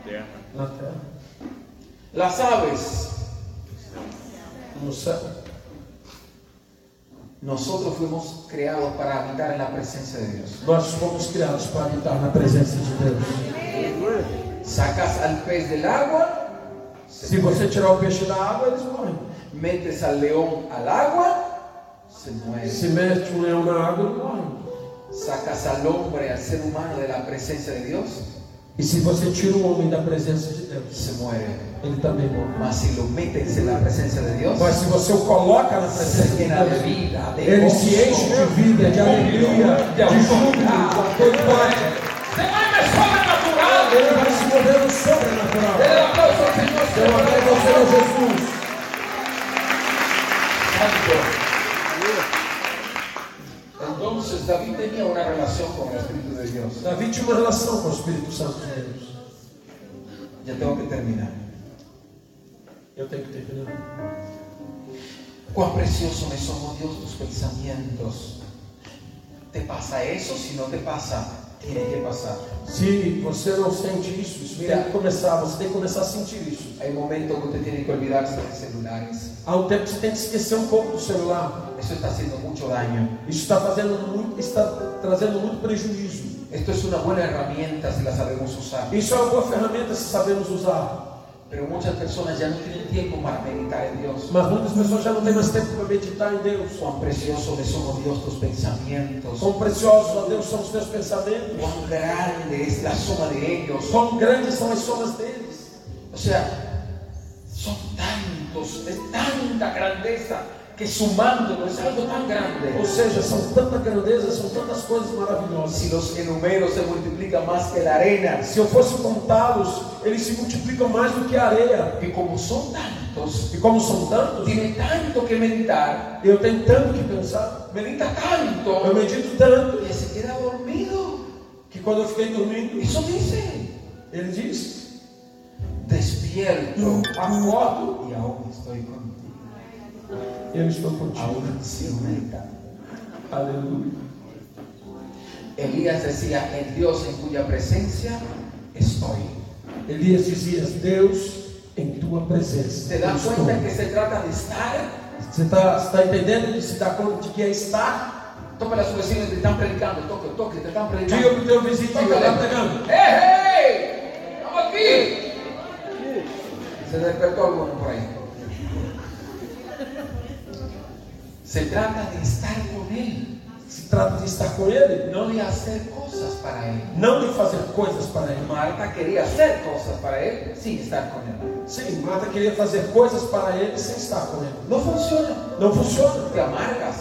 Speaker 2: Terra.
Speaker 3: Na terra.
Speaker 9: Las aves.
Speaker 3: No céu.
Speaker 9: Nosotros fuimos creados para habitar en la presencia de Dios.
Speaker 3: Nós fomos criados para habitar na presença de Deus.
Speaker 9: Sacas al pez del agua,
Speaker 3: Se você tirar o peixe da água, eles morrem.
Speaker 9: metes al león al agua, se muere.
Speaker 3: Se mete um leão na água, ele morre.
Speaker 9: Sacas al hombre, al ser humano de la presencia de Dios,
Speaker 3: E se você tira o homem da presença de Deus,
Speaker 9: se muere.
Speaker 3: ele também morre.
Speaker 9: Mas si lo metes en la presencia de Dios,
Speaker 3: Mas se você o coloca na
Speaker 9: se
Speaker 3: presença de
Speaker 9: llena de
Speaker 3: Deus,
Speaker 9: vida, de
Speaker 3: ele
Speaker 9: gozo.
Speaker 3: se enche de vida, de alegria, de júbilo, de autoridade. Ele vai se mover no sobrenatural.
Speaker 9: El aplauso al Señor,
Speaker 3: Eu
Speaker 9: Señor.
Speaker 3: amei você, Jesus.
Speaker 9: Entonces David tenía una relación con el Espíritu de Dios.
Speaker 3: Davi tinha uma relação com o Espírito Santo de Deus.
Speaker 9: Ya tengo que terminar.
Speaker 3: Eu tenho que terminar.
Speaker 9: Cuán precioso me son, oh Dios, tus pensamientos. ¿Te pasa eso? Si no te pasa, tiene que pasar.
Speaker 3: Se você não sente isso, isso tem que começar. Você tem que começar a sentir isso.
Speaker 9: Hay momentos que usted tiene que olvidarse de celulares.
Speaker 3: Há um tempo que você tem que esquecer um pouco do celular.
Speaker 9: Eso está haciendo mucho daño.
Speaker 3: Isso está fazendo muito, está trazendo muito prejuízo.
Speaker 9: Esto es una buena herramienta si la sabemos usar.
Speaker 3: Isso é uma boa ferramenta se sabemos usar.
Speaker 9: Pero muchas personas ya no tienen tiempo para meditar en Dios.
Speaker 3: Mas muitas pessoas já não têm mais tempo para meditar em Deus.
Speaker 9: Cuán precioso me son, oh Dios, tus pensamientos.
Speaker 3: Quão preciosos, ó Deus, são os teus pensamentos.
Speaker 9: Cuán grande es la suma de ellos.
Speaker 3: Quão grandes são as somas deles.
Speaker 9: O sea, son tantos, es tanta grandeza que sumándolo es algo tan
Speaker 3: Ou
Speaker 9: grande. pues,
Speaker 3: seja, são tanta grandeza, são tantas coisas maravilhosas.
Speaker 9: Si los enumeros se multiplican más que la arena,
Speaker 3: Se eu fosse contá-los, eles se multiplicam mais do que a areia.
Speaker 9: que como son tantos,
Speaker 3: E como são tantos,
Speaker 9: tiene tanto que meditar,
Speaker 3: eu tenho tanto que pensar.
Speaker 9: medita
Speaker 3: Eu
Speaker 9: tanto
Speaker 3: medito tanto
Speaker 9: que se queda dormido.
Speaker 3: que quando eu fiquei dormindo,
Speaker 9: Eso dice,
Speaker 3: ele diz:
Speaker 9: despierto
Speaker 3: Acordo
Speaker 9: y aún estoy contigo,
Speaker 3: eu estou contigo.
Speaker 9: aún sin meta.
Speaker 3: Aleluia.
Speaker 9: Elías decía, el Dios en cuya presencia estoy.
Speaker 3: Elias dizia: Deus, em tua presença.
Speaker 9: ¿Se
Speaker 3: eu
Speaker 9: dan
Speaker 3: estou.
Speaker 9: cuenta que se trata de estar?
Speaker 3: Você está tá entendendo que se dá conta de que é estar?
Speaker 9: Toca las vecinos te están predicando, toque, toque, te están
Speaker 3: Diga para
Speaker 9: predicando.
Speaker 3: o teu vizinho que tá
Speaker 9: Toca,
Speaker 3: está
Speaker 9: le-
Speaker 3: pegando.
Speaker 9: ¡Eh, hey! ¡Estamos aquí! Se despertó alguno por ahí. Se trata de estar con Él,
Speaker 3: Se trata de estar com ele,
Speaker 9: no
Speaker 3: não,
Speaker 9: de hacer cosas para Él.
Speaker 3: não de fazer coisas para ele.
Speaker 9: Marta quería hacer cosas para Él sin estar con Él.
Speaker 3: Sim, Marta queria fazer coisas para ele sem estar com ele.
Speaker 9: No funciona.
Speaker 3: Não funciona.
Speaker 9: Te amargas,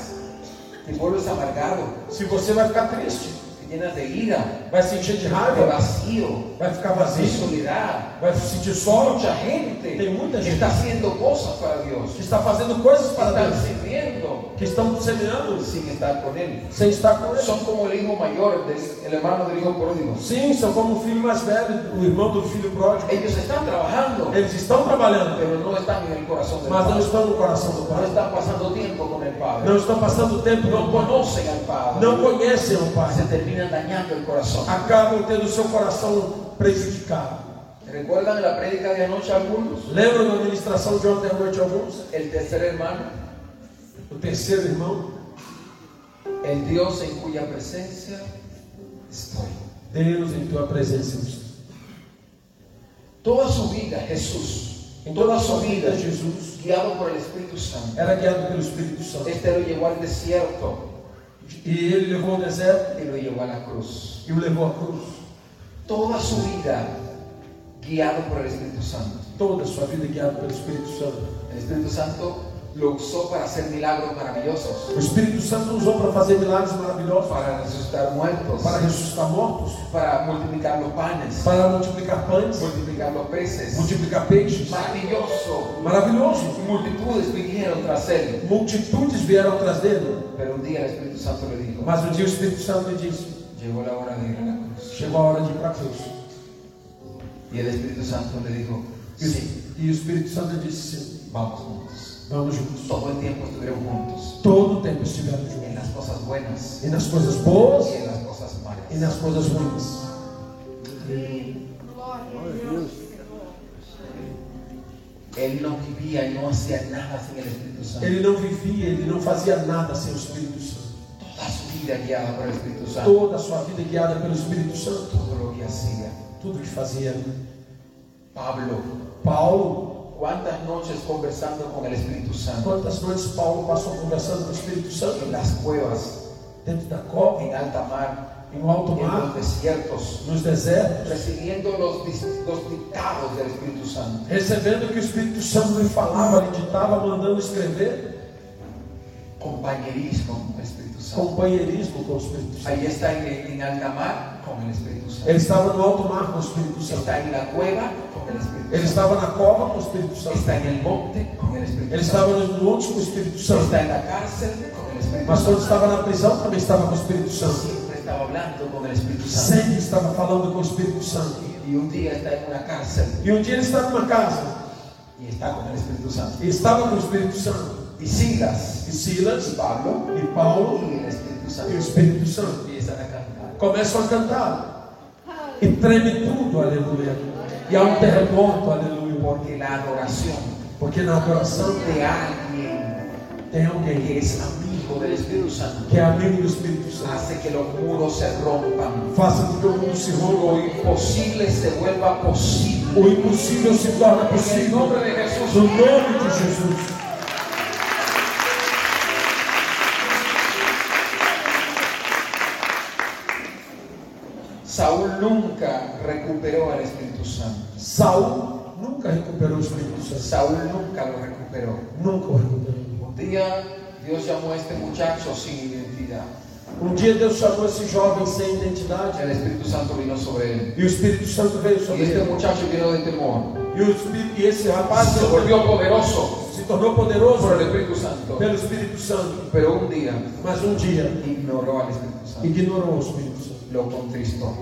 Speaker 9: te vuelves amargado,
Speaker 3: Se você vai ficar triste,
Speaker 9: te llenas de ira,
Speaker 3: vai se encher de
Speaker 9: de
Speaker 3: raiva,
Speaker 9: vacío,
Speaker 3: vai ficar
Speaker 9: de
Speaker 3: vazio,
Speaker 9: soledad.
Speaker 3: vai se sentir só,
Speaker 9: mucha gente
Speaker 3: Tem muita
Speaker 9: que
Speaker 3: gente.
Speaker 9: está haciendo cosas para Dios,
Speaker 3: que está fazendo coisas
Speaker 9: que
Speaker 3: para
Speaker 9: están
Speaker 3: Deus,
Speaker 9: sirviendo
Speaker 3: que estão semeando
Speaker 9: sin estar con Él.
Speaker 3: sem estar com ele.
Speaker 9: Son como el hijo mayor, del- el hermano del hijo pródigo.
Speaker 3: Sim, são como o filho mais velho, o irmão do filho pródigo.
Speaker 9: Ellos están trabajando,
Speaker 3: Eles estão trabalhando,
Speaker 9: pero no están en el corazón del
Speaker 3: mas não
Speaker 9: Padre.
Speaker 3: estão no coração do
Speaker 9: No
Speaker 3: Pai.
Speaker 9: están pasando tiempo con el
Speaker 3: Não
Speaker 9: Padre.
Speaker 3: estão passando tempo,
Speaker 9: No
Speaker 3: não, con-
Speaker 9: conocen al Padre.
Speaker 3: não conhecem o Pai.
Speaker 9: Se terminan dañando el corazón.
Speaker 3: Acabam tendo o seu coração prejudicado.
Speaker 9: ¿Recuerdan la prédica de anoche algunos?
Speaker 3: Lembram da ministração de ontem à noite alguns?
Speaker 9: El tercer hermano,
Speaker 3: O terceiro irmão,
Speaker 9: el Dios en cuya presencia estoy.
Speaker 3: Deus em tua presença.
Speaker 9: Toda su vida Jesús,
Speaker 3: Em toda
Speaker 9: toda
Speaker 3: a
Speaker 9: su
Speaker 3: sua
Speaker 9: vida
Speaker 3: vida,
Speaker 9: Jesús.
Speaker 3: Jesus
Speaker 9: guiado por el Espíritu Santo.
Speaker 3: era guiado pelo Espírito Santo.
Speaker 9: Este lo llevó al desierto
Speaker 3: E ele levou ao deserto
Speaker 9: y lo llevó a la cruz.
Speaker 3: e o levou à cruz.
Speaker 9: Toda su vida guiado por el Espíritu Santo.
Speaker 3: Toda a sua vida guiado pelo Espírito Santo.
Speaker 9: El Espíritu Santo lo usó para hacer milagros maravillosos,
Speaker 3: O Espírito Santo nos usou para fazer milagres maravilhosos,
Speaker 9: para resucitar muertos,
Speaker 3: para ressuscitar mortos,
Speaker 9: para multiplicar los panes,
Speaker 3: para multiplicar pães,
Speaker 9: multiplicar los peces.
Speaker 3: multiplicar peixes.
Speaker 9: Maravilloso.
Speaker 3: Maravilhoso.
Speaker 9: Multitudes vinieron tras él.
Speaker 3: Multitudes vieram atrás dele.
Speaker 9: Pero un día el Espíritu Santo le dijo,
Speaker 3: Mas um dia o Espírito Santo lhe disse:
Speaker 9: llegó la hora de ir a la cruz.
Speaker 3: Chegou a hora de ir para a cruz.
Speaker 9: Y el Espíritu Santo le dijo,
Speaker 3: E
Speaker 9: sí,
Speaker 3: o- E o Espírito Santo lhe disse: sim,
Speaker 9: vamos juntos.
Speaker 3: Vamos juntos.
Speaker 9: Todo el tiempo estuvieron juntos.
Speaker 3: Todo o tempo estivemos
Speaker 9: En
Speaker 3: juntos.
Speaker 9: las cosas buenas
Speaker 3: E nas coisas boas
Speaker 9: y en las cosas malas.
Speaker 3: e nas coisas ruins.
Speaker 10: Amém. Glória a Deus, Senhor.
Speaker 9: Él no vivía y no hacía nada sin el Espíritu Santo.
Speaker 3: Ele não vivia, ele não fazia nada sem o Espírito Santo.
Speaker 9: Toda su vida guiada por el Espíritu Santo.
Speaker 3: Toda a sua vida guiada pelo Espírito Santo.
Speaker 9: Todo lo que hacía.
Speaker 3: Tudo que fazia.
Speaker 9: Pablo,
Speaker 3: Paulo,
Speaker 9: ¿cuántas noches conversando con el Espíritu Santo?
Speaker 3: quantas noites Paulo passou conversando com o Espírito Santo?
Speaker 9: En las cuevas,
Speaker 3: Dentro da cova,
Speaker 9: en alta mar,
Speaker 3: em um alto
Speaker 9: en los
Speaker 3: mar,
Speaker 9: desiertos.
Speaker 3: nos desertos,
Speaker 9: recibiendo los, dis- los dictados del Espíritu Santo.
Speaker 3: recebendo o que o Espírito Santo lhe falava, lhe ditava, mandando escrever,
Speaker 9: Compañerismo con el Espíritu Santo.
Speaker 3: companheirismo com o Espírito Santo.
Speaker 9: Ahí está en, en alta mar con el Espíritu
Speaker 3: Ele
Speaker 9: Santo.
Speaker 3: estava no alto mar com o Espírito Santo.
Speaker 9: Está en la cueva con el
Speaker 3: Ele
Speaker 9: Espíritu Santo.
Speaker 3: estava na cova com o Espírito Santo.
Speaker 9: Está en el monte con el Espíritu
Speaker 3: Ele
Speaker 9: Santo.
Speaker 3: estava nos montes com o Espírito Santo.
Speaker 9: Está en la cárcel con el Espíritu
Speaker 3: Mas quando
Speaker 9: Santo.
Speaker 3: estava na prisão, também estava com o Espírito Santo.
Speaker 9: Siempre estaba hablando con el Espíritu Santo.
Speaker 3: Sempre estava falando com o Espírito Santo.
Speaker 9: Y un día está en una cárcel
Speaker 3: E um dia ele estava numa casa
Speaker 9: y está con el Espíritu Santo.
Speaker 3: e estava com o Espírito Santo.
Speaker 9: Y Silas
Speaker 3: E Silas
Speaker 9: y Pablo
Speaker 3: e Paulo
Speaker 9: y el Espíritu
Speaker 3: e o
Speaker 9: Santo
Speaker 3: Espírito Santo
Speaker 9: empiezan a cantar.
Speaker 3: começam a cantar. E treme tudo, aleluia. E há um terremoto, aleluia.
Speaker 9: Porque la adoración
Speaker 3: Porque na adoração
Speaker 9: de alguien
Speaker 3: tem alguém
Speaker 9: que es amigo del Espíritu Santo
Speaker 3: que é amigo do Espírito Santo.
Speaker 9: hace que los muros se rompan.
Speaker 3: Faça com que o mundo se
Speaker 9: Lo
Speaker 3: rompa.
Speaker 9: imposible se vuelva posible.
Speaker 3: O impossível se torna
Speaker 9: En el
Speaker 3: possível.
Speaker 9: nombre de Jesús.
Speaker 3: No nome de Jesus.
Speaker 9: Saúl nunca recuperó al Espíritu Santo.
Speaker 3: Saul nunca recuperou o Espírito Santo.
Speaker 9: Saúl nunca lo recuperó.
Speaker 3: Nunca o recuperou.
Speaker 9: Un día Dios llamó a este muchacho sin identidad.
Speaker 3: Um dia Deus chamou esse jovem sem identidade
Speaker 9: El Espíritu Santo vino sobre él.
Speaker 3: e o Espírito Santo veio
Speaker 9: Y
Speaker 3: sobre
Speaker 9: este
Speaker 3: ele.
Speaker 9: muchacho vino de temor.
Speaker 3: E, o Espírito, e esse rapaz
Speaker 9: Se volvió poderoso
Speaker 3: se tornou poderoso
Speaker 9: por el Espíritu Santo.
Speaker 3: pelo Espírito Santo.
Speaker 9: Pero un día
Speaker 3: Mas um dia
Speaker 9: ignoró al Espíritu Santo.
Speaker 3: ignorou o Espírito Santo.
Speaker 9: Lo contristó.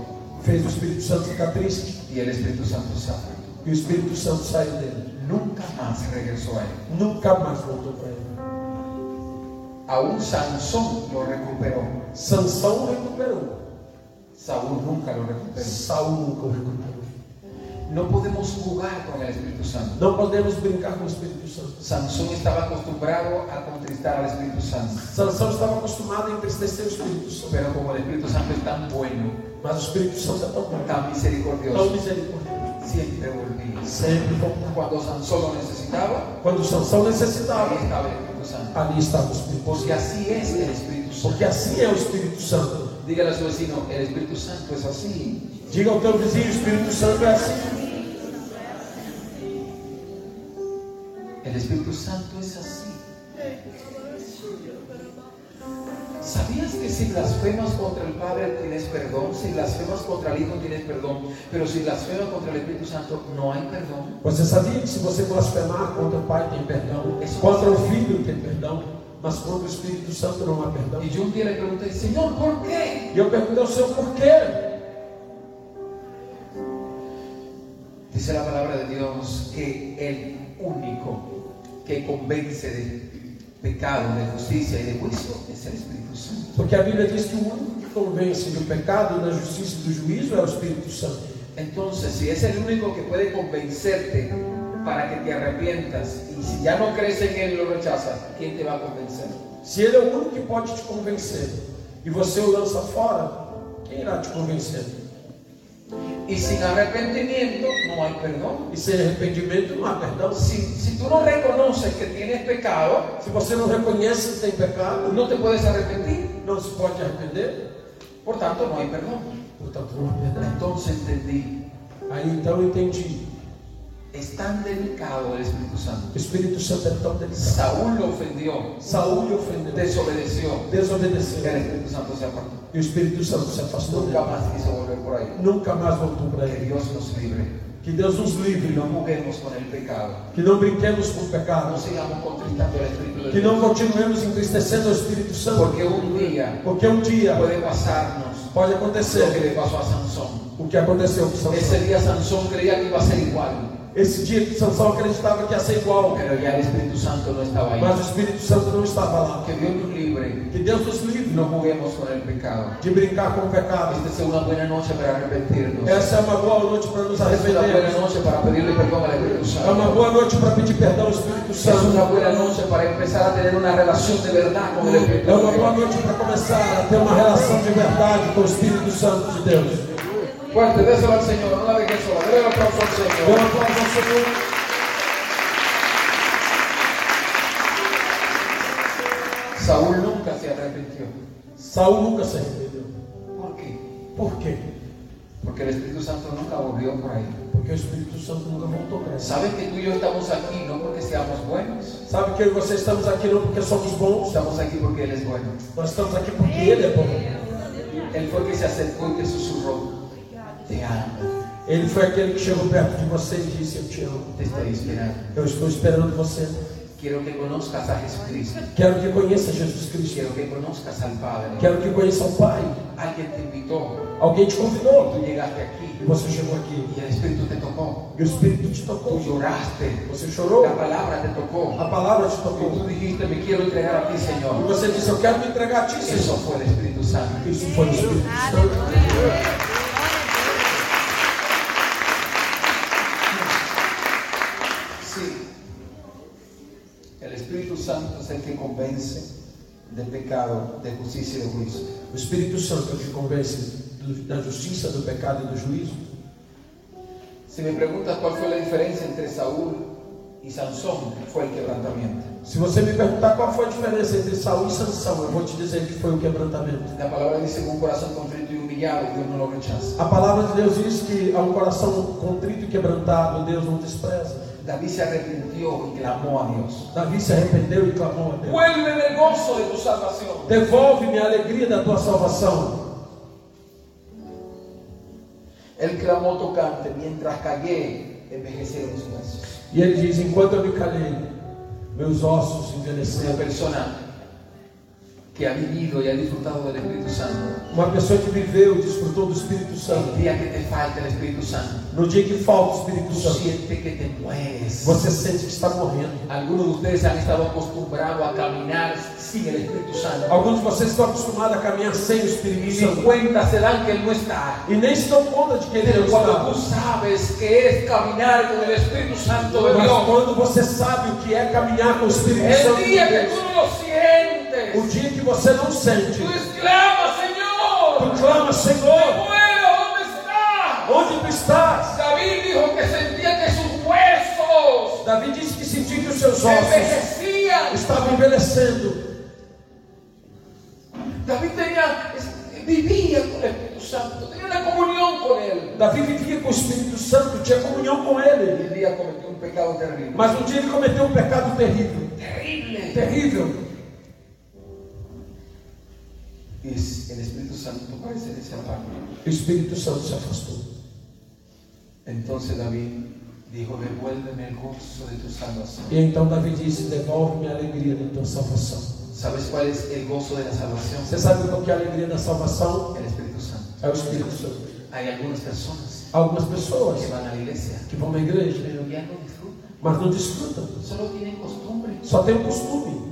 Speaker 3: Fez o Espírito Santo ficar triste
Speaker 9: Y el Espíritu Santo se apartó.
Speaker 3: e o Espírito Santo saiu dele.
Speaker 9: Nunca más regresó a él.
Speaker 3: Nunca mais voltou para ele.
Speaker 9: Aún Sansón lo recuperó.
Speaker 3: Sansão o recuperou.
Speaker 9: Saúl nunca lo recuperó.
Speaker 3: Saul nunca o recuperou.
Speaker 9: No podemos jugar con el Espíritu Santo.
Speaker 3: Não podemos brincar com o Espírito Santo.
Speaker 9: Sansón estaba acostumbrado a contristar al Espíritu Santo.
Speaker 3: Sansão estava acostumado a entristecer o Espírito Santo.
Speaker 9: Pero como el Espíritu Santo es tan bueno,
Speaker 3: Mas o Espírito Santo é tão bom,
Speaker 9: tan
Speaker 3: tão
Speaker 9: misericordioso,
Speaker 3: misericordioso.
Speaker 9: siempre volvía.
Speaker 3: Sempre voltava.
Speaker 9: Cuando Sansón lo necesitaba,
Speaker 3: Quando Sansão
Speaker 9: ahí
Speaker 3: necessitava,
Speaker 9: estaba el Espíritu Santo.
Speaker 3: ali estava o Espírito
Speaker 9: Porque
Speaker 3: Santo.
Speaker 9: así es el Espíritu Santo.
Speaker 3: Porque assim é o Espírito Santo.
Speaker 9: Dígale a su vecino, el Espíritu Santo es así.
Speaker 3: Diga ao teu vizinho, o Espírito Santo é assim.
Speaker 9: El Espíritu Santo es así. ¿Sabías que si blasfemas contra el Padre tienes perdón? Si blasfemas contra el Hijo tienes perdón. Pero si blasfemas contra el Espíritu Santo no hay perdón.
Speaker 3: Você sabia que se você blasfemar contra o Pai tem perdão, contra o Filho tem perdão, mas contra o Espírito Santo não há perdão.
Speaker 9: Y yo un día le pregunté, Señor, ¿por qué?
Speaker 3: E eu perguntei ao Senhor por quê?
Speaker 9: Dice la palabra de Dios que el único que convence de pecado, de justicia y de juicio es el Espíritu Santo.
Speaker 3: Porque a Bíblia diz que o único que convence do pecado, da justiça e do juízo é o Espírito Santo.
Speaker 9: Entonces, si es el único que puede convencerte para que te arrepientas y si ya no crees en él y lo rechazas, ¿quién te va a convencer?
Speaker 3: Se ele é o único que pode te convencer e você o lança fora, quem irá te convencer?
Speaker 9: Y sin arrepentimiento no hay perdón.
Speaker 3: E sem arrependimento não há perdão.
Speaker 9: Si, si tú no reconoces que tienes pecado,
Speaker 3: Se você não reconhece que tem pecado,
Speaker 9: no te puedes arrepentir,
Speaker 3: não se pode arrepender,
Speaker 9: por tanto no hay perdón.
Speaker 3: portanto não há perdão.
Speaker 9: Entonces entendí
Speaker 3: Aí então eu entendi
Speaker 9: es tan delicado el Espíritu Santo.
Speaker 3: O Espírito Santo é tão delicado.
Speaker 9: Saúl lo ofendió,
Speaker 3: Saúl lhe ofendeu,
Speaker 9: desobedeció,
Speaker 3: desobedeceu.
Speaker 9: y el Espíritu Santo se apartó.
Speaker 3: E o Espírito Santo se afastou
Speaker 9: Nunca
Speaker 3: dele.
Speaker 9: más quiso volver por ahí.
Speaker 3: Nunca mais voltou para
Speaker 9: Que
Speaker 3: ele.
Speaker 9: Dios nos libre.
Speaker 3: Que Deus nos livre,
Speaker 9: No
Speaker 3: não?
Speaker 9: juguemos con el pecado.
Speaker 3: que não brinquemos com o
Speaker 9: No
Speaker 3: pecado,
Speaker 9: sigamos contristando al Espíritu de
Speaker 3: que não
Speaker 9: Dios.
Speaker 3: continuemos entristecendo o Espírito Santo,
Speaker 9: Porque un día
Speaker 3: porque um dia
Speaker 9: puede pasarnos
Speaker 3: pode
Speaker 9: lo que
Speaker 3: acontecer
Speaker 9: le pasó a Sansón.
Speaker 3: o que aconteceu com Sansão.
Speaker 9: Ese día Sansón creía que iba a ser igual,
Speaker 3: Esse dia que Sansão acreditava que ia ser igual,
Speaker 9: pero ya el Espíritu Santo no estaba ahí.
Speaker 3: mas o Espírito Santo não estava lá.
Speaker 9: Que Dios nos libre.
Speaker 3: Que Deus nos livre
Speaker 9: No juguemos con el pecado.
Speaker 3: de brincar com o pecado.
Speaker 9: Esta es una buena noche para arrepentirnos.
Speaker 3: Essa é uma boa noite para nos
Speaker 9: Esta es una buena
Speaker 3: arrependermos.
Speaker 9: noche para pedirle perdón al Espíritu
Speaker 3: É uma
Speaker 9: Santo.
Speaker 3: boa noite para pedir perdão ao Espírito
Speaker 9: Esta es una
Speaker 3: Santo.
Speaker 9: buena noche para empezar a tener una relación de verdad con el Espíritu
Speaker 3: É uma boa
Speaker 9: Santo.
Speaker 3: noite para começar a ter uma relação de verdade com o Espírito Santo de Deus.
Speaker 9: Fuerte, déselo al Señor, no la dejes sola. Dale el aplauso al
Speaker 3: Eu
Speaker 9: Señor.
Speaker 3: aplaudo ao Senhor.
Speaker 9: Saúl nunca se arrepintió.
Speaker 3: Saul nunca se arrependeu.
Speaker 9: ¿Por qué?
Speaker 3: Por quê?
Speaker 9: Porque el Espíritu Santo nunca volvió por ahí.
Speaker 3: Porque o Espírito Santo nunca voltou para essa.
Speaker 9: Sabes que tú y yo estamos aquí no porque seamos buenos,
Speaker 3: Sabe que eu e você estamos aqui não porque somos bons,
Speaker 9: estamos aquí porque Él es bueno.
Speaker 3: nós estamos aqui porque Ele é bom.
Speaker 9: Él fue el que se acercó y te susurró. Te amo,
Speaker 3: Ele foi aquele que chegou perto de você e disse: Eu te amo.
Speaker 9: te estoy esperando.
Speaker 3: Eu estou esperando você.
Speaker 9: Quiero que conozcas a Jesucristo.
Speaker 3: Quero que conheça Jesus Cristo.
Speaker 9: Quiero que conozcas al Padre.
Speaker 3: Quero que conheça o Pai.
Speaker 9: Alguien te invitó,
Speaker 3: Alguém te convidou
Speaker 9: tú llegaste
Speaker 3: e
Speaker 9: aquí
Speaker 3: você chegou aqui.
Speaker 9: y el Espíritu te tocó.
Speaker 3: E o Espírito te
Speaker 9: Tú
Speaker 3: tocou.
Speaker 9: lloraste,
Speaker 3: Você chorou.
Speaker 9: la palabra te tocou.
Speaker 3: A palavra te
Speaker 9: Y tú
Speaker 3: tocou.
Speaker 9: dijiste, me quiero entregar a ti,
Speaker 3: E
Speaker 9: Señor.
Speaker 3: você disse: Eu quero me entregar a ti,
Speaker 9: Eso
Speaker 3: Senhor.
Speaker 9: fue el Espíritu Santo.
Speaker 3: Isso foi o Espírito Santo.
Speaker 9: Sí. El Espíritu Santo es el que convence de pecado, de justicia y de juicio.
Speaker 3: O Espírito Santo te convence do- da justiça, do pecado e do juízo.
Speaker 9: Si me preguntas cuál fue la diferencia entre Saúl y Sansón, fue el quebrantamiento.
Speaker 3: Se você me perguntar qual foi a diferença entre Saul e Sansão, eu vou te dizer que foi o quebrantamento.
Speaker 9: La palabra dice con un corazón contrito y humillado, Dios no lo rechaza.
Speaker 3: A palavra de Deus diz que a um coração contrito e quebrantado, Deus não despreza.
Speaker 9: David se arrepintió y clamó a Dios.
Speaker 3: Davi se arrependeu e clamou a Deus.
Speaker 9: Vuélveme el gozo de tu salvación.
Speaker 3: Devolve-me a alegria da tua salvação.
Speaker 9: Él clamó tocante mientras callé, envejecieron sus huesos.
Speaker 3: E ele diz: Enquanto eu me calei, meus ossos
Speaker 9: Una
Speaker 3: envelheceram.
Speaker 9: persona que ha vivido y ha disfrutado del Espíritu Santo.
Speaker 3: Uma pessoa que viveu e desfrutou do Espírito
Speaker 9: El
Speaker 3: Santo,
Speaker 9: día que te falta el Espíritu Santo,
Speaker 3: no dia que falta o Espírito
Speaker 9: tú
Speaker 3: Santo,
Speaker 9: sientes que te mueres.
Speaker 3: você sente que está morrendo.
Speaker 9: Algunos de ustedes han estado acostumbrados a caminar sin el Espíritu Santo.
Speaker 3: Alguns de vocês estão acostumados a caminhar sem o Espírito
Speaker 9: Y ni
Speaker 3: Santo.
Speaker 9: cuenta se dan que Él no está.
Speaker 3: E nem se dão conta de que ele não
Speaker 9: Pero
Speaker 3: está.
Speaker 9: cuando tú sabes que es caminar con el Espíritu Santo de
Speaker 3: Mas
Speaker 9: Dios,
Speaker 3: quando você sabe o que é caminhar com o Espírito Santo
Speaker 9: el
Speaker 3: de
Speaker 9: día que tú
Speaker 3: Deus,
Speaker 9: no lo sientes,
Speaker 3: o dia que você não sente,
Speaker 9: tú
Speaker 3: tu
Speaker 9: exclamas, Señor,
Speaker 3: clama, Senhor,
Speaker 9: muero, ¿dónde está?
Speaker 3: onde tu estás?
Speaker 9: David dijo que sentía que sus huesos
Speaker 3: Davi disse que sentiu que os seus ossos
Speaker 9: envejecían.
Speaker 3: estavam envelhecendo.
Speaker 9: David tenía, es- vivía con el Espíritu Santo, tenía una comunión con Él.
Speaker 3: Davi vivia com o Espírito Santo, tinha comunhão com ele.
Speaker 9: El día cometió un pecado terrible.
Speaker 3: Mas um dia ele cometeu um pecado terrível.
Speaker 9: Terrible.
Speaker 3: Terrível.
Speaker 9: Y es- el Espíritu Santo parece que se apaga.
Speaker 3: E o Espírito Santo se afastou.
Speaker 9: Entonces David dijo, devuélveme el gozo de tu salvación.
Speaker 3: E então Davi disse: Devolve-me a alegria da tua salvação.
Speaker 9: ¿Sabes cuál es el gozo de la salvación?
Speaker 3: Você sabe qual que é a alegria da salvação?
Speaker 9: El Espíritu Santo.
Speaker 3: É o Espírito Santo.
Speaker 9: Hay algunas personas
Speaker 3: Algumas pessoas
Speaker 9: que van a la iglesia,
Speaker 3: que vão à igreja,
Speaker 9: pero ya no disfrutan,
Speaker 3: mas não desfrutam.
Speaker 9: solo tienen costumbre.
Speaker 3: Só tem o costume.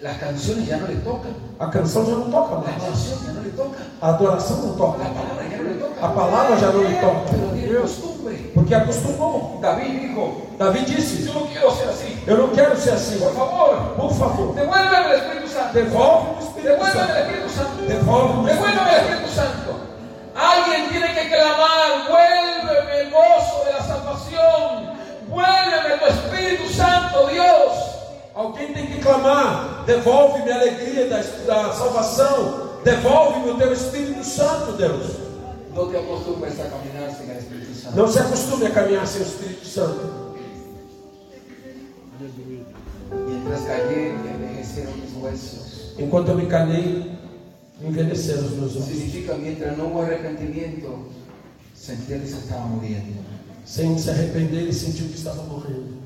Speaker 9: Las canciones ya no le tocan,
Speaker 3: A canção já não toca
Speaker 9: la
Speaker 3: mais.
Speaker 9: canción ya no le toca,
Speaker 3: A adoração não
Speaker 9: la
Speaker 3: toca.
Speaker 9: palabra ya no le
Speaker 3: A
Speaker 9: toca,
Speaker 3: palavra já não lhe
Speaker 9: pero
Speaker 3: toca.
Speaker 9: tienen costumbre.
Speaker 3: Porque acostumou.
Speaker 9: David dijo,
Speaker 3: Davi disse:
Speaker 9: yo no quiero ser así,
Speaker 3: Eu não quero ser assim.
Speaker 9: por favor,
Speaker 3: Por favor,
Speaker 9: devuélveme el Espíritu Santo,
Speaker 3: devolve o Espírito
Speaker 9: devuélveme
Speaker 3: Santo.
Speaker 9: el Espíritu Santo,
Speaker 3: Devolve o
Speaker 9: devuélveme el
Speaker 3: Espírito Santo.
Speaker 9: Espíritu Santo. Alguien tiene que clamar, vuélveme el gozo de la salvación, vuélveme tu Espíritu Santo, Dios.
Speaker 3: Alguém tem que clamar: Devolve-me a alegria da, da salvação. Devolve-me o teu Espírito Santo, Deus.
Speaker 9: No te acostumbres a caminar sin el Espíritu Santo.
Speaker 3: Não se acostume a caminhar sem o Espírito Santo.
Speaker 9: Mientras callé, envejecieron mis huesos.
Speaker 3: Enquanto eu me calei, envelheceram os meus olhos.
Speaker 9: Significa, mientras no hubo arrepentimiento, sentía que se estaba muriendo.
Speaker 3: Sem se arrepender e sentir que estava morrendo.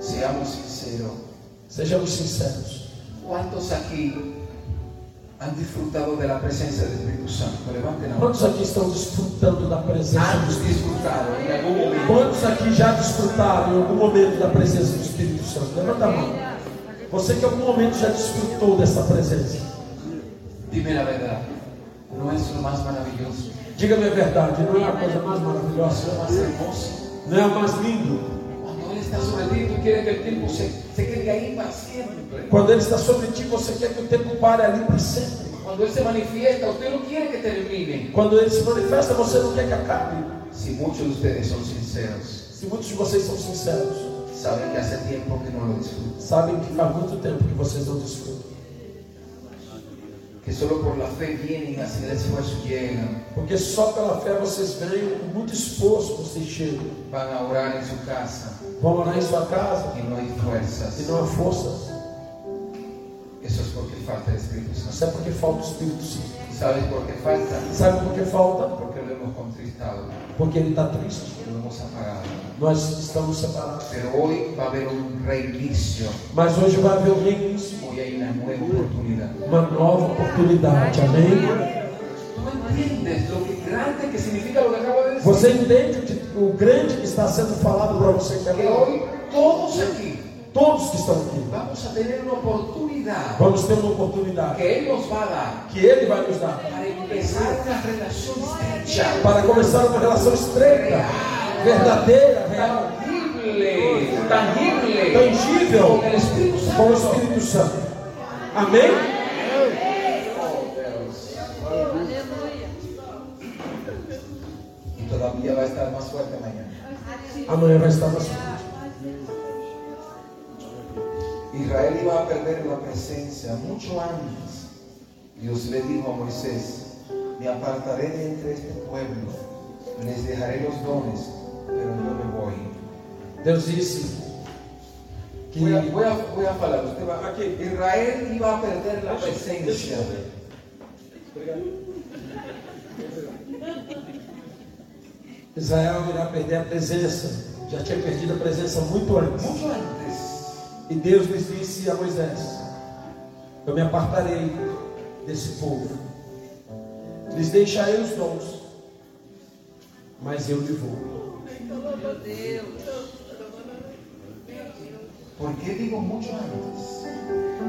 Speaker 9: Seamos sinceros.
Speaker 3: Sejamos sinceros.
Speaker 9: ¿Cuántos aquí han disfrutado de la presencia del Espíritu Santo? Levanten la mano.
Speaker 3: Quantos aqui estão desfrutando da presença do
Speaker 9: Han
Speaker 3: Espírito
Speaker 9: disfrutado en algún momento.
Speaker 3: Quantos aqui já desfrutaram em algum momento da presença do Espírito Santo? Levanta a mão. Você que em algum momento já desfrutou dessa presença.
Speaker 9: Dime la verdad. No es lo más maravilloso,
Speaker 3: Diga-me a verdade, não é a coisa mais
Speaker 9: es lo
Speaker 3: maravilhosa?
Speaker 9: más hermoso.
Speaker 3: Não é a mais lindo?
Speaker 9: Cuando Él está sobre ti, tú quieres que el tiempo se, se quede ahí para siempre.
Speaker 3: Quando Ele está sobre ti, você quer que o tempo pare ali para sempre.
Speaker 9: Cuando Él se manifiesta, usted no quiere que termine.
Speaker 3: Quando Ele se manifesta, você não quer que acabe.
Speaker 9: Si muchos de ustedes son sinceros,
Speaker 3: Se muitos de vocês são sinceros,
Speaker 9: saben que hace tiempo que no lo disfrutan.
Speaker 3: sabem que faz muito tempo que vocês não desfrutam.
Speaker 9: Que solo por la fe vienen, así el esfuerzo llegan.
Speaker 3: Porque só pela fé vocês ganham, com muito esforço vocês chegam.
Speaker 9: Van a orar en su casa
Speaker 3: Vão orar em sua casa
Speaker 9: y no hay
Speaker 3: e
Speaker 9: fuerzas.
Speaker 3: não há forças.
Speaker 9: Eso es porque falta el Espíritu Santo.
Speaker 3: Isso é porque falta o Espírito Santo.
Speaker 9: ¿Sabes por qué falta?
Speaker 3: Sabe por que falta?
Speaker 9: Porque lo hemos contristado,
Speaker 3: Porque ele está triste.
Speaker 9: lo hemos apagado.
Speaker 3: Nós estamos separados.
Speaker 9: Pero hoy va a haber un reinicio.
Speaker 3: Mas hoje vai haver um reinício,
Speaker 9: Hoy hay una nueva oportunidad.
Speaker 3: uma nova oportunidade. Amém?
Speaker 9: ¿Tú entiendes lo que grande que significa lo que acabo de decir?
Speaker 3: Você entende o que- o grande que está sendo falado para você que
Speaker 9: Que
Speaker 3: agora?
Speaker 9: hoy todos aquí
Speaker 3: Todos que estão aqui,
Speaker 9: vamos a tener una oportunidad
Speaker 3: vamos ter uma oportunidade
Speaker 9: que Él nos va a dar
Speaker 3: que ele vai nos dar
Speaker 9: para empezar una relación estrecha,
Speaker 3: para começar uma relação estreita, verdadeira, real,
Speaker 9: tangible, tangible,
Speaker 3: tangível
Speaker 9: con el Espíritu Santo.
Speaker 3: com o Espírito Santo. Amém?
Speaker 9: Y todavía va a estar más fuerte mañana.
Speaker 3: Amanhã vai estar mais forte.
Speaker 9: Israel iba a perder la presencia mucho antes. Dios le dijo a Moisés, me apartaré de entre este pueblo, les dejaré los dones, pero yo me voy.
Speaker 3: Deus disse que
Speaker 9: Voy a, voy a, voy a hablar, usted va-
Speaker 3: Aquí.
Speaker 9: Israel iba a perder la presencia.
Speaker 3: Israel irá perder a presença. Já tinha perdido a presença muito antes.
Speaker 9: Mucho antes.
Speaker 3: E Deus lhes disse a Moisés: Eu me apartarei desse povo. Lhes deixarei os dons, mas eu te vou.
Speaker 9: ¿Por qué digo mucho antes?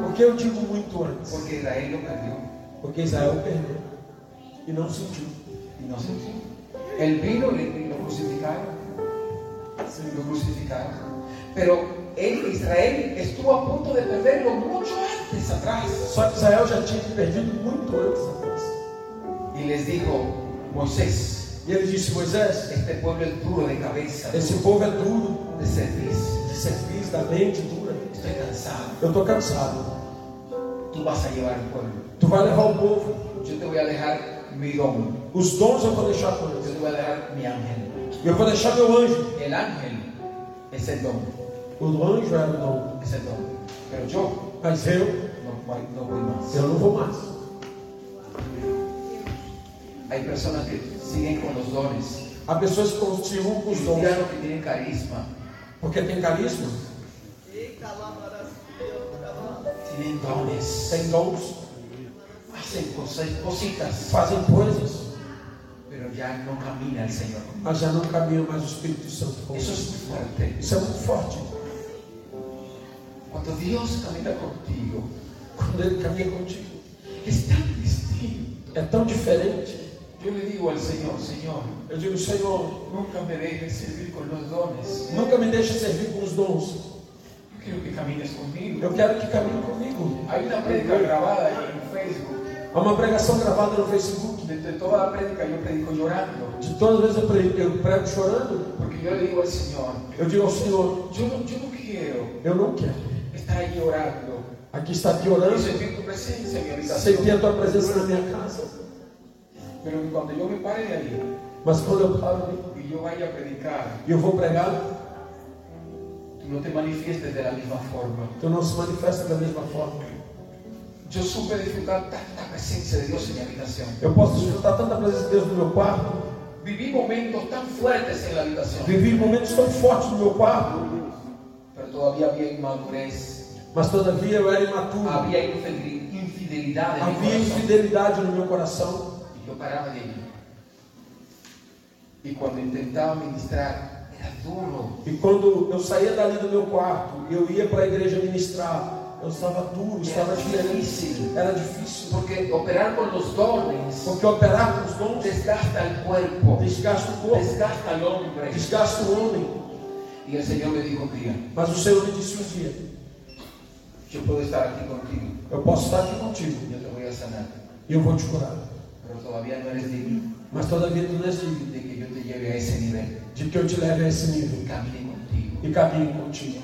Speaker 3: Porque eu digo muito antes.
Speaker 9: Porque Israel lo perdió.
Speaker 3: Porque Israel perdeu e não sentiu.
Speaker 9: Y no sé qué. Él vino y le- y lo crucificaron. Lo crucificaron. Pero él, Israel estuvo a punto de perderlo mucho antes atrás.
Speaker 3: Só que Israel já tinha perdido muito antes. rapaz.
Speaker 9: Y les dijo, Moisés,
Speaker 3: E ele disse: Moisés,
Speaker 9: este pueblo es duro de cabeza,
Speaker 3: esse povo é duro,
Speaker 9: de servicio.
Speaker 3: de serviço, da mente dura.
Speaker 9: Estoy cansado.
Speaker 3: Eu estou cansado.
Speaker 9: Tú vas a llevar el pueblo.
Speaker 3: Tu vai levar o povo.
Speaker 9: Yo te voy a dejar mi don.
Speaker 3: Os dons eu vou deixar com
Speaker 9: Yo
Speaker 3: eles.
Speaker 9: te voy a dejar mi ángel.
Speaker 3: Eu vou deixar meu anjo.
Speaker 9: El ángel es el don.
Speaker 3: O anjo era o dom.
Speaker 9: Es el don. Pero yo
Speaker 3: Mas eu,
Speaker 9: no, voy- no voy más.
Speaker 3: eu não vou mais.
Speaker 9: Hay personas que siguen con los dones.
Speaker 3: Há pessoas que continuam com os dons
Speaker 9: cristianos que tienen carisma,
Speaker 3: porque tem carisma,
Speaker 9: tienen dones,
Speaker 3: tem dons,
Speaker 9: hacen cosas, cositas,
Speaker 3: fazem coisas,
Speaker 9: pero ya no camina el Señor.
Speaker 3: mas já não caminha mais o Espírito Santo com
Speaker 9: Eso
Speaker 3: eles.
Speaker 9: es muy fuerte.
Speaker 3: Isso é muito forte.
Speaker 9: Cuando Dios camina contigo,
Speaker 3: Quando ele caminha contigo,
Speaker 9: es tan distinto.
Speaker 3: é tão diferente.
Speaker 9: Yo le digo al Señor, Señor,
Speaker 3: Eu digo, Senhor,
Speaker 9: nunca me dejes servir con los dones.
Speaker 3: nunca me deixe servir com os dons.
Speaker 9: Yo quiero que camines conmigo.
Speaker 3: Eu quero que caminhe comigo.
Speaker 9: Hay una prédica grabada en Facebook.
Speaker 3: Há uma pregação gravada no Facebook.
Speaker 9: Desde toda la prédica yo predico llorando.
Speaker 3: De todas as vezes eu prego, eu prego chorando,
Speaker 9: Porque yo le digo al Señor,
Speaker 3: eu digo ao Senhor,
Speaker 9: yo no, yo no quiero
Speaker 3: eu não quero.
Speaker 9: estar ahí llorando.
Speaker 3: Aqui está aqui
Speaker 9: Yo
Speaker 3: orando,
Speaker 9: sentir tu presencia en mi habitación.
Speaker 3: sentir a tua presença na minha casa.
Speaker 9: Pero que cuando yo me pare de ahí
Speaker 3: Mas quando eu paro,
Speaker 9: y yo vaya a predicar,
Speaker 3: e eu vou pregar,
Speaker 9: tú no te manifiestes de la misma forma.
Speaker 3: tu então não se manifesta da mesma forma.
Speaker 9: Yo supe disfrutar tanta presencia de Dios en mi habitación.
Speaker 3: Eu posso desfrutar tanta presença de Deus no meu quarto,
Speaker 9: Viví momentos tan fuertes en la habitación,
Speaker 3: vivi momentos tão fortes no meu quarto,
Speaker 9: pero todavía había inmadurez,
Speaker 3: mas todavia eu era imaturo.
Speaker 9: había infidel- infidelidad en mi
Speaker 3: Havia
Speaker 9: corazón.
Speaker 3: infidelidade no meu coração.
Speaker 9: Y yo paraba de ahí. Y cuando intentaba ministrar, era duro.
Speaker 3: E quando eu saía dali do meu quarto, eu ia para a igreja ministrar, eu estava duro, estava diferente. Era difícil.
Speaker 9: Porque operar con los dones
Speaker 3: Porque operar com os dons
Speaker 9: desgasta el cuerpo,
Speaker 3: desgasta o corpo,
Speaker 9: desgasta al hombre.
Speaker 3: desgasta o homem.
Speaker 9: Y el Señor me dijo, mira,
Speaker 3: Mas o Senhor me disse um dia:
Speaker 9: yo puedo estar aquí contigo,
Speaker 3: Eu posso estar aqui contigo
Speaker 9: yo te voy a sanar,
Speaker 3: e eu vou te curar.
Speaker 9: pero todavía no eres digno
Speaker 3: Mas todavia tu não és digno
Speaker 9: de que yo te lleve a ese nivel.
Speaker 3: de que eu te leve a esse
Speaker 9: Y
Speaker 3: nível
Speaker 9: Camine contigo.
Speaker 3: e caminho contigo.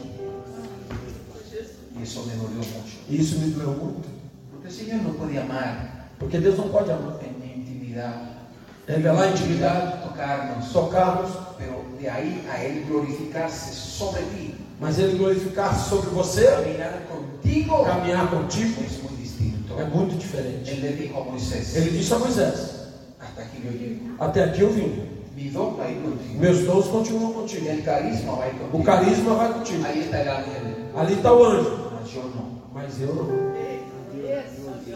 Speaker 9: Y eso me dolió mucho.
Speaker 3: E isso me doeu muito.
Speaker 9: Porque el Señor no puede amar
Speaker 3: Porque Deus não pode amar.
Speaker 9: en mi intimidad,
Speaker 3: Revelar a intimidade,
Speaker 9: tocarnos,
Speaker 3: socarmos,
Speaker 9: pero de ahí a Él glorificarse sobre ti,
Speaker 3: mas Ele glorificar sobre você,
Speaker 9: caminar contigo,
Speaker 3: caminhar contigo,
Speaker 9: es muy distinto.
Speaker 3: é muito diferente.
Speaker 9: Él le dijo a Moisés,
Speaker 3: Ele disse a Moisés:
Speaker 9: hasta aquí yo llego.
Speaker 3: Até aqui eu vim.
Speaker 9: Mi don va a ir contigo.
Speaker 3: Meus dons continuam contigo.
Speaker 9: El carisma va a ir contigo.
Speaker 3: O carisma vai contigo.
Speaker 9: Ahí está el ángel.
Speaker 3: Ali está o anjo.
Speaker 9: Mas yo no.
Speaker 3: Mas eu não.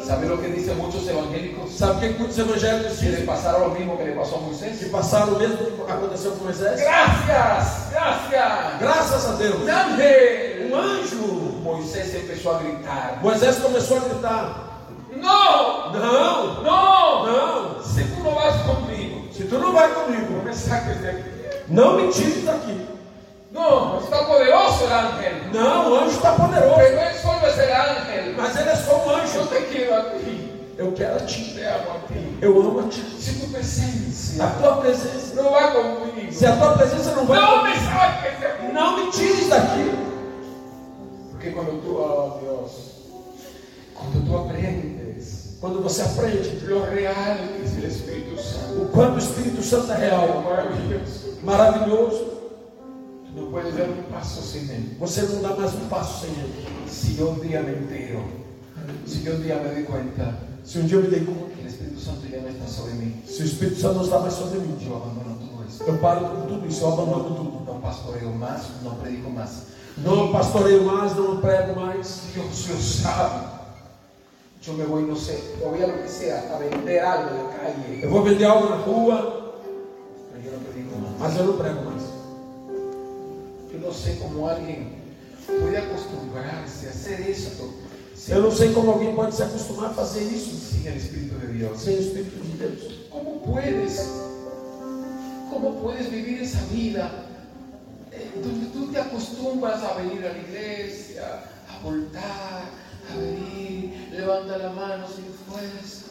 Speaker 9: ¿Sabe lo que dicen muchos evangélicos?
Speaker 3: Sabe o que que muitos evangélicos
Speaker 9: Que le
Speaker 3: dizem?
Speaker 9: pasaron lo mismo que le pasó a
Speaker 3: Que
Speaker 9: Moisés.
Speaker 3: passaram o mesmo que aconteceu com Moisés?
Speaker 9: Gracias, gracias.
Speaker 3: Graças a Deus.
Speaker 9: Un ángel.
Speaker 3: Um anjo.
Speaker 9: Moisés empezó a gritar.
Speaker 3: Moisés começou a gritar:
Speaker 9: No,
Speaker 3: Não,
Speaker 9: no.
Speaker 3: não.
Speaker 9: Si tú no vas conmigo,
Speaker 3: Se tu não vai
Speaker 9: no
Speaker 3: comigo,
Speaker 9: me saques de aquí.
Speaker 3: não me tire daqui.
Speaker 9: No, está poderoso el ángel.
Speaker 3: Não, o anjo está poderoso.
Speaker 9: Pero él solo es el ángel.
Speaker 3: Mas ele é só um
Speaker 9: Yo
Speaker 3: anjo.
Speaker 9: te quiero a ti.
Speaker 3: Eu quero a ti.
Speaker 9: Te amo a ti.
Speaker 3: Eu amo a ti.
Speaker 9: Si tu presencia
Speaker 3: A tua presença.
Speaker 9: no va conmigo,
Speaker 3: Se a tua presença não vai.
Speaker 9: no me saques de aquí.
Speaker 3: Não me tires daqui.
Speaker 9: Porque cuando tú, oh Dios, cuando tú aprendes
Speaker 3: Quando você aprende
Speaker 9: lo real que es el Espíritu Santo,
Speaker 3: o quanto o Espírito Santo é
Speaker 9: lo
Speaker 3: real,
Speaker 9: maravilloso,
Speaker 3: maravilhoso,
Speaker 9: tú no puedes dar un paso sin Él.
Speaker 3: você não dá mais um passo sem ele.
Speaker 9: Si yo un día me entero, si yo un día me doy cuenta
Speaker 3: Se um dia eu me dei conta
Speaker 9: que el Espíritu Santo ya no está sobre mí,
Speaker 3: se o Espírito Santo não está mais sobre mim,
Speaker 9: yo abandono todo eso.
Speaker 3: eu paro com tudo isso, eu abandono tudo.
Speaker 9: No pastoreo más, no predico más.
Speaker 3: Não pastoreio mais, não prego mais.
Speaker 9: Dios lo sabe. Yo me voy, no sé, me voy a lo que sea, a vender algo en la calle,
Speaker 3: Eu vou vender algo na rua,
Speaker 9: pero yo no predico más.
Speaker 3: mas eu não prego mais.
Speaker 9: Yo no sé cómo alguien puede acostumbrarse a hacer esto sin,
Speaker 3: Eu não sei como alguém pode se acostumar a fazer isso
Speaker 9: sin el Espíritu de Dios.
Speaker 3: sem o Espírito de Deus.
Speaker 9: ¿Cómo puedes? ¿Cómo puedes vivir esa vida eh, donde tú te acostumbras a venir a la iglesia, a voltar, a venir, levanta la mano sin fuerza?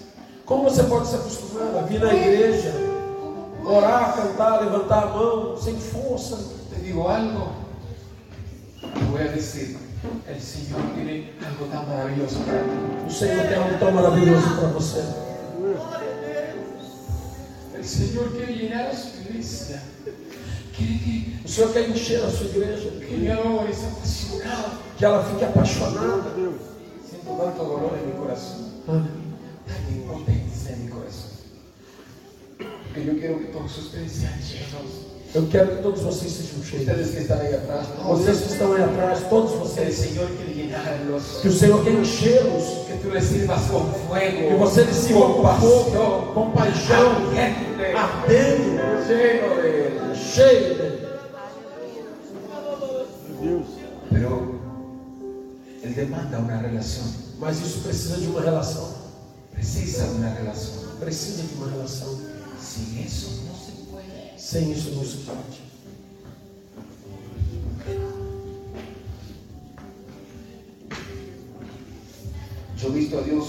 Speaker 3: Como você pode se acostumar a vir na igreja,
Speaker 9: ¿Cómo puedes?
Speaker 3: orar, cantar, levantar a mão, sem força?
Speaker 9: Te digo algo. Te voy a decir, el Señor tiene algo tan maravilloso para ti.
Speaker 3: O Senhor tem algo tão maravilhoso para você.
Speaker 9: El Señor quiere llenar a su iglesia. Quiere que,
Speaker 3: O Senhor quer encher a sua igreja,
Speaker 9: que mi amor es apasionado.
Speaker 3: que ela fique apaixonada.
Speaker 9: Siento tanto dolor en mi corazón, tanta impotencia en mi corazón. Porque yo quiero que todos ustedes sean llenos.
Speaker 3: Eu quero que todos vocês sejam cheios.
Speaker 9: Ustedes que están ahí atrás, todos
Speaker 3: Vocês que estão aí atrás, todos
Speaker 9: el
Speaker 3: vocês.
Speaker 9: Señor quiere llenarlos.
Speaker 3: Que o Senhor quer enchê-los.
Speaker 9: Que tú les sirvas con
Speaker 3: Que
Speaker 9: fuego,
Speaker 3: você se com
Speaker 9: pasión,
Speaker 3: fogo, com paixão,
Speaker 9: ardiente,
Speaker 3: ardendo,
Speaker 9: lleno de él.
Speaker 3: cheio dele.
Speaker 9: Pero Él demanda una relación.
Speaker 3: Mas isso precisa de uma relação.
Speaker 9: Precisa de una relación.
Speaker 3: Precisa de uma relação.
Speaker 9: Sin eso no se puede.
Speaker 3: Sem isso não se pode.
Speaker 9: Yo he visto a Dios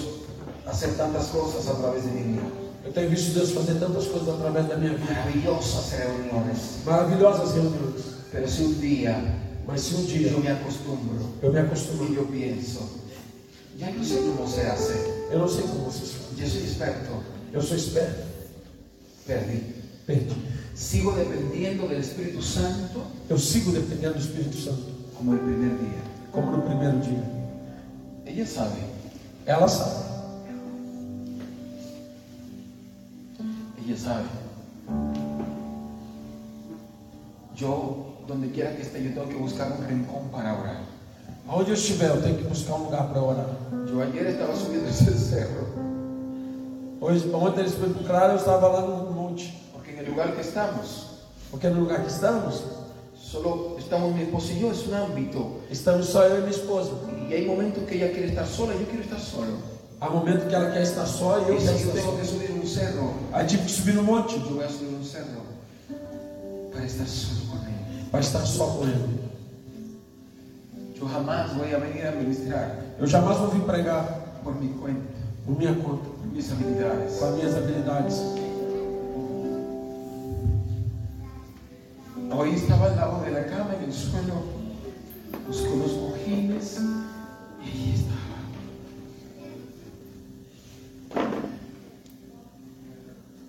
Speaker 9: hacer tantas cosas a través de mi vida.
Speaker 3: Eu tenho visto Deus fazer tantas coisas através da minha vida.
Speaker 9: Maravillosas reuniones.
Speaker 3: Maravilhosas reuniões.
Speaker 9: Pero si un día
Speaker 3: Mas se um dia
Speaker 9: yo me acostumbro
Speaker 3: eu me
Speaker 9: y
Speaker 3: acostumei,
Speaker 9: yo pienso, ya no sé cómo se hace,
Speaker 3: eu não sei como vocês fazem.
Speaker 9: yo soy experto,
Speaker 3: Eu sou esperto.
Speaker 9: perdí.
Speaker 3: Perdi.
Speaker 9: Sigo dependiendo del Espíritu Santo
Speaker 3: Eu sigo dependendo do Espírito Santo,
Speaker 9: como el primer día.
Speaker 3: como no primeiro dia.
Speaker 9: Ella sabe,
Speaker 3: Ela sabe,
Speaker 9: ella sabe. Yo, donde quiera que esté, yo tengo que buscar un rincón para orar.
Speaker 3: aonde eu estiver, eu tenho que buscar um lugar para orar.
Speaker 9: Yo ayer estaba subiendo ese cerro,
Speaker 3: Hoje, ontem eles perguntaram, eu estava lá no monte,
Speaker 9: porque en el lugar que estamos,
Speaker 3: porque no lugar que estamos,
Speaker 9: solo estamos mi esposo y yo, es un ámbito.
Speaker 3: estamos só eu e minha esposa.
Speaker 9: Y hay momentos que ella quiere estar sola, yo quiero estar solo.
Speaker 3: Há momento que ela quer estar só e eu
Speaker 9: Y
Speaker 3: quero
Speaker 9: si yo
Speaker 3: estar
Speaker 9: tengo que
Speaker 3: só.
Speaker 9: subir un cerro,
Speaker 3: Aí tive que subir no monte
Speaker 9: yo voy a subir un cerro para estar solo con él.
Speaker 3: para estar só com ele.
Speaker 9: Yo jamás voy a venir a ministrar
Speaker 3: Eu jamais vou vir pregar
Speaker 9: por mi cuenta,
Speaker 3: por minha conta,
Speaker 9: por mis habilidades.
Speaker 3: com as minhas habilidades.
Speaker 9: Hoy estaba al lado de la cama en el suelo, busqué unos cojines y ahí estaba.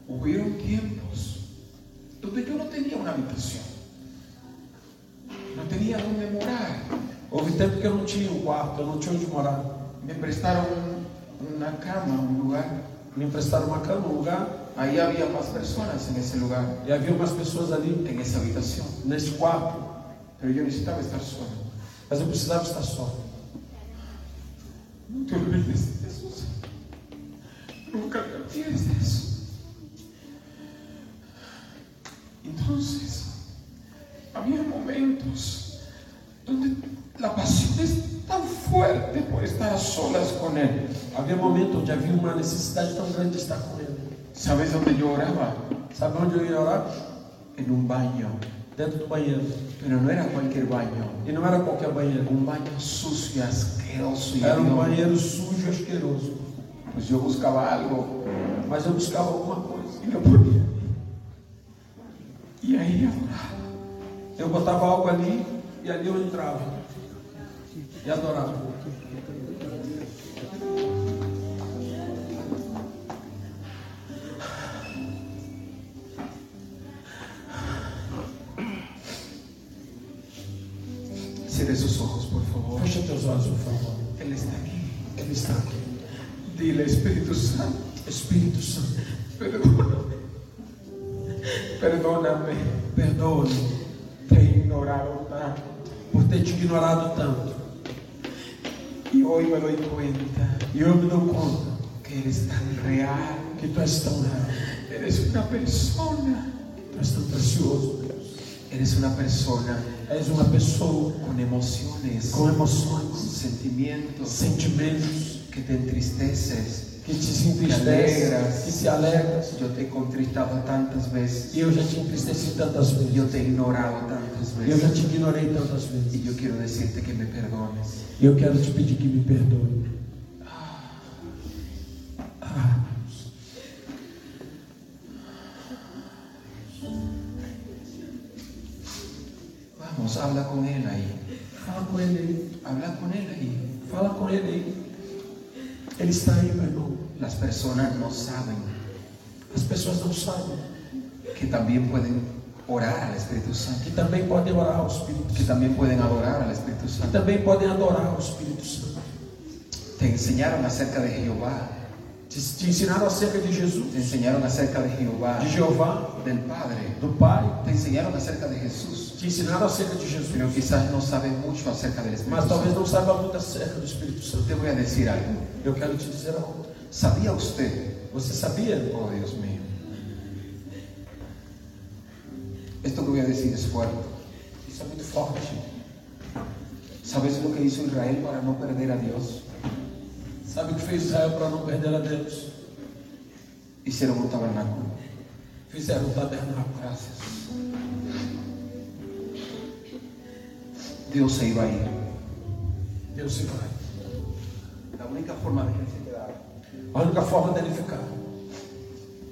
Speaker 9: Hubieron tiempos donde yo no tenía una habitación, no tenía dónde morar.
Speaker 3: Houve tempo que eu não tinha um quarto, eu não tinha onde morar.
Speaker 9: Me prestaron una cama, un lugar.
Speaker 3: Me emprestaram uma cama, um lugar,
Speaker 9: Ahí había más personas en ese lugar,
Speaker 3: e havia umas pessoas ali
Speaker 9: en esa habitación,
Speaker 3: nesse quarto,
Speaker 9: pero yo necesitaba estar solo.
Speaker 3: mas eu precisava estar só.
Speaker 9: No te olvides de Jesús. Nunca te olvides de eso. Entonces, había momentos donde la pasión es tan fuerte por estar a solas con Él.
Speaker 3: Havia momentos onde havia uma necessidade tão grande de estar com ele.
Speaker 9: ¿Sabes dónde yo oraba?
Speaker 3: Sabe onde eu ia orar?
Speaker 9: En un baño.
Speaker 3: Dentro do banheiro.
Speaker 9: Pero no era cualquier baño.
Speaker 3: E não era qualquer banheiro.
Speaker 9: Un baño sucio, asqueroso y
Speaker 3: Era um
Speaker 9: hediondo.
Speaker 3: banheiro sujo e asqueroso.
Speaker 9: Pues yo buscaba algo
Speaker 3: Mas eu buscava alguma coisa.
Speaker 9: y lo ponía. Y ahí oraba.
Speaker 3: Eu botava algo ali e ali eu entrava. E adorava.
Speaker 9: Cierre sus ojos, por favor.
Speaker 3: Fecha teus olhos, por favor.
Speaker 9: Él está aquí.
Speaker 3: Ele está aqui.
Speaker 9: Dile, Espíritu Santo,
Speaker 3: Espírito Santo,
Speaker 9: perdóname. Perdóname.
Speaker 3: perdoa-me
Speaker 9: Te he ignorado tanto.
Speaker 3: por ter te ignorado tanto.
Speaker 9: Y hoy me doy cuenta
Speaker 3: E eu me dou conta
Speaker 9: que eres tan real.
Speaker 3: que tu és tão real,
Speaker 9: Eres una persona.
Speaker 3: tu és tão precioso.
Speaker 9: Eres una persona
Speaker 3: És uma pessoa
Speaker 9: con emociones,
Speaker 3: com
Speaker 9: con
Speaker 3: emoções,
Speaker 9: sentimientos,
Speaker 3: sentimentos
Speaker 9: que te entristeces.
Speaker 3: que te entristecem, que se alegras.
Speaker 9: Yo te he contristado tantas veces.
Speaker 3: E eu já te entristeci tantas vezes.
Speaker 9: Yo te he ignorado tantas
Speaker 3: Eu já
Speaker 9: veces.
Speaker 3: te ignorei tantas vezes.
Speaker 9: Y yo quiero decirte que me perdones.
Speaker 3: E eu quero te pedir que me perdoe.
Speaker 9: Vamos, habla con él ahí.
Speaker 3: Fala com ele aí.
Speaker 9: Habla con él ahí.
Speaker 3: Fala com ele aí. Ele está aí, meu irmão.
Speaker 9: Las personas no saben
Speaker 3: As pessoas não sabem
Speaker 9: que también pueden orar al Espíritu Santo,
Speaker 3: que também podem orar ao Espírito
Speaker 9: que
Speaker 3: Santo.
Speaker 9: también pueden adorar al Espíritu
Speaker 3: Que
Speaker 9: Santo.
Speaker 3: também podem adorar ao Espírito Santo.
Speaker 9: Te enseñaron acerca de Jehová,
Speaker 3: Te, te ensinaram acerca de Jesus,
Speaker 9: te enseñaron acerca de Jehová,
Speaker 3: de Jeová,
Speaker 9: del Padre,
Speaker 3: do Pai.
Speaker 9: te enseñaron acerca de Jesús,
Speaker 3: Te ensinaram acerca de
Speaker 9: pero
Speaker 3: Jesus.
Speaker 9: quizás no saben mucho acerca del Espíritu
Speaker 3: Mas talvez
Speaker 9: Santo.
Speaker 3: não saiba muito acerca do Espírito Santo.
Speaker 9: Te voy a decir algo.
Speaker 3: Eu quero te dizer algo.
Speaker 9: ¿Sabía usted?
Speaker 3: Você sabia?
Speaker 9: Oh, Dios mío. Esto que voy a decir es fuerte.
Speaker 3: Isso é muito forte.
Speaker 9: ¿Sabes lo que hizo Israel para no perder a Dios?
Speaker 3: Sabe o que fez Israel para não perder a Deus?
Speaker 9: Hicieron un tabernáculo.
Speaker 3: Fizeram um tabernáculo.
Speaker 9: Gracias. Dios se iba a ir.
Speaker 3: Deus se vai.
Speaker 9: La única forma de que él se quedara
Speaker 3: A única forma dele ficar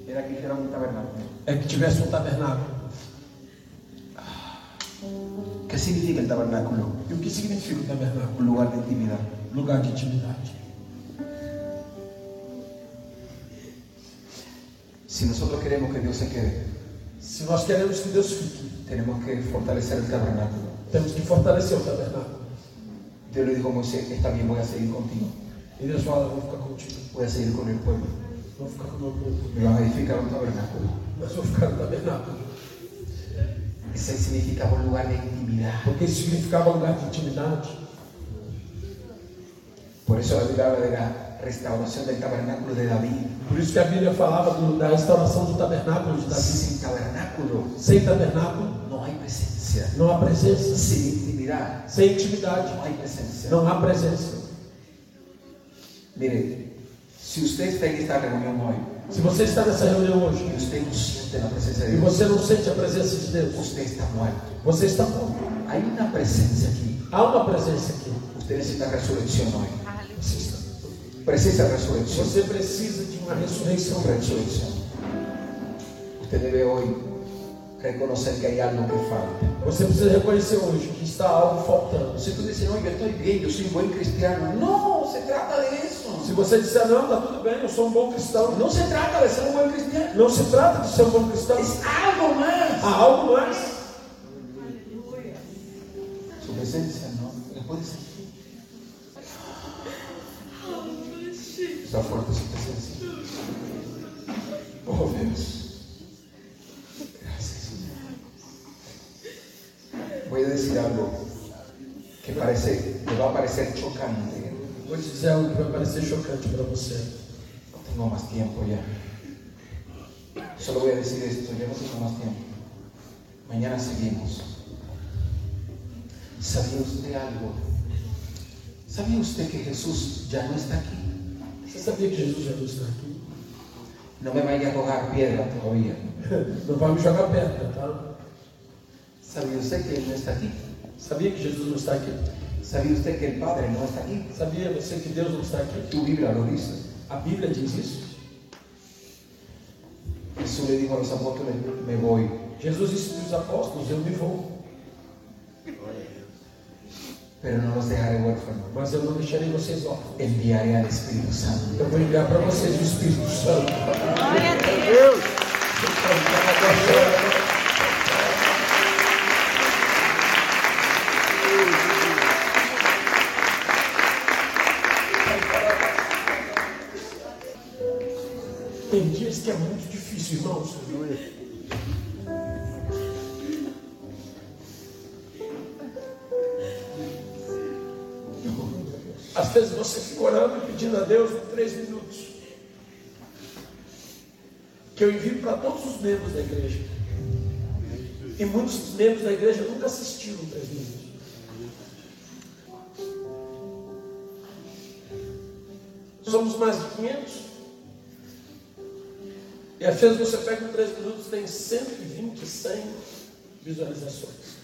Speaker 9: era que hiciera un tabernáculo.
Speaker 3: é que tivesse um tabernáculo.
Speaker 9: ¿Qué significa el tabernáculo?
Speaker 3: E o que significa o tabernáculo?
Speaker 9: Un lugar de intimidad.
Speaker 3: Lugar de intimidade.
Speaker 9: Si nosotros queremos que Dios se quede,
Speaker 3: Se nós queremos que Deus fique,
Speaker 9: tenemos que fortalecer el tabernáculo.
Speaker 3: temos que fortalecer o tabernáculo.
Speaker 9: Dios le dijo a Moisés, está bien, voy a seguir contigo,
Speaker 3: E Deus fala, eu vou ficar contigo,
Speaker 9: voy a seguir con el pueblo.
Speaker 3: vou ficar com o meu povo,
Speaker 9: Me vas a edificar un tabernáculo.
Speaker 3: mas vou ficar no tabernáculo.
Speaker 9: Ese significaba un lugar de intimidad.
Speaker 3: Porque isso significava lugar de intimidade.
Speaker 9: Por eso la Biblia habla de la restauración del tabernáculo de David.
Speaker 3: Por isso que a Bíblia falava do- da restauração do tabernáculo de Davi.
Speaker 9: Sin tabernáculo
Speaker 3: Sem tabernáculo,
Speaker 9: no hay presencia.
Speaker 3: não há presença.
Speaker 9: Sin intimidad
Speaker 3: Sem intimidade,
Speaker 9: no hay presencia.
Speaker 3: não há presença.
Speaker 9: Mire, si usted está en esta reunión hoy
Speaker 3: Se você está nessa reunião hoje
Speaker 9: y usted no siente la presencia
Speaker 3: e
Speaker 9: de Dios,
Speaker 3: você não sente a presença de Deus,
Speaker 9: usted está muerto.
Speaker 3: você está morto.
Speaker 9: Hay una presencia aquí.
Speaker 3: Há uma presença aqui.
Speaker 9: Usted necesita resurrección hoy.
Speaker 3: Você está-
Speaker 9: Precisa resurrección.
Speaker 3: Você precisa de uma ressurreição.
Speaker 9: Resurrección. Usted debe hoy reconocer que hay algo que falta.
Speaker 3: Você precisa reconhecer hoje que está algo faltando.
Speaker 9: Si tú dices, no, yo estoy bien, yo soy un buen cristiano. No, se trata de eso.
Speaker 3: Se você disser, não, está tudo bem, eu sou um bom cristão.
Speaker 9: No se trata de ser un buen cristiano.
Speaker 3: Não se trata de ser um bom cristão.
Speaker 9: Es algo más.
Speaker 3: Há algo mais.
Speaker 9: Su presencia, ¿no? ¿Le puede sentir? Está fuerte su presencia. Oh Dios. Gracias, Señor. Voy a decir algo que parece, que va a parecer chocante.
Speaker 3: Vou te dizer algo que vai parecer chocante para você.
Speaker 9: No tengo más tiempo ya. Solo voy a decir esto, ya no tengo más tiempo. Mañana seguimos. ¿Sabía usted algo? ¿Sabía usted que Jesús ya no está aquí?
Speaker 3: Você sabia que Jesus já não está aqui?
Speaker 9: No me vaya a rogar piedra todavía.
Speaker 3: Não vai me jogar pedra, tá?
Speaker 9: ¿Sabía usted que Él no está aquí?
Speaker 3: Sabia que Jesus não está aqui?
Speaker 9: ¿Sabía usted que el Padre no está aquí?
Speaker 3: Sabia você que Deus não está aqui?
Speaker 9: Tu Biblia lo dice.
Speaker 3: A Bíblia diz isso.
Speaker 9: Jesús le dijo a los apóstoles, me voy.
Speaker 3: Jesus disse para os apóstolos: Eu me vou,
Speaker 9: Pero no los dejaré huérfanos.
Speaker 3: mas eu não deixarei vocês órfãos.
Speaker 9: Enviaré al Espíritu Santo.
Speaker 3: Eu vou enviar para vocês o Espírito Santo.
Speaker 10: Glória a Deus.
Speaker 3: Tem dias que é muito difícil, irmãos. Às vezes você fica orando e pedindo a Deus por três minutos. Que eu envio para todos os membros da igreja. E muitos dos membros da igreja nunca assistiram três minutos. Somos mais de 500. E às vezes você pega em 3 minutos tem 120, 100 visualizações.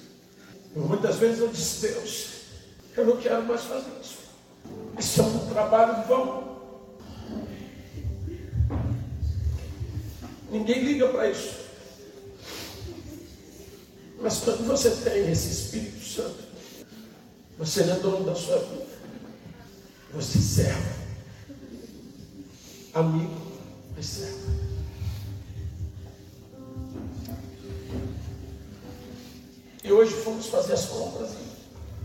Speaker 3: Por muitas vezes eu disse, Deus, eu não quero mais fazer isso. Isso é um trabalho vão. Ninguém liga para isso. Mas quando você tem esse Espírito Santo, você não é dono da sua vida. Você serve. Amigo, mas serve. E hoje fomos fazer as compras.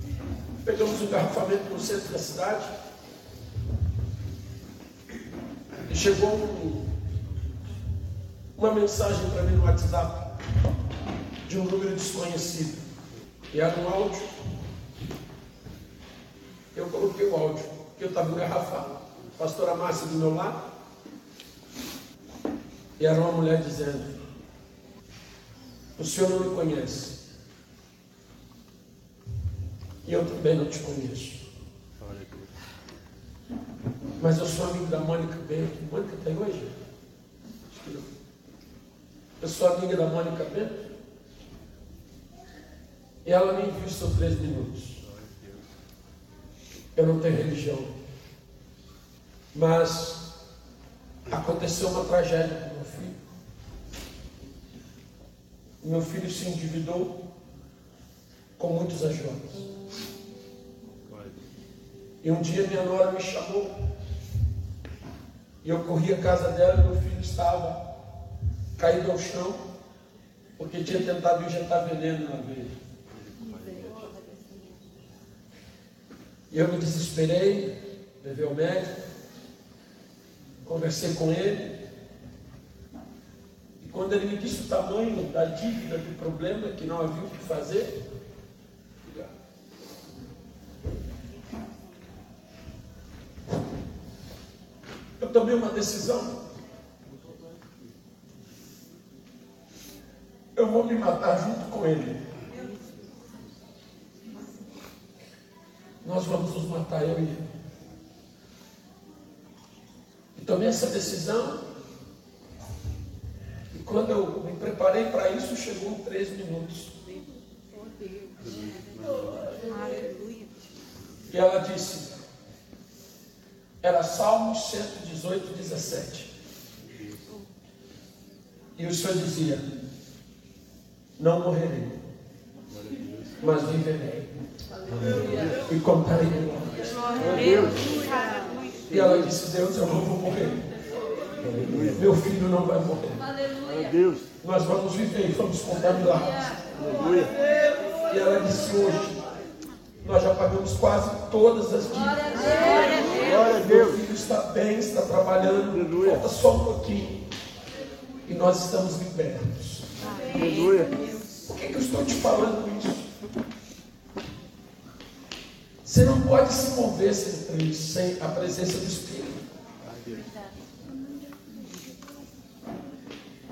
Speaker 3: e Pegamos um garrafamento no centro da cidade. E chegou um- uma mensagem para mim no WhatsApp de um número desconhecido. E era um áudio. Eu coloquei o áudio, porque eu estava engarrafado. Pastora Márcia do meu lado. E era uma mulher dizendo: O senhor não me conhece. E eu também não te conheço. Mas eu sou amigo da Mônica Bento. Mônica tem hoje? Acho que não. Eu sou amiga da Mônica Bento. E ela me enviou seus três minutos. Eu não tenho religião. Mas aconteceu uma tragédia com meu filho. Meu filho se endividou com muitos ajudas. E um dia minha nora me chamou. E eu corri à casa dela e meu filho estava caído ao chão, porque tinha tentado injetar veneno na veia. E eu me desesperei, levei ao médico, conversei com ele, e quando ele me disse o tamanho da dívida do problema, que não havia o que fazer, eu tomei uma decisão. Eu vou me matar junto com ele. Nós vamos nos matar, eu e ele. E tomei essa decisão. E quando eu me preparei para isso, chegou três minutos. E ela disse, era Salmo 118, 17. E o Senhor dizia, não morrerei, mas viverei. E contarei glórias. E ela disse, Deus, eu não vou morrer. Meu filho não vai morrer.
Speaker 11: Deus.
Speaker 3: Nós vamos viver e vamos contar milagres. E ela disse hoje, nós já pagamos quase todas as dívidas.
Speaker 11: Glória a
Speaker 3: Meu
Speaker 11: Deus.
Speaker 3: filho está bem, está trabalhando,
Speaker 11: Aleluia.
Speaker 3: falta só um pouquinho. E nós estamos libertos.
Speaker 11: Aleluia.
Speaker 3: Por que, que eu estou te falando isso? Você não pode se mover sem, sem a presença do Espírito.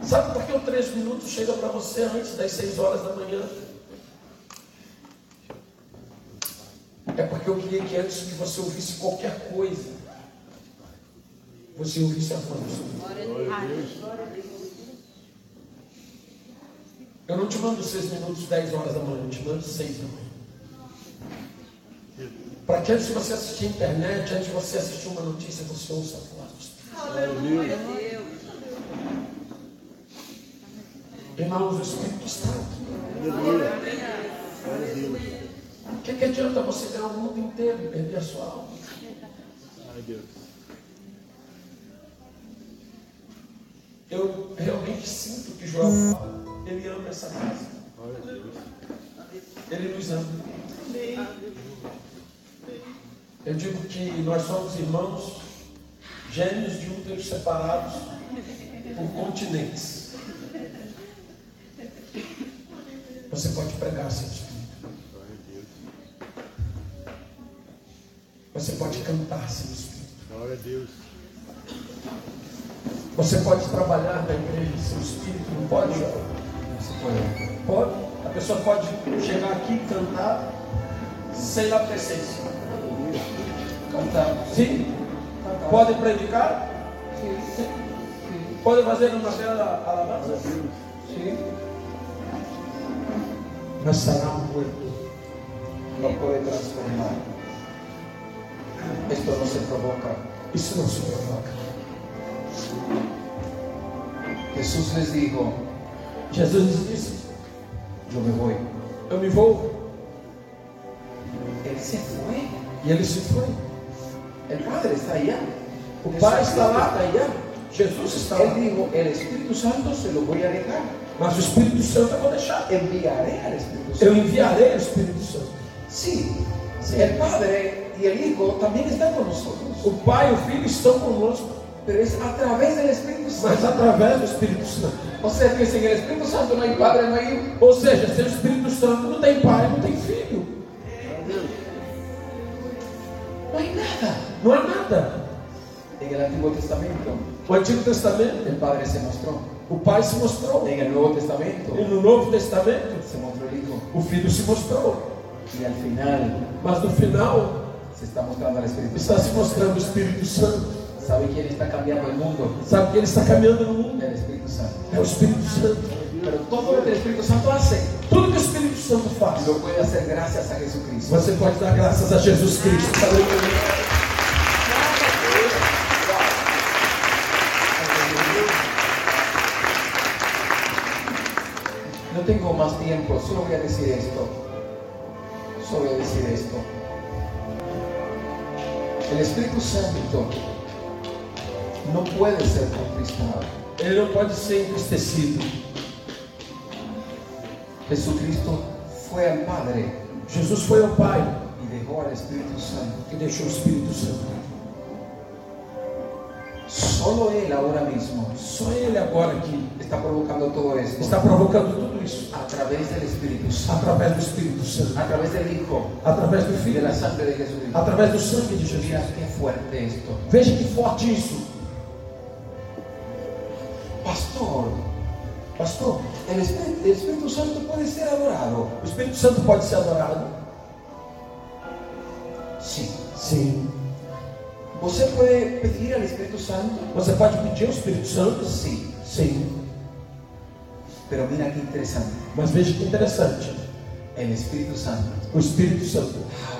Speaker 3: Sabe por que o três minutos chega para você antes das seis horas da manhã? É porque eu queria que antes que você ouvisse qualquer coisa, você ouvisse a voz do Senhor. Eu não te mando seis minutos, dez horas da manhã, eu te mando seis da manhã. Para que antes de você assistir a internet, antes de você assistir uma notícia, você ouça a voz do Espírito. Irmãos, o Espírito está aqui.
Speaker 11: Aleluia. Glória a Deus.
Speaker 3: O que, que adianta você ganhar o mundo inteiro e perder a sua alma?
Speaker 11: Ai, Deus.
Speaker 3: Eu realmente sinto que João fala. Ele ama essa casa.
Speaker 11: Glória a Deus.
Speaker 3: Ele nos ama. Eu digo que nós somos irmãos, gêmeos de úteros separados por continentes. Você pode pregar, seu Espírito.
Speaker 11: Glória a Deus.
Speaker 3: Você pode cantar, seu Espírito.
Speaker 11: Glória a Deus.
Speaker 3: Você pode trabalhar na igreja, seu Espírito. Não pode, jovem?
Speaker 9: Você puede.
Speaker 3: Pode, a pessoa pode chegar aqui e cantar sem dar presença.
Speaker 9: Cantamos.
Speaker 3: Sim? Podem predicar? Sim. Podem fazer uma bela alabança?
Speaker 9: Sí.
Speaker 3: Mas será um morto.
Speaker 9: No puede transformar. Esto no se provoca.
Speaker 3: Isso não se provoca.
Speaker 9: Jesús les dijo,
Speaker 3: Jesus disse,
Speaker 9: yo me voy.
Speaker 3: eu me vou.
Speaker 9: Él se fue.
Speaker 3: E ele se foi.
Speaker 9: El Padre está allá.
Speaker 3: O Pai está lá.
Speaker 9: Está allá.
Speaker 3: Jesus está
Speaker 9: Él
Speaker 3: lá.
Speaker 9: dijo, el Espíritu Santo se lo voy a dejar.
Speaker 3: Mas o Espírito Santo eu vou deixar.
Speaker 9: Enviaré al Espíritu Santo.
Speaker 3: Eu enviarei o Espírito Santo.
Speaker 9: Sí, sí, el Padre y el Hijo también están con nosotros.
Speaker 3: O Pai e o Filho estão conosco,
Speaker 9: Pero es a través del Espíritu
Speaker 3: mas
Speaker 9: Santo.
Speaker 3: através do Espírito Santo.
Speaker 9: O sea que sin el Espíritu Santo no hay Padre, no hay Hijo.
Speaker 3: Ou seja, sem o Espírito Santo não tem pai, não tem filho.
Speaker 9: No hay nada.
Speaker 3: Não há nada.
Speaker 9: En el Antiguo Testamento
Speaker 3: O Antigo Testamento,
Speaker 9: el Padre se mostró.
Speaker 3: o Pai se mostrou.
Speaker 9: En el Nuevo Testamento
Speaker 3: E no Novo Testamento,
Speaker 9: se mostró el Hijo.
Speaker 3: o Filho se mostrou.
Speaker 9: Y al final
Speaker 3: Mas no final,
Speaker 9: se está mostrando al Espíritu
Speaker 3: está se
Speaker 9: Santo.
Speaker 3: mostrando o Espírito Santo.
Speaker 9: ¿Sabe quién está cambiando el mundo?
Speaker 3: Sabe que ele está caminhando no mundo.
Speaker 9: El Espíritu Santo.
Speaker 3: É o Espírito Santo.
Speaker 9: Pero todo lo que el Espíritu Santo hace
Speaker 3: Tudo que o Espírito Santo faz,
Speaker 9: lo puede hacer gracias a Jesucristo.
Speaker 3: você pode dar graças a Jesus Cristo. Aleluia.
Speaker 9: No tengo más tiempo, solo voy a decir esto. Solo voy a decir esto. El Espíritu Santo no puede ser conquistado.
Speaker 3: ele não pode ser entristecido.
Speaker 9: Jesucristo fue al Padre
Speaker 3: Jesus foi ao Pai
Speaker 9: y dejó al Espíritu Santo.
Speaker 3: que deixou o Espírito Santo.
Speaker 9: Solo Él ahora mismo
Speaker 3: Só Ele agora que
Speaker 9: está provocando todo esto
Speaker 3: está provocando tudo isso
Speaker 9: a través del Espíritu Santo,
Speaker 3: através do Espírito Santo,
Speaker 9: a través del Hijo
Speaker 3: através do
Speaker 9: y de
Speaker 3: Filho,
Speaker 9: la sangre de Jesucristo.
Speaker 3: através do sangue de Jesus.
Speaker 9: Mira qué fuerte esto.
Speaker 3: Veja que forte isso,
Speaker 9: Pastor,
Speaker 3: pastor.
Speaker 9: el Espí- el Espíritu Santo puede ser adorado.
Speaker 3: O Espírito Santo pode ser adorado?
Speaker 9: Sí.
Speaker 3: Sim.
Speaker 9: ¿Usted puede pedir al Espíritu Santo?
Speaker 3: Você pode pedir ao Espírito Santo?
Speaker 9: Sí.
Speaker 3: Sim.
Speaker 9: Pero mira qué interesante.
Speaker 3: Mas veja que interessante.
Speaker 9: El Espíritu Santo
Speaker 3: O Espírito Santo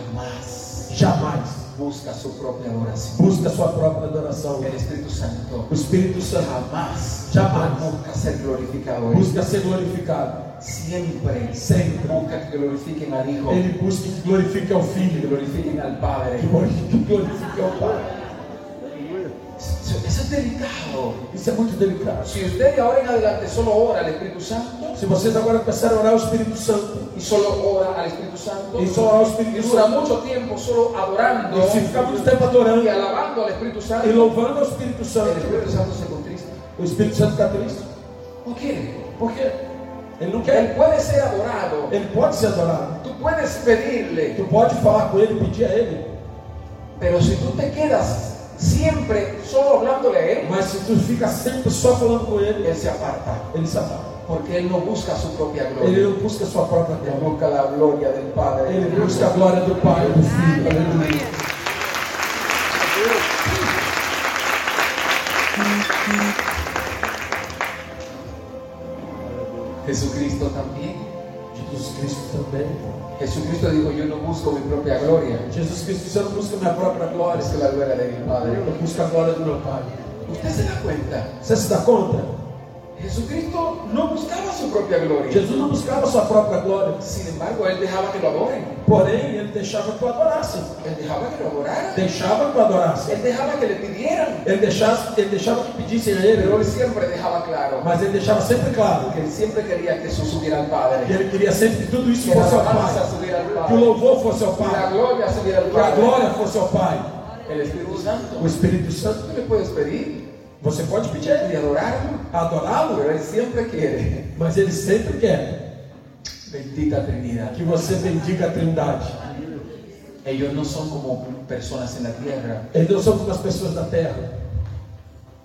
Speaker 9: jamás
Speaker 3: jamais
Speaker 9: busca su propia adoración.
Speaker 3: busca a sua própria adoração.
Speaker 9: El Espíritu Santo
Speaker 3: O Espírito Santo
Speaker 9: jamás,
Speaker 3: Jamás.
Speaker 9: busca ser glorificado. Él.
Speaker 3: busca ser glorificado.
Speaker 9: Siempre
Speaker 3: Sempre.
Speaker 9: busca que glorifiquen al Hijo,
Speaker 3: Ele busca que glorifique ao
Speaker 9: que
Speaker 3: Filho,
Speaker 9: glorifiquen al Padre.
Speaker 3: que glori- que glorifique ao Pai.
Speaker 9: Eso eso es delicado.
Speaker 3: Isso é muito delicado.
Speaker 9: Si usted de ahora en adelante solo ora al Espíritu Santo
Speaker 3: Se vocês agora começarem a orar ao Espírito Santo,
Speaker 9: y solo ora al Espíritu Santo
Speaker 3: e só orar ao
Speaker 9: y
Speaker 3: Espírito
Speaker 9: dura
Speaker 3: Santo,
Speaker 9: mucho tiempo solo adorando
Speaker 3: e se ficar muito tempo adorando
Speaker 9: y alabando al Espíritu Santo,
Speaker 3: e louvando ao Espírito
Speaker 9: el
Speaker 3: Santo,
Speaker 9: Espíritu Santo se contrista.
Speaker 3: o Espírito Santo fica triste.
Speaker 9: ¿Por qué?
Speaker 3: Por quê? Ele não
Speaker 9: Él
Speaker 3: quer.
Speaker 9: puede ser adorado.
Speaker 3: Ele pode ser adorado.
Speaker 9: Tú puedes pedirle,
Speaker 3: Tu pode falar com ele, pedir a ele.
Speaker 9: pero si tú te quedas siempre solo hablándole a Él,
Speaker 3: Mas se tu fica sempre só falando com ele,
Speaker 9: Él se aparta.
Speaker 3: ele se afasta.
Speaker 9: Porque Él no busca su propia
Speaker 3: Ele
Speaker 9: gloria.
Speaker 3: não busca a sua própria
Speaker 9: Él
Speaker 3: glória.
Speaker 9: busca la gloria del Padre.
Speaker 3: Ele busca a glória do Pai, do Filho. Aleluia.
Speaker 9: Jesucristo también.
Speaker 3: Jesus Cristo também.
Speaker 9: Jesucristo dijo, yo no busco mi propia gloria.
Speaker 3: Jesus Cristo disse, eu não busco a minha própria glória.
Speaker 9: Es que la gloria de mi Padre.
Speaker 3: Eu busco a glória do meu Pai.
Speaker 9: Usted se da cuenta,
Speaker 3: Você se dá conta?
Speaker 9: Jesucristo no buscaba su propia gloria.
Speaker 3: Jesus não buscava a sua própria glória.
Speaker 9: Sin embargo, Él dejaba que lo adoren.
Speaker 3: Porém, ele deixava que o adorassem.
Speaker 9: Él dejaba que lo adoraran.
Speaker 3: Deixava que o adorassem.
Speaker 9: Él dejaba que le pidieran.
Speaker 3: Ele, deixasse, ele deixava que pedissem a ele.
Speaker 9: Pero él siempre dejaba claro
Speaker 3: Mas ele deixava sempre claro
Speaker 9: que él siempre quería que Jesús subiera al
Speaker 3: que
Speaker 9: Padre,
Speaker 3: ele queria sempre que tudo isso
Speaker 9: que la
Speaker 3: fosse ao
Speaker 9: alabanza
Speaker 3: Pai.
Speaker 9: subiera al
Speaker 3: Que o
Speaker 9: Padre,
Speaker 3: louvor fosse ao
Speaker 9: que la
Speaker 3: Pai.
Speaker 9: gloria subiera al
Speaker 3: Que a
Speaker 9: Padre.
Speaker 3: glória fosse ao Pai.
Speaker 9: El Espíritu Santo.
Speaker 3: O Espírito Santo,
Speaker 9: Tú le puedes pedir
Speaker 3: você pode pedir a
Speaker 9: y
Speaker 3: ele,
Speaker 9: adorarlo,
Speaker 3: adorá-lo,
Speaker 9: pero él siempre quiere.
Speaker 3: mas ele sempre quer
Speaker 9: Bendita Trinidad.
Speaker 3: que você bendiga a Trindade.
Speaker 9: Ellos no son como personas en la tierra.
Speaker 3: Eles não são como as pessoas da terra,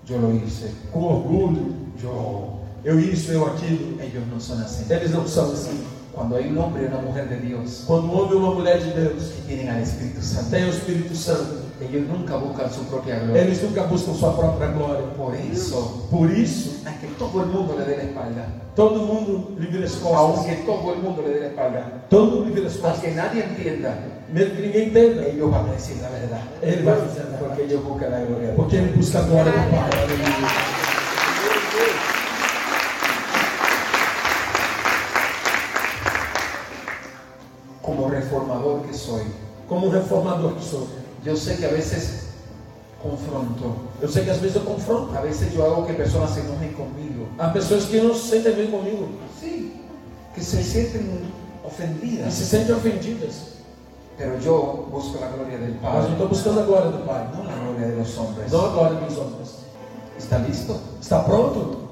Speaker 9: Yo lo hice.
Speaker 3: com orgulho,
Speaker 9: Yo.
Speaker 3: eu isso, eu aquilo.
Speaker 9: Ellos no son así.
Speaker 3: Eles não são assim.
Speaker 9: Cuando hay un hombre y una mujer de Dios
Speaker 3: Quando um homem ou uma mulher de Deus
Speaker 9: que tienen al Espíritu Santo,
Speaker 3: tem o Espírito Santo,
Speaker 9: ellos nunca buscan su propia gloria.
Speaker 3: eles nunca buscam sua própria glória.
Speaker 9: Por eso,
Speaker 3: Por isso,
Speaker 9: a que todo el mundo le dé la espalda.
Speaker 3: todo mundo lhe vira as costas.
Speaker 9: aunque todo el mundo le dé la espalda,
Speaker 3: Todo mundo lhe vira as costas.
Speaker 9: aunque nadie entienda,
Speaker 3: Mesmo que ninguém entenda,
Speaker 9: ellos van a decir la verdad.
Speaker 3: ele vai fazer agora.
Speaker 9: Porque ellos buscan la gloria. de Dios.
Speaker 3: Porque ele busca a glória do Pai. Aleluia.
Speaker 9: Como reformador que soy,
Speaker 3: Como um reformador que sou.
Speaker 9: yo sé que a veces confronto,
Speaker 3: Eu sei que às vezes eu confronto.
Speaker 9: a veces yo hago que personas se enojen conmigo.
Speaker 3: Há pessoas que não se sentem bem comigo
Speaker 9: Sí, que se sienten
Speaker 3: e se
Speaker 9: ofendidas.
Speaker 3: sentem ofendidas.
Speaker 9: Pero yo busco la gloria del
Speaker 3: Mas eu
Speaker 9: Padre,
Speaker 3: estou buscando a glória do Pai,
Speaker 9: no la gloria de los hombres.
Speaker 3: não a glória dos homens.
Speaker 9: ¿Está listo?
Speaker 3: Está pronto?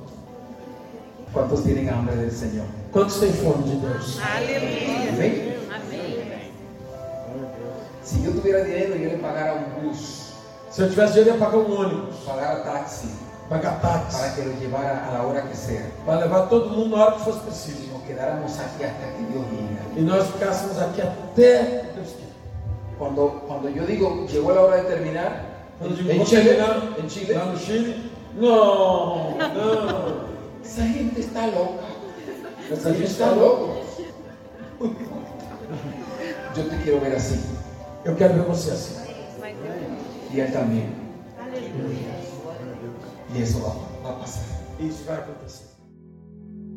Speaker 9: ¿Cuántos tienen hambre del Señor?
Speaker 3: Quantos têm fome de Deus?
Speaker 7: Aleluia.
Speaker 9: Amén.
Speaker 7: Amém.
Speaker 9: Si yo tuviera dinero, yo le pagara un bus,
Speaker 3: Se eu tivesse dinheiro, eu ia pagar um ônibus,
Speaker 9: pagara taxi,
Speaker 3: pagar
Speaker 9: para
Speaker 3: táxi,
Speaker 9: que lo llevara a la hora que sea.
Speaker 3: para levar todo mundo na hora que fosse preciso.
Speaker 9: nos quedáramos aquí hasta que Dios venga.
Speaker 3: E nós ficássemos aqui até Deus queira.
Speaker 9: Cuando, cuando yo digo, llegó la hora de terminar,
Speaker 3: Quando eu digo,
Speaker 9: en
Speaker 3: vou
Speaker 9: Chile,
Speaker 3: terminar
Speaker 9: en Chile,
Speaker 3: lá no Chile, não, não.
Speaker 9: esa gente está loca,
Speaker 3: Essa gente está
Speaker 9: está
Speaker 3: louca.
Speaker 9: loco. Yo te quiero ver así,
Speaker 3: Eu quero ver você assim.
Speaker 9: y él también. Y eso va, va a pasar.
Speaker 3: Isso vai acontecer.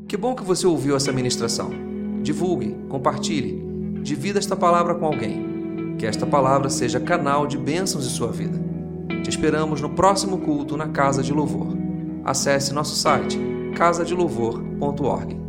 Speaker 1: Que bom que você ouviu essa ministração. Divulgue, compartilhe, divida esta palavra com alguém. Que esta palavra seja canal de bênçãos em sua vida. Te esperamos no próximo culto na Casa de Louvor. acesse nosso site casadelouvor.org.